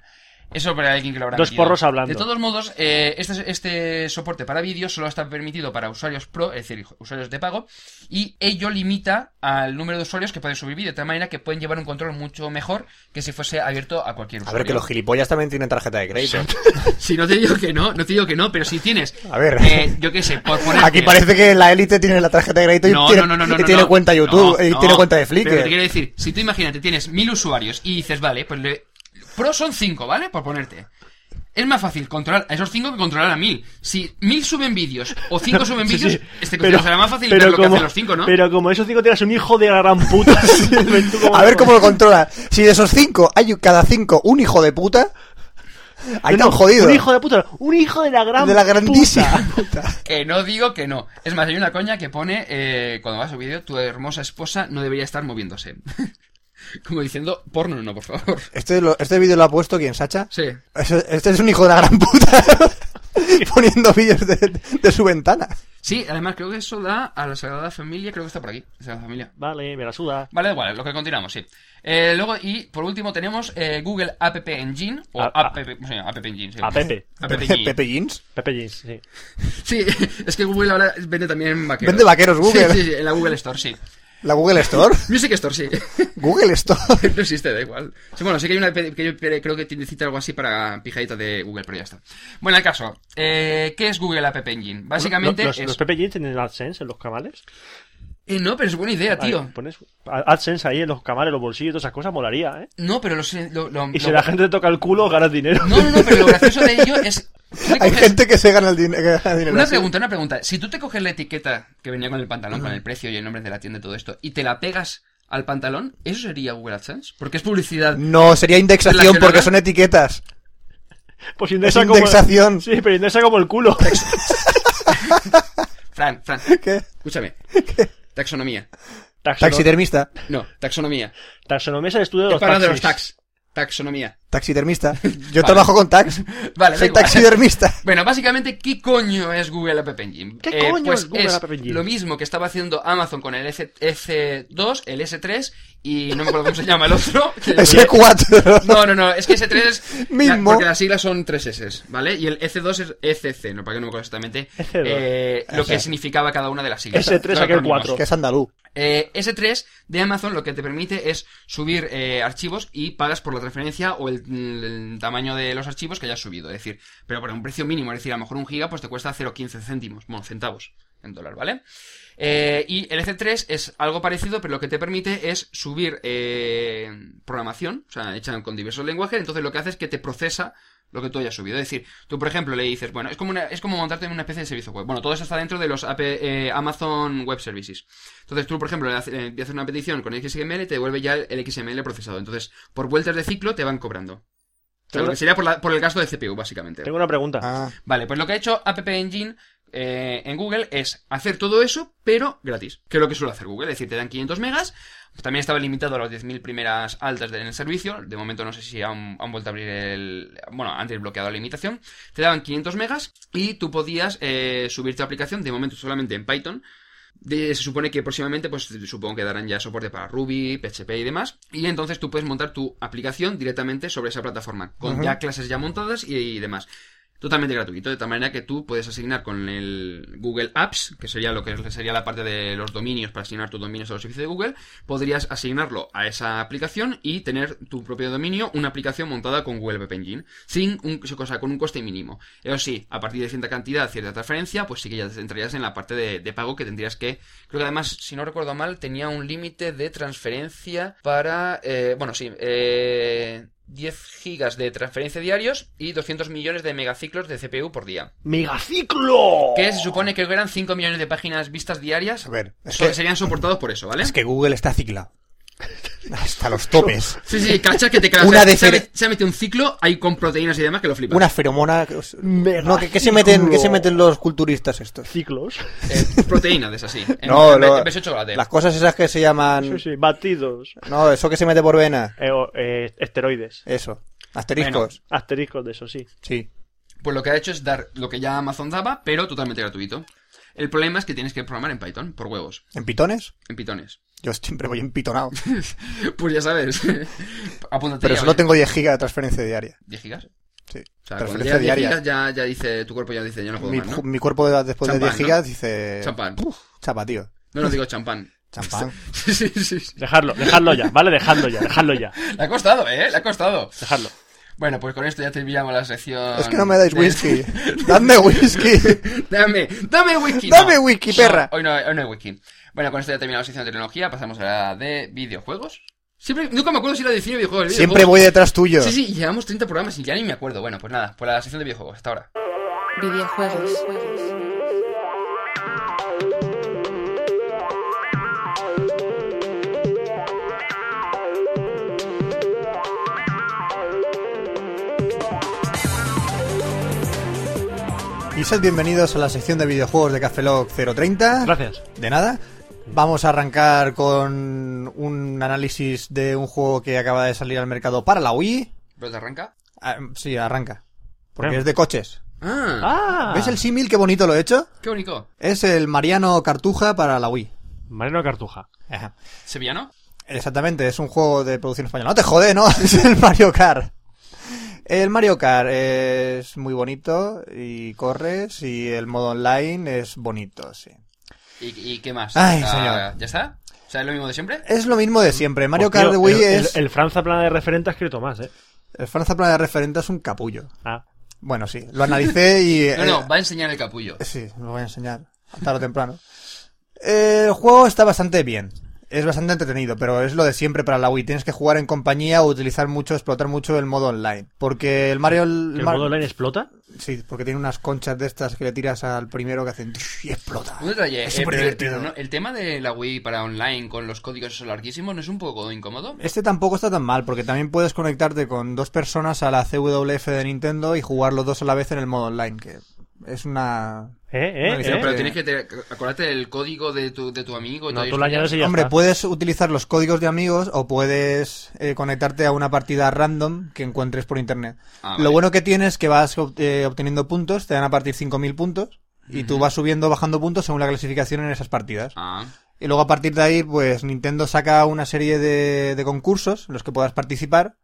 Speaker 7: Eso para alguien que lo habrá
Speaker 6: Dos
Speaker 7: metido.
Speaker 6: porros hablando.
Speaker 7: De todos modos, eh, este, este soporte para vídeo solo está permitido para usuarios pro, es decir, usuarios de pago, y ello limita al número de usuarios que pueden subir vídeo, de tal manera que pueden llevar un control mucho mejor que si fuese abierto a cualquier
Speaker 4: A
Speaker 7: usuario.
Speaker 4: ver, que los gilipollas también tienen tarjeta de crédito.
Speaker 7: Si no te digo que no, no te digo que no, pero si tienes...
Speaker 4: A ver.
Speaker 7: eh, yo qué sé, por poner...
Speaker 4: Aquí parece que la élite tiene la tarjeta de crédito y
Speaker 7: No,
Speaker 4: tiene,
Speaker 7: no, no, no,
Speaker 4: y
Speaker 7: no,
Speaker 4: tiene
Speaker 7: no.
Speaker 4: cuenta YouTube
Speaker 7: No,
Speaker 4: y
Speaker 7: no.
Speaker 4: tiene cuenta de Flickr.
Speaker 7: Pero te quiero decir, si tú imagínate, tienes mil usuarios y dices, vale, pues le... Pro son cinco, ¿vale? Por ponerte. Es más fácil controlar a esos cinco que controlar a mil. Si mil suben vídeos o cinco suben
Speaker 6: Sí,
Speaker 7: vídeos,
Speaker 6: sí.
Speaker 7: este control será más fácil
Speaker 6: pero
Speaker 7: ver lo que
Speaker 6: como-
Speaker 7: hacen los cinco, ¿no?
Speaker 6: Pero como esos cinco tienes un hijo de la gran puta. ven tú
Speaker 4: A ver cómo lo controla. Si de esos cinco hay cada cinco un hijo de puta, ahí
Speaker 6: No,
Speaker 4: tan
Speaker 6: no,
Speaker 4: jodido.
Speaker 6: Un hijo de puta. Un hijo de la gran
Speaker 4: de la grandísima
Speaker 6: puta.
Speaker 4: puta.
Speaker 7: Que no digo que no. Es más, hay una coña que pone, eh, cuando vas a vídeo, tu hermosa esposa no debería estar moviéndose. Como diciendo, porno no, por favor.
Speaker 4: Este, lo- este vídeo lo ha puesto quien, Sacha.
Speaker 7: Sí.
Speaker 4: Eso- Este es un hijo de la gran puta. Poniendo vídeos de, de su ventana.
Speaker 7: Sí, además creo que eso da a la Sagrada Familia, creo que está por aquí. Sagrada Familia.
Speaker 6: Vale, me la suda.
Speaker 7: Vale, da igual, lo que continuamos, sí. Eh, luego, y por último, tenemos eh, Google App Engine, o
Speaker 6: A-
Speaker 7: App, sí, App Engine, sí.
Speaker 6: A Pepe.
Speaker 7: App
Speaker 4: Pepe,
Speaker 7: Engine.
Speaker 4: Jeans.
Speaker 6: Pepe Jeans, sí.
Speaker 7: Sí, es que Google ahora vende también vaqueros.
Speaker 4: Vende vaqueros, Google.
Speaker 7: Sí, sí, sí, en la Google Store, sí.
Speaker 4: ¿La Google Store?
Speaker 7: Music Store, sí.
Speaker 4: Google Store.
Speaker 7: no existe, da igual. Sí, bueno, sí que hay una pe- que yo pe- creo que tiendecita o algo así para pijadita de Google, pero ya está. Bueno, el caso. eh, ¿Qué es Google App Engine? Básicamente
Speaker 6: ¿Los,
Speaker 7: es...
Speaker 6: los Pepe Jeans tienen AdSense en los camales?
Speaker 7: Eh, no, pero es buena idea,
Speaker 6: Ahí,
Speaker 7: tío.
Speaker 6: pones AdSense ahí en los camales, los bolsillos, todas esas cosas, molaría, ¿eh?
Speaker 7: No, pero los- lo, lo-
Speaker 6: Y si
Speaker 7: lo-
Speaker 6: la gente te toca el culo, ganas dinero.
Speaker 7: No, no, no, pero lo gracioso de ello es... tú te
Speaker 4: Hay
Speaker 7: coges-
Speaker 4: gente que se gana el din- que gana dinero.
Speaker 7: Una
Speaker 4: así.
Speaker 7: pregunta, una pregunta. Si tú te coges la etiqueta que venía con el pantalón, con el precio y el nombre de la tienda y todo esto, y te la pegas al pantalón, ¿eso sería Google AdSense? Porque es
Speaker 6: Mm.
Speaker 7: publicidad.
Speaker 4: No, sería indexación
Speaker 7: ¿Relacionada?
Speaker 4: porque son etiquetas.
Speaker 6: Pues indexa
Speaker 4: Es
Speaker 6: como...
Speaker 4: indexación.
Speaker 6: Sí, pero indexa como el culo.
Speaker 7: Fran, Fran,
Speaker 4: ¿Qué?
Speaker 7: escúchame. Taxonomía.
Speaker 6: Taxonomía.
Speaker 4: Taxidermista.
Speaker 7: No, taxonomía.
Speaker 6: Taxonomía es el estudio de
Speaker 7: He
Speaker 6: los
Speaker 7: parado
Speaker 6: taxis.
Speaker 7: de los tax. Taxonomía.
Speaker 4: Taxidermista. Yo trabajo con tax.
Speaker 7: Vale, da
Speaker 4: Soy
Speaker 7: igual.
Speaker 4: taxidermista.
Speaker 7: Bueno, básicamente, ¿qué coño es Google App Engine?
Speaker 6: ¿Qué coño
Speaker 7: pues
Speaker 6: es Google App Engine?
Speaker 7: Lo mismo que estaba haciendo Amazon con el S- S2, el S3 y no me acuerdo cómo se llama el otro.
Speaker 4: Ese 4.
Speaker 7: No, no, no, es que S3 es.
Speaker 4: Mismo.
Speaker 7: la- porque las siglas son 3 S, ¿vale? Y el EC2 es ECC, no, para que no me acuerdo exactamente
Speaker 6: EC2.
Speaker 7: eh, lo que significaba cada una de las siglas.
Speaker 6: S3
Speaker 7: Los
Speaker 6: aquel
Speaker 7: acrónimos.
Speaker 6: 4.
Speaker 4: Que es andaluz.
Speaker 7: Eh, S3 de Amazon lo que te permite es subir eh, archivos y pagas por la transferencia o el, el tamaño de los archivos que hayas subido. Es decir, pero por un precio mínimo, es decir, a lo mejor un giga pues te cuesta 0,15 céntimos, bueno, centavos en dólar, ¿vale? Eh, y el EC3 es algo parecido, pero lo que te permite es subir eh, programación, o sea, hecha con diversos lenguajes, entonces lo que hace es que te procesa lo que tú hayas subido. Es decir, tú, por ejemplo, le dices, bueno, es como, una- es como montarte en una especie de servicio web. Bueno, todo eso está dentro de los AP, eh, Amazon Web Services. Entonces tú, por ejemplo, le hace- eh, haces una petición con XML y te devuelve ya el, el XML procesado. Entonces, por vueltas de ciclo te van cobrando. O sea, lo que sería por, la- por el gasto de CPU, básicamente.
Speaker 6: Tengo una pregunta.
Speaker 4: Ah,
Speaker 7: Vale, pues lo que ha hecho App Engine eh, en Google es hacer todo eso, pero gratis. Que es lo que suele hacer Google, es decir, te dan 500 megas. pues También estaba limitado a las 10.000 primeras altas del servicio. De momento no sé si han, han vuelto a abrir el... Bueno, han desbloqueado la limitación. Te daban 500 megas y tú podías eh, subir tu aplicación, de momento solamente en Python. De- se supone que próximamente, pues supongo que darán ya soporte para Ruby, PHP y demás. Y entonces tú puedes montar tu aplicación directamente sobre esa plataforma, con ya clases ya montadas y, y demás. Totalmente gratuito, de tal manera que tú puedes asignar con el Google Apps, que sería lo que sería la parte de los dominios para asignar tus dominios a los servicios de Google, podrías asignarlo a esa aplicación y tener tu propio dominio, una aplicación montada con Google Web Engine, sin un, o sea, con un coste mínimo. Eso sí, a partir de cierta cantidad, cierta transferencia, pues sí que ya entrarías en la parte de, de pago que tendrías que. Creo que además, si no recuerdo mal, tenía un límite de transferencia para. eh, bueno, sí, eh, 10 gigas de transferencia diarios y 200 millones de megaciclos de CPU por día.
Speaker 6: ¡Megaciclo!
Speaker 7: Que se supone que eran 5 millones de páginas vistas diarias.
Speaker 4: a ver, es
Speaker 7: So-
Speaker 4: que,
Speaker 7: Serían soportados por eso, ¿vale?
Speaker 4: es que Google está ciclado. Hasta los topes.
Speaker 7: Sí, sí, cachas que te cagas.
Speaker 4: Una
Speaker 7: se,
Speaker 4: de
Speaker 7: se ha
Speaker 4: cere-
Speaker 7: met- se ha metido un ciclo ahí con proteínas y demás que lo flipas.
Speaker 4: Una feromona. que os- No, que, que se meten, que se meten los culturistas estos.
Speaker 6: Ciclos.
Speaker 7: Eh, proteína de esas, sí. En,
Speaker 4: No,
Speaker 7: en-
Speaker 4: lo-
Speaker 7: en beso de chocolate.
Speaker 4: Las cosas esas que se llaman.
Speaker 6: Sí, sí, batidos.
Speaker 4: No, eso que se mete por vena.
Speaker 6: Eh, o, eh, esteroides.
Speaker 4: Eso. Asteriscos.
Speaker 6: Asteriscos de eso, sí.
Speaker 4: Sí.
Speaker 7: Pues lo que ha hecho es dar lo que ya Amazon daba, pero totalmente gratuito. El problema es que tienes que programar en Python, por huevos,
Speaker 4: ¿En pitones?
Speaker 7: en pitones.
Speaker 4: Yo siempre voy empitonado.
Speaker 7: Pues ya sabes. Apúntate.
Speaker 4: Pero
Speaker 7: ya,
Speaker 4: solo
Speaker 7: oye.
Speaker 4: tengo 10 gigas de transferencia diaria.
Speaker 7: ¿10 gigas? O
Speaker 4: Sí.
Speaker 7: sea, cuando
Speaker 4: transferencia
Speaker 7: llegas 10
Speaker 4: diaria.
Speaker 7: gigas ya, ya dice, tu cuerpo ya dice, ya no puedo
Speaker 4: mi,
Speaker 7: más, ¿no?
Speaker 4: ju- mi cuerpo de- después de
Speaker 7: Pues Champán,
Speaker 4: 10 gigas
Speaker 7: ¿no?
Speaker 4: dice.
Speaker 7: Champán.
Speaker 4: Chapa, tío.
Speaker 7: No, no digo champán.
Speaker 4: Champán.
Speaker 7: Sí, sí, sí. sí.
Speaker 6: Dejadlo, dejadlo ya, ¿vale? Dejadlo ya, dejadlo ya.
Speaker 7: Le ha costado, ¿eh? Le ha costado.
Speaker 6: Dejadlo.
Speaker 7: Bueno, pues con esto ya terminamos la sección.
Speaker 4: Es que no me dais
Speaker 7: de-
Speaker 4: whisky. Dadme whisky.
Speaker 7: Dame, dame wiki.
Speaker 4: Dame wiki, perra.
Speaker 7: No, hoy, no, hoy no hay wiki. Bueno, con esto ya terminamos la sección de tecnología. Pasamos a la de videojuegos. Siempre, nunca me acuerdo si era de cine o videojuegos.
Speaker 4: Siempre voy detrás tuyo.
Speaker 7: Sí, sí, llevamos 30 programas y ya ni me acuerdo. Bueno, pues nada, por la sección de videojuegos, hasta ahora.
Speaker 5: Videojuegos.
Speaker 4: Y sed bienvenidos a la sección de videojuegos de Café Lock 030.
Speaker 6: Gracias.
Speaker 4: De nada. Vamos a arrancar con un análisis de un juego que acaba de salir al mercado para la Wii.
Speaker 7: ¿Pero te arranca?
Speaker 4: Ah, sí, arranca. Porque
Speaker 6: Bien.
Speaker 4: es de coches.
Speaker 7: Ah,
Speaker 6: ¡Ah!
Speaker 4: ¿Ves el símil? Qué bonito lo he hecho.
Speaker 7: qué bonito.
Speaker 4: Es el Mariano Cartuja para la Wii.
Speaker 6: Mariano Cartuja.
Speaker 4: Ajá.
Speaker 7: ¿Sevillano?
Speaker 4: Exactamente, es un juego de producción española. No te jode, ¿no? Es el Mario Kart. El Mario Kart es muy bonito y corres y el modo online es bonito, sí.
Speaker 7: ¿Y, y qué más?
Speaker 4: Ay,
Speaker 7: Ah,
Speaker 4: señor.
Speaker 7: ¿Ya está? O sea, es lo mismo de siempre.
Speaker 4: Es lo mismo de siempre. Mario
Speaker 6: Pues, tío,
Speaker 4: Kart de Wii
Speaker 6: el, el-
Speaker 4: es.
Speaker 6: El, Franza plana de referente ha escrito más, ¿eh?
Speaker 4: El Franza Plana de Referente es un capullo.
Speaker 6: Ah.
Speaker 4: Bueno, sí, lo analicé y.
Speaker 7: No,
Speaker 4: eh,
Speaker 7: no, va a enseñar el capullo.
Speaker 4: Sí, lo voy a enseñar, tarde o temprano. Eh, el juego está bastante bien. Es bastante entretenido, pero es lo de siempre para la Wii. Tienes que jugar en compañía o utilizar mucho, explotar mucho el modo online. Porque el Mario... el
Speaker 6: ¿Que el
Speaker 4: Mar-
Speaker 6: modo online explota?
Speaker 4: Sí, porque tiene unas conchas de estas que le tiras al primero que hacen... "Tsh", Y explota.
Speaker 7: Un detalle,
Speaker 4: Ah, Es
Speaker 7: eh,
Speaker 4: súper
Speaker 7: pero-
Speaker 4: divertido.
Speaker 7: pero no, el tema de la Wii para online con los códigos esos larguísimos no es un poco incómodo.
Speaker 4: Este tampoco está tan mal, porque también puedes conectarte con dos personas a la CWF de Nintendo y jugar los dos a la vez en el modo online, que es una...
Speaker 6: ¿Eh?
Speaker 4: No,
Speaker 6: ¿Eh?
Speaker 4: dice,
Speaker 6: ¿Eh?
Speaker 7: Pero tienes que te- acordarte del código de tu, de tu amigo. y
Speaker 6: No,
Speaker 7: toda
Speaker 6: tú la
Speaker 7: historia.
Speaker 6: añades y ya
Speaker 4: Hombre, pues,
Speaker 6: está.
Speaker 4: puedes utilizar los códigos de amigos o puedes eh, conectarte a una partida random que encuentres por internet.
Speaker 7: Ah,
Speaker 4: Lo
Speaker 7: vale.
Speaker 4: bueno que tienes es que vas ob- eh, obteniendo puntos, te dan a partir 5.000 puntos y tú vas subiendo o bajando puntos según la clasificación en esas partidas.
Speaker 7: Ah,
Speaker 4: Y luego a partir de ahí, pues Nintendo saca una serie de, de concursos en los que puedas participar.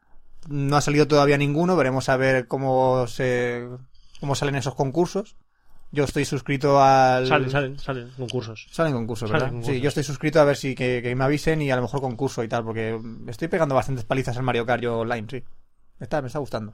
Speaker 4: No ha salido todavía ninguno, veremos a ver cómo se cómo salen esos concursos. Yo estoy suscrito al...
Speaker 6: Salen, salen, salen concursos.
Speaker 4: Salen concursos,
Speaker 6: Salen
Speaker 4: ¿verdad?
Speaker 6: concursos.
Speaker 4: Sí, yo estoy suscrito a ver si que, que me avisen y a lo mejor concurso y tal, porque estoy pegando bastantes palizas al Mario Kart yo online, sí. Me está, me está gustando.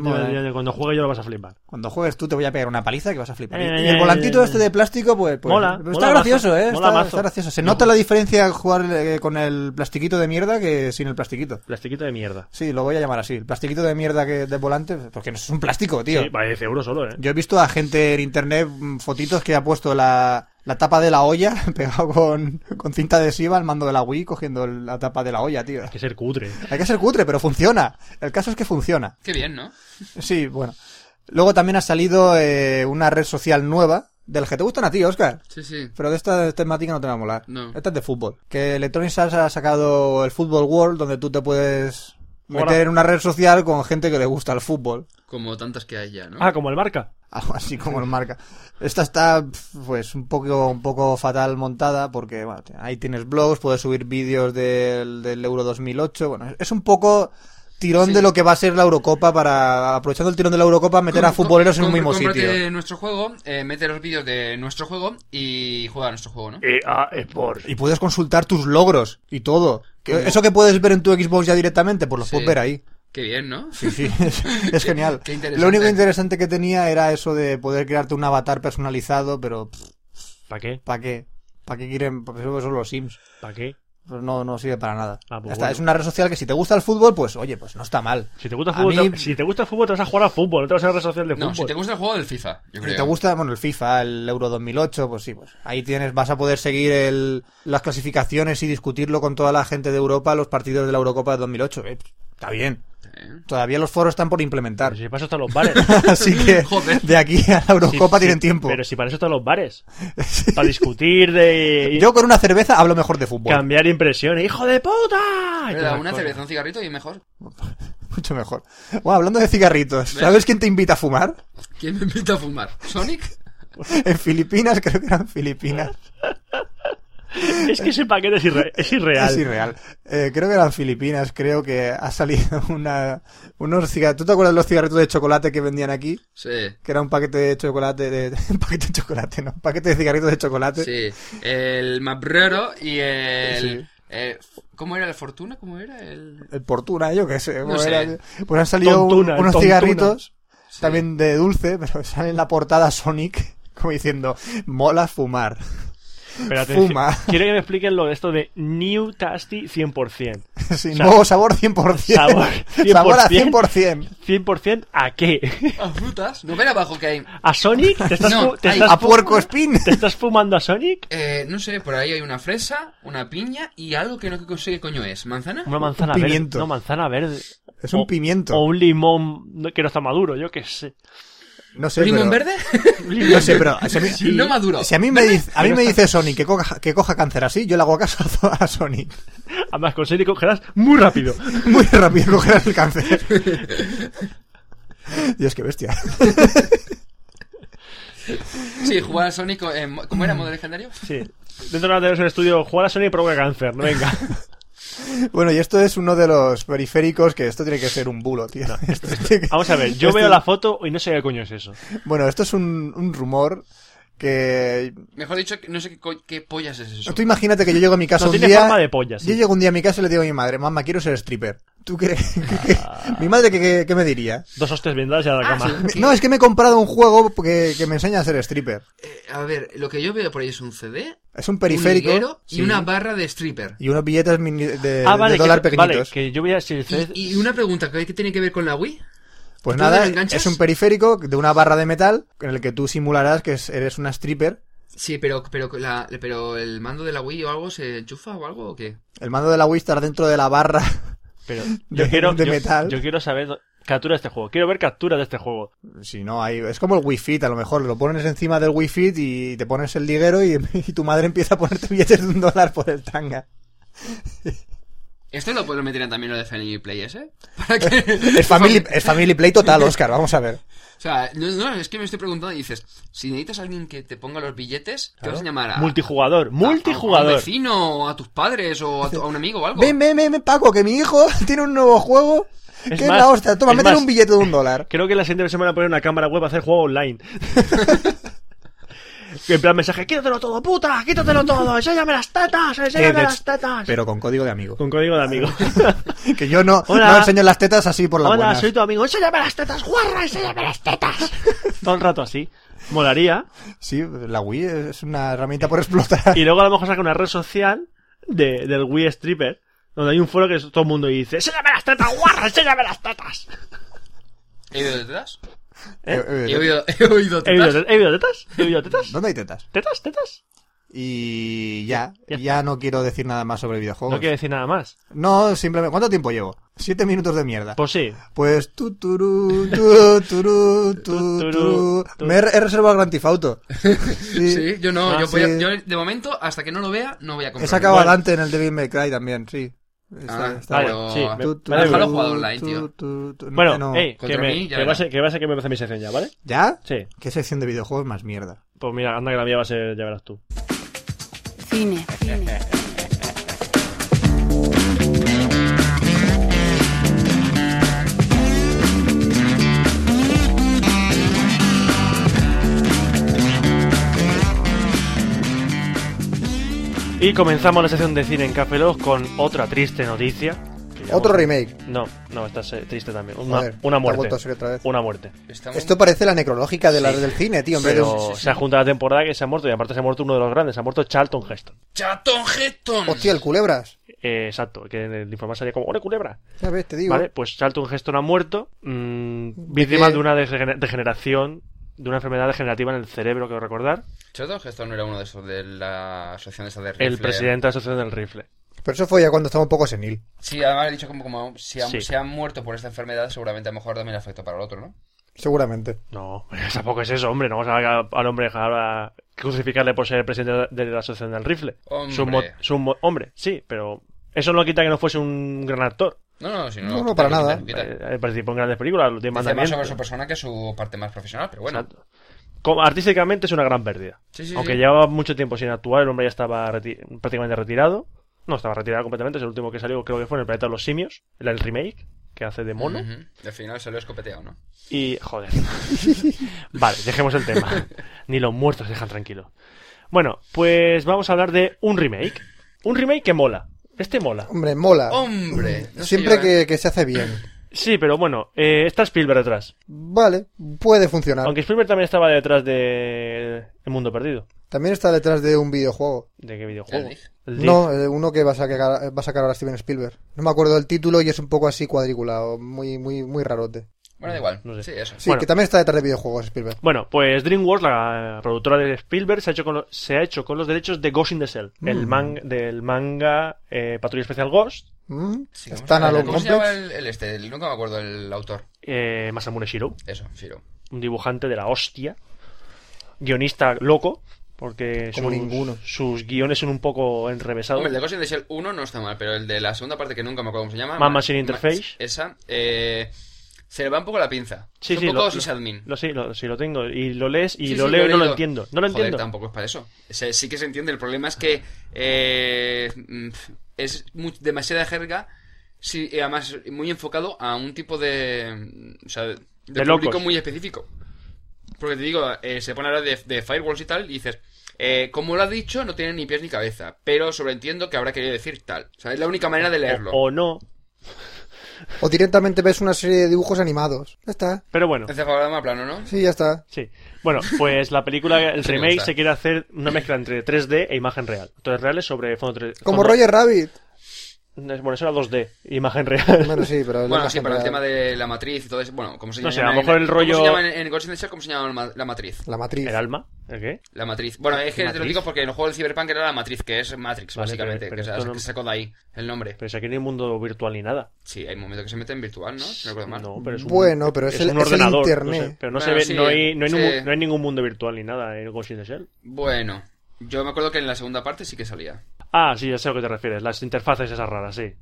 Speaker 4: modo-
Speaker 6: Cuando juegue yo lo vas a flipar.
Speaker 4: Cuando juegues tú te voy a pegar una paliza que vas a flipar. Y-
Speaker 6: Eh,
Speaker 4: y el
Speaker 6: eh,
Speaker 4: volantito
Speaker 6: eh,
Speaker 4: este de plástico, pues... pues-
Speaker 6: Mola,
Speaker 4: pero
Speaker 6: mola
Speaker 4: está gracioso,
Speaker 6: mazo,
Speaker 4: ¿eh?
Speaker 6: mola
Speaker 4: está,
Speaker 6: mazo.
Speaker 4: está gracioso. Se
Speaker 6: Yo-
Speaker 4: nota la diferencia jugar eh, con el plastiquito de mierda que sin el plastiquito.
Speaker 6: Plastiquito de mierda.
Speaker 4: Sí, lo voy a llamar así. El plastiquito de mierda que de volante, porque no es un plástico, tío.
Speaker 6: Sí, vale, 10 euros solo, ¿eh?
Speaker 4: Yo he visto a gente en internet mm, fotitos que ha puesto la, la tapa de la olla pegado con, con cinta adhesiva al mando de la Wii cogiendo la tapa de la olla, tío.
Speaker 6: Hay que ser cutre.
Speaker 4: Hay que ser cutre, pero funciona. El caso es que funciona.
Speaker 7: qué bien, ¿no?
Speaker 4: Sí, bueno. Luego también ha salido eh, una red social nueva del que te gustan a ti, Oscar.
Speaker 7: Sí, sí.
Speaker 4: Pero de esta temática no te va a molar.
Speaker 7: No.
Speaker 4: Esta es de fútbol. Que Electronic Arts ha sacado el Football World donde tú te puedes
Speaker 6: Hola.
Speaker 4: meter en una red social con gente que le gusta el fútbol.
Speaker 7: Como tantas que hay ya, ¿no?
Speaker 6: Ah, como el marca.
Speaker 4: algo así como el marca. Esta está pues un poco un poco fatal montada porque bueno, ahí tienes blogs, puedes subir vídeos del, del Euro 2008, bueno, es un poco tirón
Speaker 7: Sí.
Speaker 4: de lo que va a ser la Eurocopa para aprovechando el tirón de la Eurocopa meter a
Speaker 7: Com- com-
Speaker 4: futboleros en un
Speaker 7: com-
Speaker 4: mismo
Speaker 7: cómprate
Speaker 4: sitio.
Speaker 7: nuestro juego, eh, mete los vídeos de nuestro juego y juega a nuestro juego,
Speaker 1: Eh.
Speaker 7: ¿no?
Speaker 6: EA Sports.
Speaker 4: Y puedes consultar tus logros y todo. Que-
Speaker 7: Como-
Speaker 4: Eso que puedes ver en tu Xbox ya directamente, pues lo
Speaker 7: Sí.
Speaker 4: puedes ver ahí.
Speaker 7: Qué bien, ¿no?
Speaker 4: Sí, sí, es, es genial.
Speaker 7: Qué interesante.
Speaker 4: lo único interesante que tenía era eso de poder crearte un avatar personalizado, pero
Speaker 6: ¿Para qué?
Speaker 4: ¿para qué? ¿Para qué quieren? Pues eso son los Sims.
Speaker 6: ¿Para qué?
Speaker 4: Pues no, no sirve para nada.
Speaker 6: Ah, pues
Speaker 4: Ya está,
Speaker 6: bueno.
Speaker 4: Es una red social que si te gusta el fútbol, pues oye, pues no está mal.
Speaker 6: Si te gusta el
Speaker 4: A
Speaker 6: fútbol,
Speaker 4: mí-
Speaker 6: te- si te gusta el fútbol, te vas a jugar a fútbol, no te vas a la red social de fútbol.
Speaker 7: No, si te gusta el juego del FIFA, yo creo.
Speaker 4: Si te gusta, bueno, el FIFA, el Euro 2008, pues sí, pues ahí tienes, vas a poder seguir el, las clasificaciones y discutirlo con toda la gente de Europa, los partidos de la Eurocopa de 2008. Eh, está bien.
Speaker 7: Eh.
Speaker 4: Todavía los foros están por implementar.
Speaker 6: Pero si paso hasta los bares.
Speaker 4: Así que
Speaker 7: Joder.
Speaker 4: de aquí a la
Speaker 6: Si-
Speaker 4: Eurocopa
Speaker 6: si-
Speaker 4: tienen tiempo.
Speaker 6: Pero si para eso están los bares. Para discutir de.
Speaker 4: Yo con una cerveza hablo mejor de fútbol.
Speaker 6: Cambiar impresiones. ¡Hijo de puta! Y
Speaker 7: Pero
Speaker 6: todas
Speaker 7: una
Speaker 6: las
Speaker 7: cerveza,
Speaker 6: cosas.
Speaker 7: un cigarrito y mejor.
Speaker 4: Mucho mejor. Bueno, hablando de cigarritos, ¿sabes quién te invita a fumar?
Speaker 7: ¿Quién me invita a fumar? ¿Sonic?
Speaker 4: En Filipinas, creo que eran Filipinas.
Speaker 6: Es que ese paquete es, irre- es irreal.
Speaker 4: Es irreal. Eh, creo que eran Filipinas, creo que ha salido una, unos cigarros. ¿Tú te acuerdas de los cigarritos de chocolate que vendían aquí?
Speaker 7: Sí.
Speaker 4: Que era un paquete de chocolate, de, un paquete de chocolate, no, un paquete de cigarritos de chocolate.
Speaker 7: Sí. El Mabrero y el...
Speaker 4: Sí.
Speaker 7: eh, ¿Cómo era la fortuna? ¿Cómo era el...?
Speaker 4: El Portuna, eh, yo qué sé.
Speaker 7: No
Speaker 4: bueno,
Speaker 7: sé.
Speaker 4: era- pues han salido un-
Speaker 6: Tontuna, el
Speaker 4: unos
Speaker 6: Tontuna.
Speaker 4: cigarritos,
Speaker 7: Sí.
Speaker 4: también de dulce, pero sale en la portada Sonic, como diciendo, mola fumar.
Speaker 6: Pero atención,
Speaker 4: Fuma.
Speaker 6: Quiero que me expliquen lo de esto de New Tasty 100%.
Speaker 4: Sí,
Speaker 6: Sa-
Speaker 4: nuevo sabor 100%.
Speaker 6: Sabor
Speaker 4: Sabor a
Speaker 6: 100%.
Speaker 4: 100%.
Speaker 6: ¿100% a qué?
Speaker 7: ¿A ah, frutas? ¿No ven abajo que hay...?
Speaker 6: ¿A Sonic? ¿Te estás,
Speaker 7: No,
Speaker 6: fu- te
Speaker 7: hay-
Speaker 6: estás
Speaker 4: A
Speaker 6: fu-
Speaker 4: puerco espín.
Speaker 6: ¿Te estás fumando a Sonic?
Speaker 7: Eh, no sé, por ahí hay una fresa, una piña y algo que no consigue coño es. ¿Manzana?
Speaker 6: Una manzana
Speaker 4: Un
Speaker 6: verde.
Speaker 4: pimiento.
Speaker 6: No, manzana verde.
Speaker 4: Es un
Speaker 6: O-
Speaker 4: pimiento.
Speaker 6: O un limón no- que no está maduro, yo qué sé.
Speaker 4: No sé,
Speaker 7: ¿Limón
Speaker 4: pero-
Speaker 7: verde?
Speaker 6: Un limón
Speaker 4: No sé, pero
Speaker 6: verde.
Speaker 4: si a mí,
Speaker 6: Sí.
Speaker 7: no maduro.
Speaker 4: si a mí me, dice, a mí me dice Sony que coja, que coja cáncer así, yo le hago caso a- a Sony.
Speaker 6: Además, con Sonic cogerás muy rápido.
Speaker 4: Muy rápido cogerás el cáncer. Dios, qué bestia.
Speaker 7: Sí, jugar al Sonic... eh, mo- ¿Cómo era modo legendario?
Speaker 6: Sí. Dentro de la tenemos en el estudio, jugar a Sonic provoca cáncer. ¿no? Venga.
Speaker 4: Bueno, y esto es uno de los periféricos que esto tiene que ser un bulo, tío.
Speaker 6: Vamos a ver, yo
Speaker 4: Esto-
Speaker 6: veo la foto y no sé qué coño es eso.
Speaker 4: Bueno, esto es un, un rumor Que
Speaker 7: Mejor dicho, no sé qué, co- qué pollas es eso.
Speaker 4: Tú imagínate que yo llego a mi casa
Speaker 6: No
Speaker 4: un
Speaker 6: tiene
Speaker 4: día.
Speaker 6: forma de polla, sí.
Speaker 4: Yo llego un día a mi casa y le digo a mi madre, mamá, quiero ser stripper. ¿Tú qué? qué-
Speaker 6: Ah.
Speaker 4: ¿Mi madre qué, qué- qué me diría?
Speaker 6: Dos hostias blindadas y a la
Speaker 7: Ah,
Speaker 6: cama.
Speaker 4: Me- No, es que me he comprado un juego que, que me enseña a ser stripper.
Speaker 7: Eh, a ver, lo que yo veo por ahí es un CD,
Speaker 4: Es un periférico.
Speaker 7: un liguero y
Speaker 4: sí,
Speaker 7: una barra de stripper.
Speaker 4: y unos billetes mini- Eh, de,
Speaker 6: Ah,
Speaker 4: de
Speaker 6: vale,
Speaker 4: dólar
Speaker 6: que, vale,
Speaker 4: pequeñitos.
Speaker 6: que yo voy a... Si el CD
Speaker 7: Y, y una pregunta, ¿qué qué tiene que ver con la Wii?
Speaker 4: Pues
Speaker 7: ¿Tú te
Speaker 4: nada,
Speaker 7: enganchas?
Speaker 4: es un periférico de una barra de metal en el que tú simularás que es- eres una stripper.
Speaker 7: Sí, pero, pero, la, pero el mando de la Wii o algo se enchufa o algo o qué?
Speaker 4: El mando de la Wii estará dentro de la barra.
Speaker 6: Pero
Speaker 4: de-
Speaker 6: yo quiero,
Speaker 4: de
Speaker 6: yo-
Speaker 4: metal.
Speaker 6: yo quiero saber do- captura de este juego. Quiero ver captura de este juego.
Speaker 4: Si no, hay, es como el Wii Fit, a lo mejor lo pones encima del Wii Fit y te pones el liguero y, y tu madre empieza a ponerte billetes de un dólar por el tanga.
Speaker 7: Esto lo puedo meter también lo de Family Play ese. ¿Para que...
Speaker 4: Es family, es family play total, Oscar, vamos a ver.
Speaker 7: O sea, no, no, es que me estoy preguntando y dices, si necesitas a alguien que te ponga los billetes, te vas a llamar a...
Speaker 6: Multijugador,
Speaker 7: a- a- A, un
Speaker 6: multijugador.
Speaker 7: vecino, o a tus padres, o a, tu- a un amigo o algo.
Speaker 4: Ven, ven, ven, ven, Paco, que mi hijo tiene un nuevo juego.
Speaker 6: Es
Speaker 4: que es
Speaker 6: más,
Speaker 4: la hostia. Toma,
Speaker 6: es
Speaker 4: métele
Speaker 6: más.
Speaker 4: un billete de un dólar.
Speaker 6: Creo que la siguiente semana poner una cámara web a hacer juego online. en plan mensaje, quítatelo todo, puta, quítatelo todo, enséñame las tetas,
Speaker 4: Eh,
Speaker 6: enséñame
Speaker 4: de-
Speaker 6: las tetas.
Speaker 4: Pero con código de amigo.
Speaker 6: Con código de amigo.
Speaker 4: Que yo no,
Speaker 6: Hola.
Speaker 4: no enseño las tetas así por la
Speaker 6: Hola,
Speaker 4: buenas.
Speaker 6: soy tu amigo, enséñame las tetas, guarra, enséñame las tetas. todo el rato así. Molaría.
Speaker 4: Sí, la Wii es una herramienta por explotar. Eh,
Speaker 6: Y luego a lo mejor saca una red social de, del Wii Stripper, donde hay un foro que es todo el mundo y dice, enséñame las tetas, guarra, enséñame las tetas.
Speaker 7: ¿He oído tetas?
Speaker 4: Eh, eh,
Speaker 7: He oído, he oído
Speaker 6: ¿He oído
Speaker 7: tetas.
Speaker 6: te- he oído tetas? ¿He oído tetas?
Speaker 4: ¿Dónde hay tetas?
Speaker 6: ¿Tetas? ¿Tetas?
Speaker 4: Y ya,
Speaker 6: Ya.
Speaker 4: ya no quiero decir nada más sobre videojuegos.
Speaker 6: No quiero decir nada más.
Speaker 4: No, simplemente. ¿Cuánto tiempo llevo? Siete minutos de mierda.
Speaker 6: Pues sí.
Speaker 4: Pues tu turú, tu turú, tu
Speaker 6: Tu, turú,
Speaker 4: turú.
Speaker 6: tu.
Speaker 4: Me he he reservado el Gran Theft Auto.
Speaker 7: Sí, yo no,
Speaker 4: Ah,
Speaker 7: yo, voy a-
Speaker 4: sí.
Speaker 7: yo de momento, hasta que no lo vea, no voy a comprar.
Speaker 4: He sacado
Speaker 6: Bueno.
Speaker 4: a Dante en el Devil May Cry también, sí. Está-
Speaker 7: Ah,
Speaker 4: está
Speaker 6: vale,
Speaker 4: guay.
Speaker 7: pero-
Speaker 6: sí. me-
Speaker 4: Tu, tu,
Speaker 6: me da igual.
Speaker 7: Déjalo jugar online,
Speaker 4: tu,
Speaker 7: tío.
Speaker 4: tu, tu,
Speaker 6: Bueno,
Speaker 4: no.
Speaker 6: ey, que,
Speaker 7: Contra
Speaker 6: me,
Speaker 7: mí, ya
Speaker 6: que, va a
Speaker 7: verás.
Speaker 6: ser, que va a ser que me empiece mi sección ya, ¿vale?
Speaker 4: ¿Ya?
Speaker 6: Sí.
Speaker 4: ¿Qué sección de videojuegos más mierda?
Speaker 6: Pues mira, anda que la mía va a ser, ya verás tú.
Speaker 5: Cine.
Speaker 6: Y comenzamos la sección de cine en Café Lock con otra triste noticia. Que ya
Speaker 4: Otro
Speaker 6: hemos-
Speaker 4: remake.
Speaker 6: No, no, esta es eh, triste también. Una,
Speaker 4: Joder,
Speaker 6: una
Speaker 4: te ha
Speaker 6: muerte.
Speaker 4: vuelto a ser otra vez.
Speaker 6: Una muerte.
Speaker 7: Estamos-
Speaker 4: Esto parece la necrológica de las
Speaker 7: Sí.
Speaker 4: del cine, tío. en vez de
Speaker 6: Pero
Speaker 4: un-
Speaker 6: se ha juntado la temporada que se ha muerto y aparte se ha muerto uno de los grandes, se ha muerto Charlton Heston.
Speaker 7: ¡Chatón Heston!
Speaker 4: Hostia, el culebras.
Speaker 6: Eh, exacto, que en el informal salía como, ¡Ole, culebra!
Speaker 4: Ya ves, te digo.
Speaker 6: Vale, pues Charlton Heston ha muerto, mm, víctima
Speaker 4: qué?
Speaker 6: de una degener- degeneración, de una enfermedad degenerativa en el cerebro, que recordar.
Speaker 7: Chatón Heston no era uno de esos de la asociación esa de
Speaker 6: El
Speaker 7: rifle.
Speaker 6: presidente de la Asociación del Rifle.
Speaker 4: Pero eso fue ya cuando estaba un poco senil.
Speaker 7: Sí, además he dicho como, como si han,
Speaker 6: Sí.
Speaker 7: si han muerto por esta enfermedad, seguramente a lo mejor también le afectó para el otro, ¿no?
Speaker 4: Seguramente.
Speaker 6: No, tampoco es Pues eso, hombre. No vamos a, a- al hombre a, a crucificarle por ser el presidente de la Asociación del Rifle.
Speaker 7: Hombre.
Speaker 6: Su mo- su mo- hombre, sí, pero eso no quita que no fuese un gran actor.
Speaker 7: No, no, si no.
Speaker 4: No,
Speaker 7: lo
Speaker 4: no,
Speaker 7: quita,
Speaker 4: para
Speaker 7: lo quita,
Speaker 4: nada.
Speaker 7: lo quita.
Speaker 6: Eh, eh, participó en grandes películas, los diez
Speaker 7: Dice más sobre
Speaker 6: mandamientos.
Speaker 7: su persona que su parte más profesional, pero bueno.
Speaker 6: Exacto. Como artísticamente es una gran pérdida.
Speaker 7: Sí, sí,
Speaker 6: Aunque
Speaker 7: sí.
Speaker 6: llevaba mucho tiempo sin actuar, el hombre ya estaba reti- prácticamente retirado. No, estaba retirado completamente. Es el último que salió, creo que fue en el planeta de los simios, el, el remake que hace de mono.
Speaker 7: Ujú. Al final se lo he escopeteado, ¿no?
Speaker 6: Y. joder. vale, dejemos el tema. Ni los muertos dejan tranquilo. Bueno, pues vamos a hablar de un remake. Un remake que mola. Este mola.
Speaker 4: Hombre, mola.
Speaker 7: Hombre,
Speaker 6: Mm,
Speaker 7: no sé
Speaker 4: Siempre
Speaker 7: yo,
Speaker 4: que,
Speaker 7: ¿eh?
Speaker 4: que se hace bien.
Speaker 6: Sí, pero bueno, eh, está Spielberg detrás.
Speaker 4: Vale, puede funcionar.
Speaker 6: Aunque Spielberg también estaba detrás de. El Mundo Perdido.
Speaker 4: También está detrás de un videojuego.
Speaker 6: ¿De qué videojuego?
Speaker 7: El Dig.
Speaker 6: El Dig.
Speaker 4: No, eh, uno que va a, sacar, va a sacar ahora Steven Spielberg. No me acuerdo del título y es un poco así cuadriculado, muy, muy, muy rarote.
Speaker 7: Bueno, da igual.
Speaker 6: No sé.
Speaker 7: Sí, eso.
Speaker 4: Sí,
Speaker 6: Bueno.
Speaker 4: que también está detrás de videojuegos Spielberg.
Speaker 6: Bueno, pues DreamWorks, la productora de Spielberg, se ha hecho con, lo- se ha hecho con los derechos de Ghost in the Shell, el man- del manga eh, Patrulla Especial Ghost,
Speaker 4: ¿Mm?
Speaker 7: Sí, vamos
Speaker 4: Están
Speaker 7: a
Speaker 4: a
Speaker 7: ver,
Speaker 4: lo
Speaker 7: ¿Cómo se llama
Speaker 4: complex.
Speaker 7: el, el este? El- nunca me acuerdo el autor.
Speaker 6: eh, Masamune Shiro,
Speaker 7: Eso, Shiro.
Speaker 6: un dibujante de la hostia, guionista loco, porque
Speaker 4: Como
Speaker 6: sus,
Speaker 4: ninguno.
Speaker 6: sus guiones son un poco enrevesados.
Speaker 7: Hombre, el de Ghost in the Shell 1 no está mal, pero el de la segunda parte que nunca me acuerdo cómo se llama.
Speaker 6: Man
Speaker 7: Ma-
Speaker 6: Machine
Speaker 7: ma-
Speaker 6: Interface.
Speaker 7: Esa. Eh, se le va un poco la pinza.
Speaker 6: Sí,
Speaker 7: es
Speaker 6: sí,
Speaker 7: un poco
Speaker 6: lo-
Speaker 7: sysadmin.
Speaker 6: lo, sí, lo, sí, lo tengo, y lo lees y
Speaker 7: Sí,
Speaker 6: lo
Speaker 7: sí,
Speaker 6: leo
Speaker 7: he
Speaker 6: y no lo
Speaker 7: leído.
Speaker 6: entiendo, no lo
Speaker 7: Joder,
Speaker 6: entiendo.
Speaker 7: tampoco es para eso. O sea, sí que se entiende. El problema es que eh, mm, es mu- demasiada jerga. Sí, y además muy enfocado a un tipo de. mm, O sea, de,
Speaker 6: De locos.
Speaker 7: público muy específico. Porque te digo, eh, se pone a hablar de, de firewalls y tal, y dices, eh, como lo ha dicho, no tiene ni pies ni cabeza, pero sobreentiendo que habrá querido decir tal. O sea, es la única manera de leerlo.
Speaker 6: O, o no.
Speaker 4: O directamente ves una serie de dibujos animados. Ya está.
Speaker 6: Pero bueno,
Speaker 7: Encefalograma plano, ¿no?
Speaker 4: Sí, ya está.
Speaker 6: sí. Bueno, pues la película, el
Speaker 7: Sí, me
Speaker 6: remake,
Speaker 7: gusta.
Speaker 6: se quiere hacer una mezcla entre 3D e imagen real. Entonces, reales sobre fondo 3D.
Speaker 4: Como Roger Rabbit.
Speaker 6: Bueno, eso era 2D, imagen real.
Speaker 4: Bueno, sí, pero...
Speaker 7: Bueno, sí, para el tema de la matriz y todo eso. Bueno, como se
Speaker 6: No
Speaker 7: llama.
Speaker 6: sé, a lo mejor
Speaker 7: en,
Speaker 6: el
Speaker 7: ¿cómo
Speaker 6: rollo-
Speaker 7: se llama en, en Ghost in the Shell? ¿Cómo se llama la ma- la matriz?
Speaker 4: La matriz.
Speaker 6: ¿El alma? ¿El qué?
Speaker 7: La matriz. Bueno, es que te lo
Speaker 6: ¿Matriz?
Speaker 7: digo porque en el juego del Cyberpunk era la matriz, que es Matrix,
Speaker 6: Vale,
Speaker 7: básicamente.
Speaker 6: pero- pero
Speaker 7: que
Speaker 6: esto
Speaker 7: se-
Speaker 6: no-
Speaker 7: que se sacó de ahí el nombre.
Speaker 6: Pero si aquí no hay mundo virtual ni nada.
Speaker 7: Sí, hay un momento que se mete en virtual, ¿no? Si no recuerdo mal.
Speaker 6: No, pero es un,
Speaker 4: Bueno, pero es el-
Speaker 6: un
Speaker 4: es el
Speaker 6: ordenador.
Speaker 4: internet.
Speaker 6: no sé, pero no,
Speaker 7: Bueno,
Speaker 6: se ve,
Speaker 7: sí,
Speaker 6: no, hay, no, hay
Speaker 7: sí.
Speaker 6: ningún- no hay ningún mundo virtual ni nada en Ghost in the Shell.
Speaker 7: Bueno, yo me acuerdo que en la segunda parte sí que salía.
Speaker 6: Ah, sí, ya sé a lo que te refieres. Las interfaces esas raras, sí.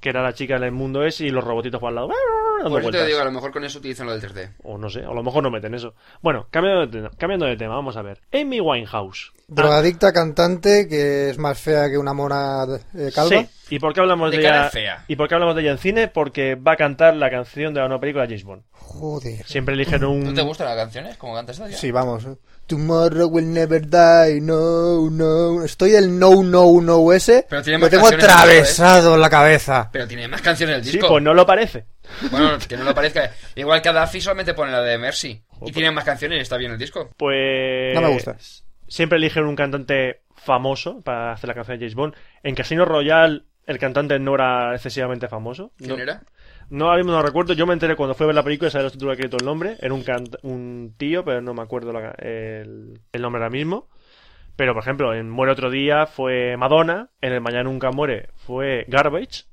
Speaker 6: Que era la chica en el mundo ese y los robotitos por al lado. dando
Speaker 7: Por eso Pues te
Speaker 6: vueltas. Mm.
Speaker 7: digo, a lo mejor con eso utilizan lo del 3D.
Speaker 6: O no sé, a lo mejor no meten eso. Bueno, cambiando de, tema- cambiando de tema, vamos a ver. Amy Winehouse. Ah,
Speaker 4: Drogadicta cantante que es más fea que una mona eh, calva.
Speaker 6: Sí. ¿Y por qué hablamos de,
Speaker 7: De cara
Speaker 6: ella?
Speaker 7: fea.
Speaker 6: ¿Y por qué hablamos de ella en cine? Porque va a cantar la canción de la nueva película de James Bond.
Speaker 4: Joder.
Speaker 6: Siempre eligen
Speaker 7: ¿No
Speaker 6: un.
Speaker 7: te gustan las canciones? ¿Cómo cantas esta?
Speaker 4: Sí, vamos. ¿eh? Tomorrow will never die, no, no. Estoy del no, no, no ese.
Speaker 7: Pero tiene
Speaker 4: Lo
Speaker 7: más
Speaker 4: tengo
Speaker 7: canciones
Speaker 4: atravesado en la cabeza.
Speaker 7: Pero tiene más canciones del
Speaker 6: Sí,
Speaker 7: disco.
Speaker 6: pues no lo parece.
Speaker 7: Bueno, que no lo parezca. Igual Gaddafi solamente pone la de Mercy. Y tiene más canciones y está bien el disco.
Speaker 6: Pues.
Speaker 4: No me gusta.
Speaker 6: Siempre eligen un cantante famoso para hacer la canción de James Bond. En Casino Royale, el cantante no era excesivamente famoso.
Speaker 7: ¿Quién
Speaker 6: No-
Speaker 7: era?
Speaker 6: No, ahora mismo no recuerdo. Yo me enteré cuando fui a ver la película, sabía los títulos de crédito el nombre. Era un, cant- un tío, pero no me acuerdo la- el, el nombre ahora mismo. Pero, por ejemplo, en Muere otro día fue Madonna, en El Mañana Nunca Muere fue Garbage,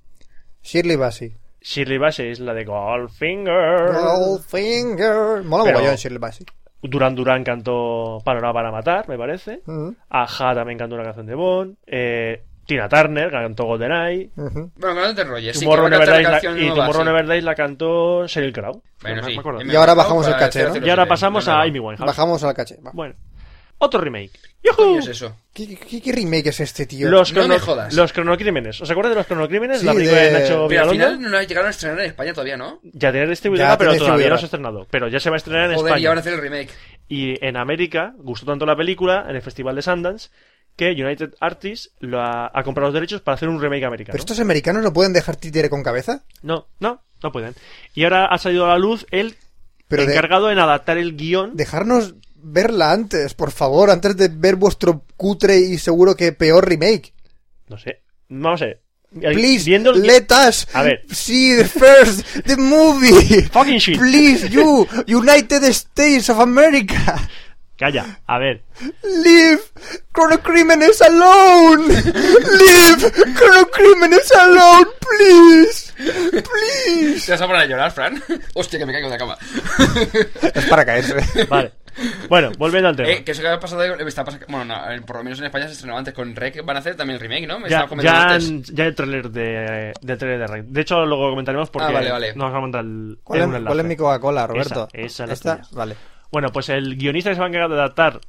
Speaker 4: Shirley Bassey.
Speaker 6: Shirley Bassey es la de Goldfinger,
Speaker 4: Goldfinger. Mola
Speaker 6: Pero-
Speaker 4: mogollón Shirley Bassey.
Speaker 6: Duran Duran cantó Panorama para Matar, me parece,
Speaker 4: Ujú,
Speaker 6: Aja también cantó una canción de Bond, eh, Tina Turner cantó GoldenEye,
Speaker 4: ujú.
Speaker 7: Bueno, que no te enrolles. Sí, que va
Speaker 6: Tomorrow
Speaker 7: a
Speaker 6: Never
Speaker 7: cantar
Speaker 6: Dies
Speaker 7: la
Speaker 6: la-
Speaker 7: canción
Speaker 6: y
Speaker 7: nueva,
Speaker 6: Tomorrow
Speaker 7: sí.
Speaker 6: Never Dies la cantó Sheryl Crow.
Speaker 7: Bueno,
Speaker 6: No me
Speaker 7: sí.
Speaker 6: acuerdo.
Speaker 7: M.
Speaker 4: Y ahora
Speaker 7: Crow
Speaker 4: bajamos el
Speaker 7: para
Speaker 4: caché, ¿no?
Speaker 7: 007.
Speaker 6: Y ahora pasamos a Amy Winehouse.
Speaker 4: Bajamos al caché. va.
Speaker 6: Bueno. Otro remake.
Speaker 7: ¿Qué coño
Speaker 6: ¡Yujú!
Speaker 7: es eso?
Speaker 4: ¿Qué, qué- qué remake es este, tío?
Speaker 6: Los,
Speaker 7: No
Speaker 6: crono-
Speaker 7: me jodas.
Speaker 6: los cronocrímenes. ¿Os acuerdáis de los cronocrímenes?
Speaker 4: Sí,
Speaker 6: la película de,
Speaker 4: de-
Speaker 6: Nacho
Speaker 7: Pero al final no
Speaker 6: Villalonga.
Speaker 7: la llegaron a estrenar en España todavía, ¿no?
Speaker 6: Ya tiene distribuidora,
Speaker 4: Ya
Speaker 6: pero
Speaker 4: tiene
Speaker 6: todavía no
Speaker 4: distribuidora.
Speaker 6: se ha estrenado. Pero ya se va a estrenar en
Speaker 7: Joder, y
Speaker 6: España.
Speaker 7: ahora hacer el remake.
Speaker 6: Y en América gustó tanto la película en el Festival de Sundance que United Artists lo ha, ha comprado los derechos para hacer un remake americano.
Speaker 4: ¿Pero estos americanos no pueden dejar títere con cabeza?
Speaker 6: No, no, no pueden. Y ahora ha salido a la luz el
Speaker 4: Pero de-
Speaker 6: encargado en adaptar el guión.
Speaker 4: Dejarnos verla antes, por favor, antes de ver vuestro cutre y seguro que peor remake.
Speaker 6: No sé. Vamos a ver. El-
Speaker 4: Please,
Speaker 6: viendo el-
Speaker 4: let us
Speaker 6: A ver.
Speaker 4: see the first, the movie.
Speaker 6: Fucking shit.
Speaker 4: Please, you, United States of America,
Speaker 6: Calla, a ver.
Speaker 4: leave Cronocrímenes alone. Leave Cronocrímenes alone, please. Please.
Speaker 7: ¿Te vas a poner a llorar, Fran? Hostia, que me caigo de la cama.
Speaker 4: Es para caerse.
Speaker 6: Vale. Bueno, volviendo al tema.
Speaker 7: Eh, que eso que ha pasado me está pasando. Bueno, no, eh, por lo menos en España se estrenó antes con Rec. Van a hacer también el remake, pues, ¿no? Me
Speaker 6: Ya,
Speaker 7: estaba comentando
Speaker 6: ya,
Speaker 7: antes.
Speaker 6: han- ya el trailer de, del trailer de Raid. De hecho, luego comentaremos porque
Speaker 7: Ah, vale, vale.
Speaker 6: nos vamos a mandar el,
Speaker 4: ¿Cuál,
Speaker 6: el-
Speaker 4: es,
Speaker 6: un enlace.
Speaker 4: cuál es mi Coca-Cola, Roberto?
Speaker 6: Esa, esa es la
Speaker 4: ¿Esta?
Speaker 6: tuya.
Speaker 4: Vale.
Speaker 6: Bueno, pues el guionista que se va a encargar de adaptar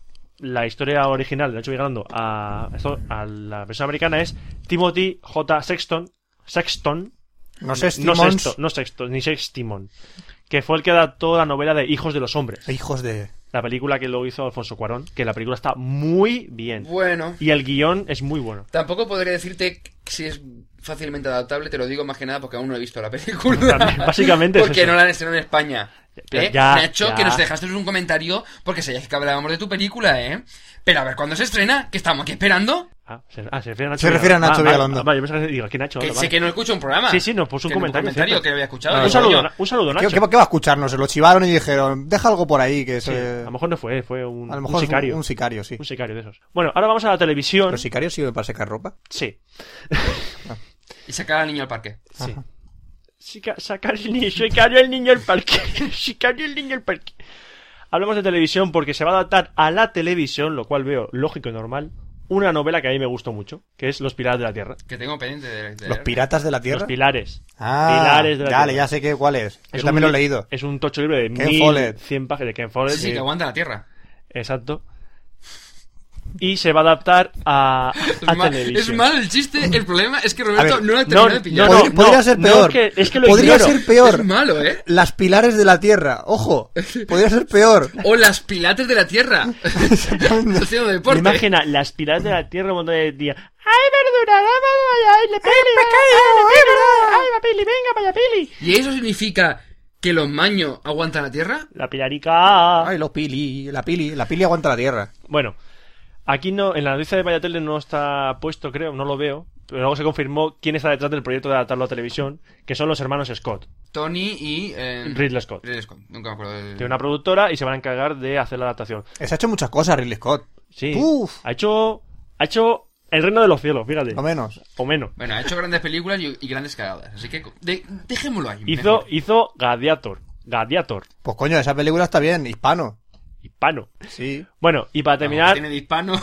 Speaker 6: la historia original de Nacho Vigalondo a, esto- a la versión americana es Timothy J. Sexton. Sexton.
Speaker 4: No sé,
Speaker 6: No
Speaker 4: Stimons.
Speaker 6: Sexton, no Sexton, ni Sextimon. Que fue el que adaptó la novela de Hijos de los Hombres.
Speaker 4: Hijos de...
Speaker 6: La película que lo hizo Alfonso Cuarón. Que la película está muy bien.
Speaker 7: Bueno,
Speaker 6: Y el guión es muy bueno.
Speaker 7: tampoco podré decirte si es fácilmente adaptable. Te lo digo más que nada porque aún no he visto la película.
Speaker 6: También, básicamente es
Speaker 7: Porque
Speaker 6: eso.
Speaker 7: no la han estrenado en España.
Speaker 6: Pero
Speaker 7: Eh,
Speaker 6: ya,
Speaker 7: Nacho,
Speaker 6: ya.
Speaker 7: que nos dejaste un comentario porque sabías que hablábamos de tu película, ¿eh? Pero a ver, ¿cuándo se estrena? Que estamos aquí esperando.
Speaker 6: Ah, se, ah, se refiere a Nacho
Speaker 4: Se refiere a Nacho
Speaker 6: Ah, vale,
Speaker 4: Vigalondo.
Speaker 6: vale, yo pensaba que- digo, ¿qué Nacho?
Speaker 7: Que
Speaker 6: Vale.
Speaker 7: sé que no escucho un programa.
Speaker 6: Sí, sí, nos puso un
Speaker 7: Que
Speaker 6: comentario, cierto. Ah,
Speaker 7: que lo había escuchado.
Speaker 6: un,
Speaker 7: Digo,
Speaker 6: saludo,
Speaker 7: coño,
Speaker 6: Na- un saludo,
Speaker 4: ¿Qué,
Speaker 6: Nacho.
Speaker 4: qué- qué va a escucharnos? Se lo chivaron y dijeron, deja algo por ahí que
Speaker 6: Sí,
Speaker 4: se...
Speaker 6: a lo mejor no fue, fue un,
Speaker 4: A lo
Speaker 6: un
Speaker 4: mejor es
Speaker 6: sicario.
Speaker 4: Un, sicario, sí.
Speaker 6: Un sicario de esos. Bueno, ahora vamos a la televisión.
Speaker 4: ¿Los sicarios sirven para secar ropa?
Speaker 6: Sí.
Speaker 7: Y sacar al niño al parque.
Speaker 6: sí. Sica- sacar el niño, sicario el niño al parque. sicario el niño al parque. Hablamos de televisión porque se va a adaptar a la televisión, lo cual veo lógico y normal, una novela que a mí me gustó mucho, que es Los Pilares de la Tierra.
Speaker 7: Que tengo pendiente de. de-
Speaker 4: ¿Los piratas de la tierra?
Speaker 6: Los Pilares.
Speaker 4: Ah,
Speaker 6: Pilares de la
Speaker 4: dale,
Speaker 6: Tierra.
Speaker 4: ya sé que, cuál es. Yo
Speaker 6: Es
Speaker 4: también
Speaker 6: un
Speaker 4: lo he
Speaker 6: li-
Speaker 4: leído.
Speaker 6: Es un tocho libre de
Speaker 4: Ken Follett.
Speaker 6: 1100 páginas de Ken Follett.
Speaker 7: Sí, sí, que aguanta la tierra.
Speaker 6: Exacto. y se va a adaptar a, a
Speaker 7: Es mal, es
Speaker 6: Ah, televisión.
Speaker 7: malo el chiste, el problema es que Roberto
Speaker 4: ver,
Speaker 7: no lo terminó
Speaker 6: No,
Speaker 7: de
Speaker 6: no,
Speaker 7: pillar.
Speaker 6: no,
Speaker 4: Podría- podría ser
Speaker 6: no,
Speaker 4: peor.
Speaker 6: es que, es que lo
Speaker 4: podría
Speaker 6: ignoro.
Speaker 4: ser peor.
Speaker 7: Es malo, ¿eh?
Speaker 4: Las pilares de la tierra, ojo. Podría ser peor.
Speaker 7: O las pilates de la tierra. Haciendo deporte.
Speaker 6: Imagina las piratas de la tierra un montón de días. ¡Ay, verdura! ¡Ay, ay, le peli! ¡Ay, la peli! ¡Venga, vaya peli!
Speaker 7: ¿Y eso significa que los maños aguantan la tierra?
Speaker 6: La pilarica.
Speaker 4: Ay, los pili, la pili, la pili aguanta la tierra.
Speaker 6: Bueno, aquí no, en la noticia de Vallatele no está puesto, creo, no lo veo. Pero luego se confirmó quién está detrás del proyecto de adaptarlo a televisión, que son los hermanos Scott,
Speaker 7: Tony y. eh,
Speaker 6: Ridley Scott.
Speaker 7: Ridley Scott. Nunca me acuerdo de.
Speaker 6: de una productora y se van a encargar de hacer la adaptación.
Speaker 4: Se ha hecho muchas cosas, Ridley Scott.
Speaker 6: Sí.
Speaker 4: Uf,
Speaker 6: Ha hecho. Ha hecho El Reino de los Cielos, fíjate.
Speaker 4: lo menos.
Speaker 6: O menos.
Speaker 7: Bueno, ha hecho grandes películas y, y grandes cagadas. Así que de- dejémoslo ahí.
Speaker 6: Hizo,
Speaker 7: mejor.
Speaker 6: hizo Gladiator. Gladiator.
Speaker 4: Pues coño, esa película está bien, hispano.
Speaker 6: Hispano.
Speaker 4: Sí.
Speaker 6: Bueno, y para
Speaker 7: Vamos,
Speaker 6: terminar,
Speaker 7: Tiene de hispano.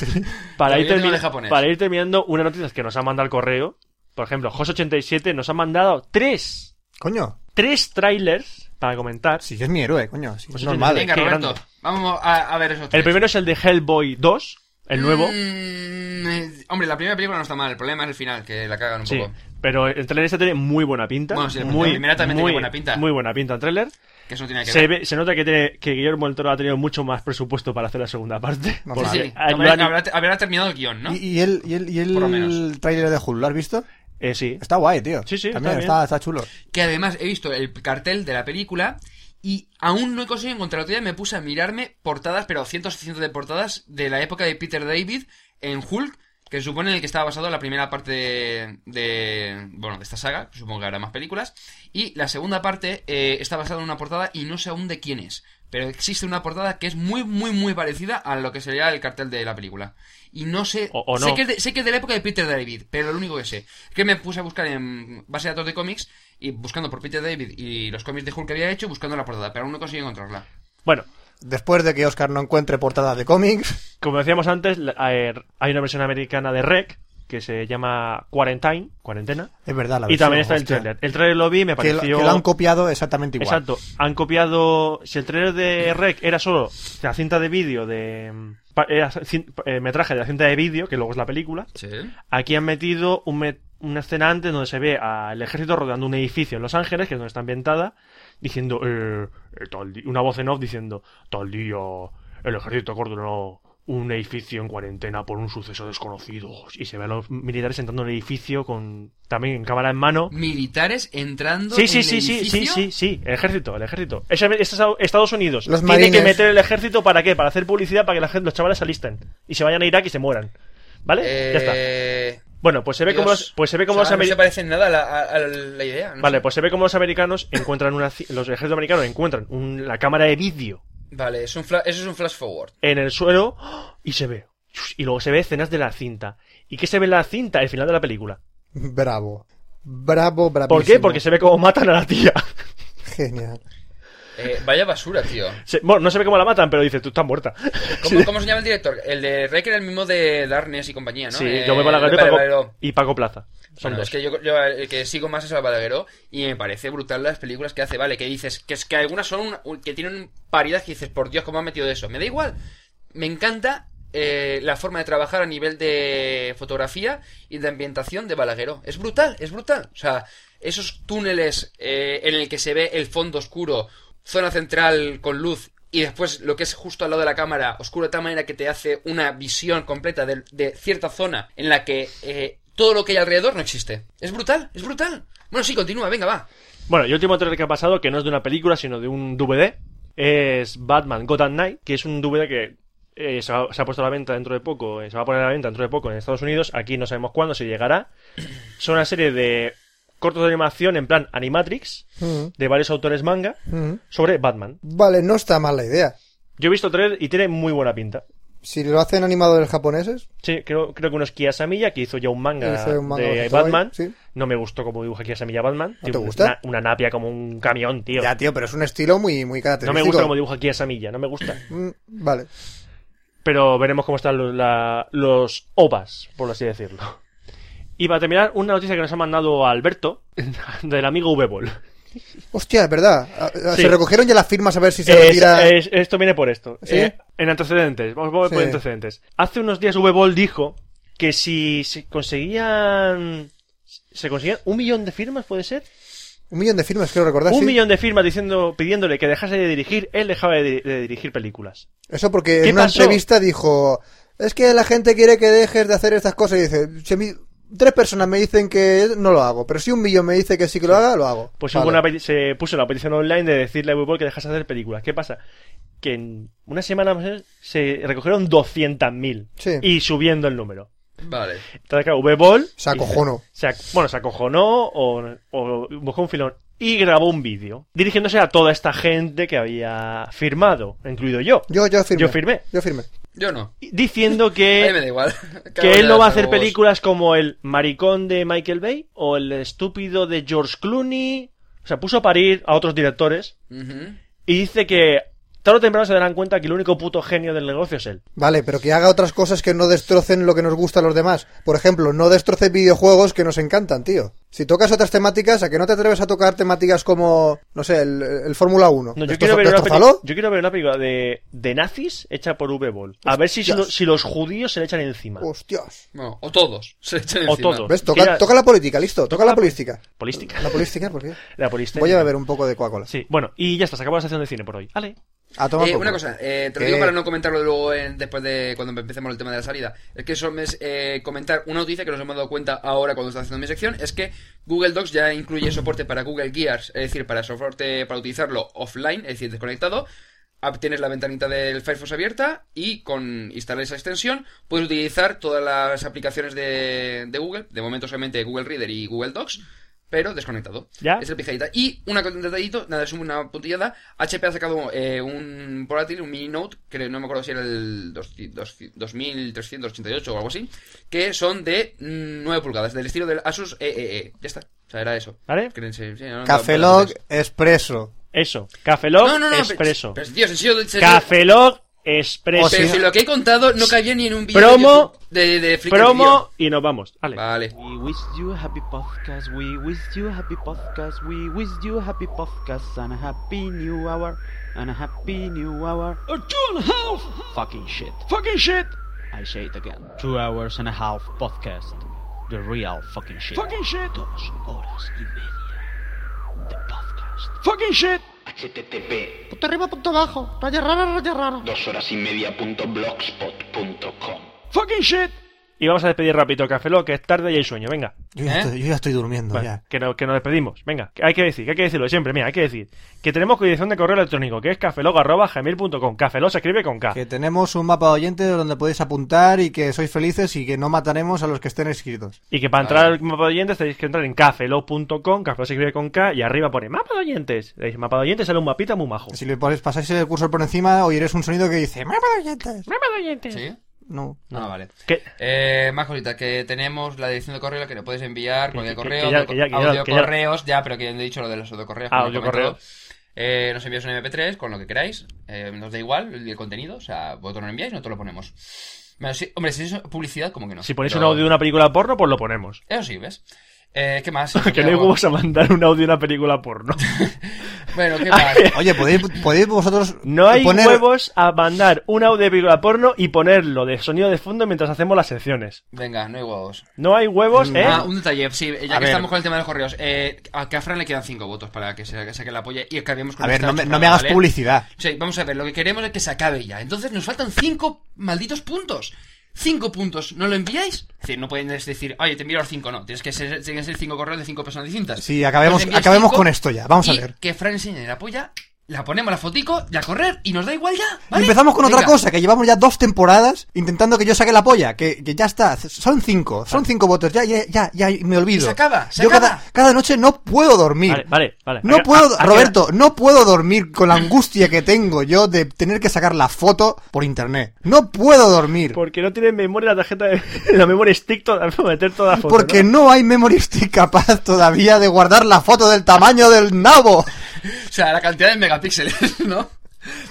Speaker 6: para, ir
Speaker 7: todavía tengo
Speaker 6: termi-
Speaker 7: de japonés.
Speaker 6: para ir terminando, unas noticias que nos han mandado el correo. Por ejemplo, Jos87 nos ha mandado tres,
Speaker 4: Coño,
Speaker 6: tres trailers para comentar.
Speaker 4: sí que es mi héroe, coño. Sí,
Speaker 6: Pues
Speaker 4: es
Speaker 6: eso
Speaker 4: normal.
Speaker 7: Venga,
Speaker 6: Qué
Speaker 7: Roberto.
Speaker 6: grande.
Speaker 7: Vamos a, a ver esos
Speaker 6: El
Speaker 7: tres.
Speaker 6: primero es el de Hellboy 2, el nuevo.
Speaker 7: Mm, eh, hombre, la primera película no está mal. El problema es el final, que la cagan un
Speaker 6: Sí,
Speaker 7: poco.
Speaker 6: pero el trailer este tiene muy buena pinta.
Speaker 7: Bueno, sí, la
Speaker 6: muy,
Speaker 7: primera también
Speaker 6: muy,
Speaker 7: tenía buena pinta.
Speaker 6: Muy buena pinta el trailer.
Speaker 7: Que eso no tiene que
Speaker 6: Se,
Speaker 7: ver.
Speaker 6: ve- se nota que, tiene, que Guillermo del Toro ha tenido mucho más presupuesto para hacer la segunda parte.
Speaker 4: No,
Speaker 7: Sí,
Speaker 6: porque
Speaker 7: sí.
Speaker 6: ha-
Speaker 7: Habrá,
Speaker 6: lo han-
Speaker 7: habrá- habrá terminado el guión, ¿no?
Speaker 4: ¿Y, y el, y el, y el
Speaker 7: Por lo menos.
Speaker 4: tráiler de Hulk, ¿lo has visto?
Speaker 6: eh, sí.
Speaker 4: Está guay, tío.
Speaker 6: Sí, sí,
Speaker 4: También
Speaker 6: está
Speaker 4: está,
Speaker 6: bien.
Speaker 4: está chulo.
Speaker 7: Que además he visto el cartel de la película y aún no he conseguido encontrar otro día. Me puse a mirarme portadas, pero cientos y cientos de portadas de la época de Peter David en Hulk, que se supone en el que estaba basado la primera parte de, de- bueno, de esta saga, supongo que habrá más películas. Y la segunda parte eh, está basada en una portada y no sé aún de quién es. Pero existe una portada que es muy, muy, muy parecida a lo que sería el cartel de la película. Y no sé...
Speaker 6: O- o
Speaker 7: Sé
Speaker 6: no.
Speaker 7: que es de- sé que es de la época de Peter David, pero lo único que sé es que me puse a buscar en base de datos de cómics y buscando por Peter David y los cómics de Hulk que había hecho, buscando la portada, pero aún no conseguí encontrarla.
Speaker 6: Bueno,
Speaker 4: Después de que Oscar no encuentre portadas de cómics,
Speaker 6: Como decíamos antes, la- eh, hay una versión americana de Rec que se llama Quarantine, cuarentena,
Speaker 4: es verdad. La
Speaker 6: y
Speaker 4: versión,
Speaker 6: también está el
Speaker 4: hostia.
Speaker 6: trailer. El trailer lo vi y me
Speaker 4: Que, lo-
Speaker 6: pareció
Speaker 4: que lo han copiado exactamente igual.
Speaker 6: Exacto, han copiado si el trailer de Rec era solo la cinta de vídeo de pa- era cin- eh, metraje de la cinta de vídeo, que luego es la película.
Speaker 7: Sí.
Speaker 6: Aquí han metido un met- una escena antes donde se ve al ejército rodeando un edificio en Los Ángeles, que es donde está ambientada, diciendo, eh, eh, tal di- una voz en off diciendo, tal día el ejército acordonó un edificio en cuarentena por un suceso desconocido. Y se ve a los militares entrando en el edificio con también en cámara en mano.
Speaker 7: Militares entrando
Speaker 6: Sí, sí,
Speaker 7: en
Speaker 6: sí,
Speaker 7: el
Speaker 6: sí, sí,
Speaker 7: edificio.
Speaker 6: sí, sí, el ejército, el ejército. Ese- ese es Estados Unidos
Speaker 4: Los
Speaker 6: tiene
Speaker 4: marines.
Speaker 6: que meter el ejército para qué? Para hacer publicidad para que la gente, los chavales se alisten y se vayan a Irak y se mueran. ¿Vale? Ya está.
Speaker 7: Eh,
Speaker 6: Bueno, pues se ve como
Speaker 7: Dios.
Speaker 6: los, pues se ve como
Speaker 7: O sea,
Speaker 6: los
Speaker 7: no
Speaker 6: ameri-
Speaker 7: se parece en nada a la, a- a la idea. ¿no?
Speaker 6: Vale, pues se ve como los americanos encuentran una ci- los ejércitos americanos encuentran un- la cámara de vídeo
Speaker 7: Vale, es un fla- eso es un flash forward.
Speaker 6: en el suelo y se ve y luego se ve escenas de la cinta. ¿Y qué se ve en la cinta? El final de la película.
Speaker 9: Bravo. Bravo, bravísimo.
Speaker 6: ¿Por qué? Porque se ve cómo matan a la tía.
Speaker 9: Genial.
Speaker 7: Eh, vaya basura, tío.
Speaker 6: Se- bueno, no se ve cómo la matan, pero dices, tú estás muerta.
Speaker 7: ¿Cómo, cómo se llama el director? El de Rey era el mismo de Darkness y compañía, ¿no?
Speaker 6: Sí,
Speaker 7: Eh,
Speaker 6: yo me Balagueró y
Speaker 7: Álvaro
Speaker 6: Paco,
Speaker 7: Valero.
Speaker 6: y Paco Plaza. Son
Speaker 7: Bueno,
Speaker 6: dos.
Speaker 7: es que yo, yo el que sigo más es a Balagueró y me parece brutal las películas que hace, vale, que dices, que es que algunas son una- un- que tienen paridad que dices, por Dios, ¿cómo han metido eso? Me da igual, me encanta eh, la forma de trabajar a nivel de fotografía y de ambientación de Balagueró. Es brutal, es brutal. O sea, esos túneles eh, en el que se ve el fondo oscuro, zona central con luz y después lo que es justo al lado de la cámara oscuro de tal manera que te hace una visión completa de, de cierta zona en la que eh, todo lo que hay alrededor no existe. Es brutal, es brutal. Bueno, sí, continúa, venga, va.
Speaker 6: Bueno, y el último trailer que ha pasado, que no es de una película, sino de un DVD, es Batman Gotham Knight, que es un DVD que eh, se, va- se ha puesto a la venta dentro de poco, eh, se va a poner a la venta dentro de poco en Estados Unidos, aquí no sabemos cuándo se llegará. Son una serie de cortos de animación en plan Animatrix,
Speaker 9: Mm,
Speaker 6: de varios autores manga,
Speaker 9: mm.
Speaker 6: sobre Batman.
Speaker 9: Vale, no está mal la idea.
Speaker 6: Yo he visto el trailer y tiene muy buena pinta.
Speaker 9: Si lo hacen animadores japoneses,
Speaker 6: Sí, creo, creo que uno es Kiyasamilla, que hizo ya un manga,
Speaker 9: Hizo un manga
Speaker 6: de
Speaker 9: bastante guay,
Speaker 6: Batman.
Speaker 9: sí.
Speaker 6: No me gustó cómo dibuja Kiyasamilla Batman.
Speaker 9: te
Speaker 6: Tiene
Speaker 9: gusta?
Speaker 6: Una, una napia como un camión, tío.
Speaker 4: Ya, tío, pero es un estilo muy, muy
Speaker 6: No
Speaker 4: característico.
Speaker 6: me gusta cómo dibuja Kiyasamilla, no me gusta.
Speaker 9: mm, vale.
Speaker 6: Pero veremos cómo están los, la- los ovas, por así decirlo. Y para terminar, una noticia que nos ha mandado Alberto, del amigo V-Ball.
Speaker 9: Hostia, es verdad. Ah, ah,
Speaker 6: Sí.
Speaker 9: Se recogieron ya las firmas a ver si se
Speaker 6: Es-
Speaker 9: retira.
Speaker 6: es- eh, esto viene por esto.
Speaker 9: ¿Sí?
Speaker 6: Eh, en antecedentes, vamos a ver por
Speaker 9: Sí.
Speaker 6: antecedentes. Hace unos días V-Ball dijo que si se conseguían. ¿Se conseguían un millón de firmas, puede ser?
Speaker 9: Un millón de firmas, creo recordar.
Speaker 6: un
Speaker 9: sí.
Speaker 6: millón de firmas diciendo, pidiéndole que dejase de dirigir, él dejaba de, di- de dirigir películas.
Speaker 9: Eso porque
Speaker 6: ¿Qué
Speaker 9: en una
Speaker 6: pasó?
Speaker 9: entrevista dijo: Es que la gente quiere que dejes de hacer estas cosas. Y dice: si a mí- Tres personas me dicen que no lo hago, pero si un millón me dice que sí que lo haga, lo hago.
Speaker 6: Pues
Speaker 9: Vale.
Speaker 6: hubo una peti- se puso la petición online de decirle a V-Ball que dejase de hacer películas. ¿Qué pasa? Que en una semana más o menos, se recogieron 200.000
Speaker 9: Sí.
Speaker 6: y subiendo el número.
Speaker 7: Vale.
Speaker 6: Entonces, claro, V-Ball.
Speaker 9: Se acojonó.
Speaker 6: se ac- bueno, se acojonó o, o buscó un filón y grabó un vídeo dirigiéndose a toda esta gente que había firmado, incluido yo,
Speaker 9: Yo, yo firmé.
Speaker 6: Yo firmé.
Speaker 9: Yo firmé.
Speaker 7: Yo no.
Speaker 6: y- diciendo
Speaker 7: A mí me da
Speaker 6: que,
Speaker 7: igual. Cago
Speaker 6: Eh, que
Speaker 7: en
Speaker 6: él no
Speaker 7: las
Speaker 6: va a hacer
Speaker 7: huevos.
Speaker 6: películas como el maricón de Michael Bay o el estúpido de George Clooney. O sea, puso a parir a otros directores
Speaker 7: Ujú.
Speaker 6: y dice que tarde o temprano se darán cuenta que el único puto genio del negocio es él.
Speaker 9: Vale, pero que haga otras cosas que no destrocen lo que nos gusta a los demás. Por ejemplo, no destroce videojuegos que nos encantan, tío. Si tocas otras temáticas, ¿a que no te atreves a tocar temáticas como, no sé, el, el Fórmula 1?
Speaker 6: No, yo,
Speaker 9: Destroz-
Speaker 6: quiero ver una peli-
Speaker 9: destrózalo.
Speaker 6: yo quiero ver una película de, de nazis hecha por V-Ball. A ver si,
Speaker 9: Hostias.
Speaker 6: si los judíos se le echan encima.
Speaker 9: Hostias.
Speaker 7: Bueno, o todos. Se echan
Speaker 6: O
Speaker 7: encima.
Speaker 6: todos.
Speaker 9: ¿Ves? Toca,
Speaker 6: Mira-
Speaker 9: toca la política, listo. Toca la política.
Speaker 6: Polística.
Speaker 9: La política, ¿por qué?
Speaker 6: La polística.
Speaker 9: Voy a beber un poco de Coca-Cola.
Speaker 6: Sí, bueno, y ya está, se acabó la sección de cine por hoy. Ale.
Speaker 9: A tomar
Speaker 7: Eh,
Speaker 9: por
Speaker 7: una
Speaker 9: culo.
Speaker 7: cosa, eh, te lo
Speaker 9: ¿Qué?
Speaker 7: digo para no comentarlo luego en- después de cuando empecemos el tema de la salida. Es que solo es eh, comentar una noticia que nos hemos dado cuenta ahora cuando está haciendo mi sección, es que Google Docs ya incluye soporte para Google Gears, es decir, para soporte para utilizarlo offline, es decir, desconectado. Ah, Tienes la ventanita del Firefox abierta y con instalar esa extensión puedes utilizar todas las aplicaciones de, de Google, de momento solamente Google Reader y Google Docs, pero desconectado.
Speaker 6: ¿Ya?
Speaker 7: Es el pijadita. Y una, un detallito, nada, es una puntillada. HP ha sacado eh, un portátil, un mini note, que no me acuerdo si era el 200 200 2388 o algo así, que son de mm, 9 pulgadas, del estilo del Asus EEE. Ya está. O sea, era eso.
Speaker 6: ¿Vale?
Speaker 7: Que se- sí, no, no,
Speaker 4: Café
Speaker 7: no,
Speaker 4: Lock
Speaker 6: pues,
Speaker 4: Expreso.
Speaker 6: Eso. Café Lock
Speaker 7: No, no, no, pero-
Speaker 6: Expreso.
Speaker 7: Pero, Oh, tío, en serio, en serio,
Speaker 6: Café Lock
Speaker 7: pero
Speaker 6: Expreso.
Speaker 7: si lo que he contado no cabía ni en un vídeo
Speaker 6: Promo-
Speaker 7: de, YouTube- de, de Flickr,
Speaker 6: Promo y nos vamos. Ale.
Speaker 7: tío. Vale.
Speaker 10: We wish you a happy podcast, we wish you a happy podcast, we wish you a happy podcast, and a happy new hour, and a happy new hour. A two and a half! Fucking shit. Fucking shit! I say it again. Two hours and a half podcast. The real fucking shit. Fucking shit! Dos horas y media. The podcast. Fucking shit!
Speaker 11: http
Speaker 10: Punto arriba, punto abajo. Raya rara, raya rara.
Speaker 11: dos horas y media punto blogspot.com
Speaker 10: Fucking shit!
Speaker 6: Y vamos a despedir rapidito Café Lock, que es tarde y hay sueño. Venga.
Speaker 4: Yo ya,
Speaker 7: ¿Eh?
Speaker 4: estoy, yo ya estoy durmiendo,
Speaker 6: Vale,
Speaker 4: ya.
Speaker 6: que, no- que nos despedimos. Venga. que hay que decir, que hay que decirlo siempre. Mira, hay que decir que tenemos dirección de correo electrónico, que es cafelog.gmail.com. Cafelog se escribe con K.
Speaker 4: Que tenemos un mapa de oyentes donde podéis apuntar y que sois felices y que no mataremos a los que estén inscritos.
Speaker 6: Y que para entrar al mapa de oyentes tenéis que entrar en cafelog.com, cafelog se escribe con K, y arriba pone mapa de oyentes. Le deis mapa de oyentes, sale un mapita muy majo.
Speaker 4: Si le ponéis- pasáis el cursor por encima, oiréis un sonido que dice ¡Mapa de oyentes!
Speaker 7: ¿Sí?
Speaker 4: No.
Speaker 7: Ah, vale.
Speaker 6: Que-
Speaker 7: Eh, más cositas, que tenemos la dirección de correo, que le puedes enviar, cualquier
Speaker 6: que-
Speaker 7: correo,
Speaker 6: que ya- que ya- que ya-
Speaker 7: audio
Speaker 6: que ya-
Speaker 7: correos, ya, pero que ya he dicho lo de los autocorreos.
Speaker 6: Ah,
Speaker 7: como he comentado.
Speaker 6: autocorreos.
Speaker 7: Eh, nos envías un MP3 con lo que queráis, eh, nos da igual el, el contenido, o sea, vosotros lo enviáis, nosotros lo ponemos. Bueno, sí, hombre, si es publicidad, como que no.
Speaker 6: Si ponéis
Speaker 7: Pero-
Speaker 6: un audio de una película porno, pues lo ponemos.
Speaker 7: Eso sí, ¿ves? Eh, ¿Qué más?
Speaker 6: que no hay huevos a mandar un audio de una película porno.
Speaker 7: Bueno, ¿qué más?
Speaker 4: Oye, ¿podéis, podéis vosotros
Speaker 6: No hay
Speaker 4: poner...
Speaker 6: huevos a mandar un audio de película porno y ponerlo de sonido de fondo mientras hacemos las secciones.
Speaker 7: Venga, no hay huevos.
Speaker 6: No hay
Speaker 4: Mm.
Speaker 6: huevos, ¿eh?
Speaker 7: Ah, un detalle, sí, ya que
Speaker 4: ver.
Speaker 7: estamos con el tema de los correos, eh, a que a Fran le quedan cinco votos para que se saque la polla y acabemos con
Speaker 4: A ver,
Speaker 7: esta
Speaker 4: no me,
Speaker 7: chorrada,
Speaker 4: no me hagas
Speaker 7: ¿vale?
Speaker 4: publicidad.
Speaker 7: Sí, vamos a ver, lo que queremos es que se acabe ya. Entonces nos faltan cinco malditos puntos. Cinco puntos, ¿no lo enviáis? Es decir, no pueden decir, oye, te envío los cinco, no. Tienes que ser, tienen que ser cinco correos de cinco personas distintas.
Speaker 4: Sí, acabemos-
Speaker 7: Nos envías
Speaker 4: acabemos
Speaker 7: cinco
Speaker 4: con esto ya, vamos a
Speaker 7: y
Speaker 4: ver.
Speaker 7: Que Fran enseñe la polla, la ponemos la fotico y a correr y nos da igual ya. ¿vale?
Speaker 4: Y empezamos con otra
Speaker 7: Venga.
Speaker 4: cosa, que llevamos ya dos temporadas intentando que yo saque la polla, que, que ya está, son cinco, son cinco votos, ya, ya, ya, ya me olvido.
Speaker 7: Se acaba, se
Speaker 4: yo
Speaker 7: acaba.
Speaker 4: Cada, cada noche no puedo dormir.
Speaker 6: Vale, vale, vale.
Speaker 4: No
Speaker 6: Ha-
Speaker 4: puedo,
Speaker 6: ha- ha
Speaker 4: Roberto, no puedo dormir con la angustia que tengo yo de tener que sacar la foto por internet. No puedo dormir.
Speaker 6: Porque no tiene memoria la tarjeta de la memoria stick toda, para meter toda la foto.
Speaker 4: porque
Speaker 6: ¿no?
Speaker 4: no. hay memory stick capaz todavía de guardar la foto del tamaño del nabo.
Speaker 7: O sea, la cantidad de megapíxeles, ¿no?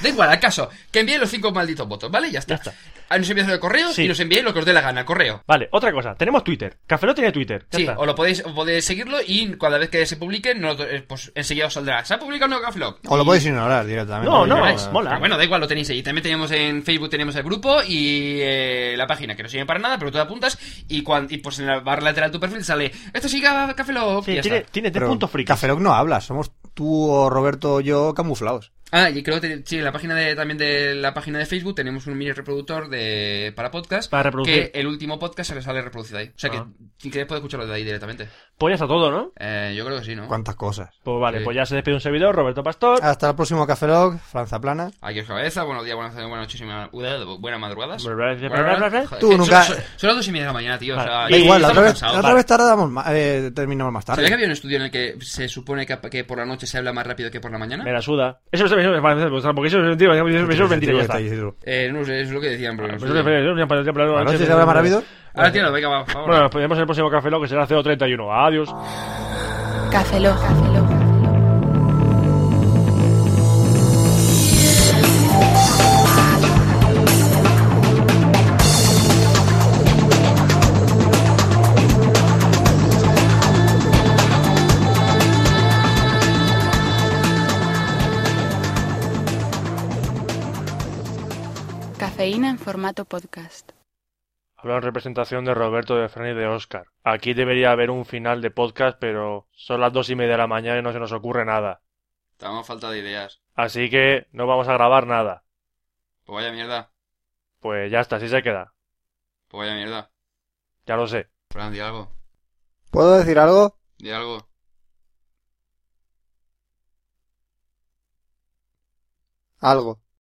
Speaker 7: Da igual, al caso, que envíen los cinco malditos votos, ¿vale? Ya está.
Speaker 6: Ya está.
Speaker 7: Ah, Nos enviáis los correos
Speaker 6: Sí.
Speaker 7: y nos enviéis lo que os dé la gana, correo.
Speaker 6: Vale, otra cosa. Tenemos Twitter. Café no tiene Twitter. Ya
Speaker 7: sí,
Speaker 6: está.
Speaker 7: o lo podéis, o podéis seguirlo y cada vez que se publique, no- eh, pues enseguida os saldrá. ¿Se ha publicado un nuevo Gafflog?
Speaker 4: O lo podéis ignorar directamente.
Speaker 6: No, no,
Speaker 4: Ignorar.
Speaker 6: mola.
Speaker 7: ¿eh? Pero bueno, da igual, lo tenéis ahí. También tenemos en Facebook, tenemos el grupo y eh, la página, que no sirve para nada, pero tú la apuntas y, cuan- y pues en la barra lateral de tu perfil sale, esto sigue a Café Lock", y
Speaker 6: Sí,
Speaker 7: ya
Speaker 6: tiene,
Speaker 7: está.
Speaker 6: tiene tres
Speaker 4: Pero
Speaker 6: puntos frikis.
Speaker 4: Café Lock no habla, somos tú o Roberto o yo camuflados.
Speaker 7: Ah, y creo que te- sí, en la página de, también de la página de Facebook tenemos un mini reproductor de para podcast.
Speaker 6: Para reproducir.
Speaker 7: Que el último podcast se le sale reproducido ahí. O sea
Speaker 6: Ah.
Speaker 7: que si queréis podéis escucharlo de ahí directamente.
Speaker 6: Pues ya está todo, ¿no?
Speaker 7: Eh, yo creo que sí, ¿no?
Speaker 4: Cuántas cosas.
Speaker 6: Pues vale,
Speaker 7: Sí.
Speaker 6: pues ya se despide un servidor, Roberto Pastor.
Speaker 4: Hasta el próximo Café Lock, Franza Plana.
Speaker 7: Aquí os cabeza, buenos días, buenas tardes, buenas noches y buenas buenas madrugadas.
Speaker 6: Buenas noches,
Speaker 7: Buenas-
Speaker 6: buenas noches.
Speaker 7: Joder,
Speaker 4: Tú
Speaker 7: eh,
Speaker 4: nunca-
Speaker 7: Son, son- son las dos y media de la mañana, tío.
Speaker 6: Vale.
Speaker 7: O
Speaker 6: Da
Speaker 7: sea,
Speaker 4: Da igual, la otra vez,
Speaker 7: cansados.
Speaker 4: la otra vez tardamos ma- eh, terminamos más
Speaker 7: ¿Sabías que
Speaker 4: tarde.
Speaker 7: había un estudio en el que se supone que, que por la noche se habla más rápido que por la mañana?
Speaker 6: Me la suda. Eso es eso es- porque eso es mentira, eso es- eso es mentira, ya está.
Speaker 7: Eh, no sé, es lo que decían, pero...
Speaker 4: pues
Speaker 7: no sé.
Speaker 4: ¿La noche se
Speaker 6: Ahora
Speaker 4: habla más rápido?
Speaker 7: Ahora, tío, venga, va, vámonos.
Speaker 6: Bueno, pues nos vemos en el próximo Café Lock, que será 031. Adiós.
Speaker 5: Café Lock. Cafeína en formato podcast.
Speaker 6: Hablo en representación de Roberto, de Fran y de Oscar. Aquí debería haber un final de podcast, pero son las dos y media de la mañana y no se nos ocurre nada.
Speaker 7: Estamos falta de ideas.
Speaker 6: Así que no vamos a grabar nada.
Speaker 7: Pues vaya mierda,
Speaker 6: Pues ya está, así se queda.
Speaker 7: pues vaya mierda.
Speaker 6: Ya lo sé.
Speaker 7: Fran, di algo,
Speaker 4: ¿Puedo decir algo?
Speaker 7: di algo.
Speaker 4: Algo.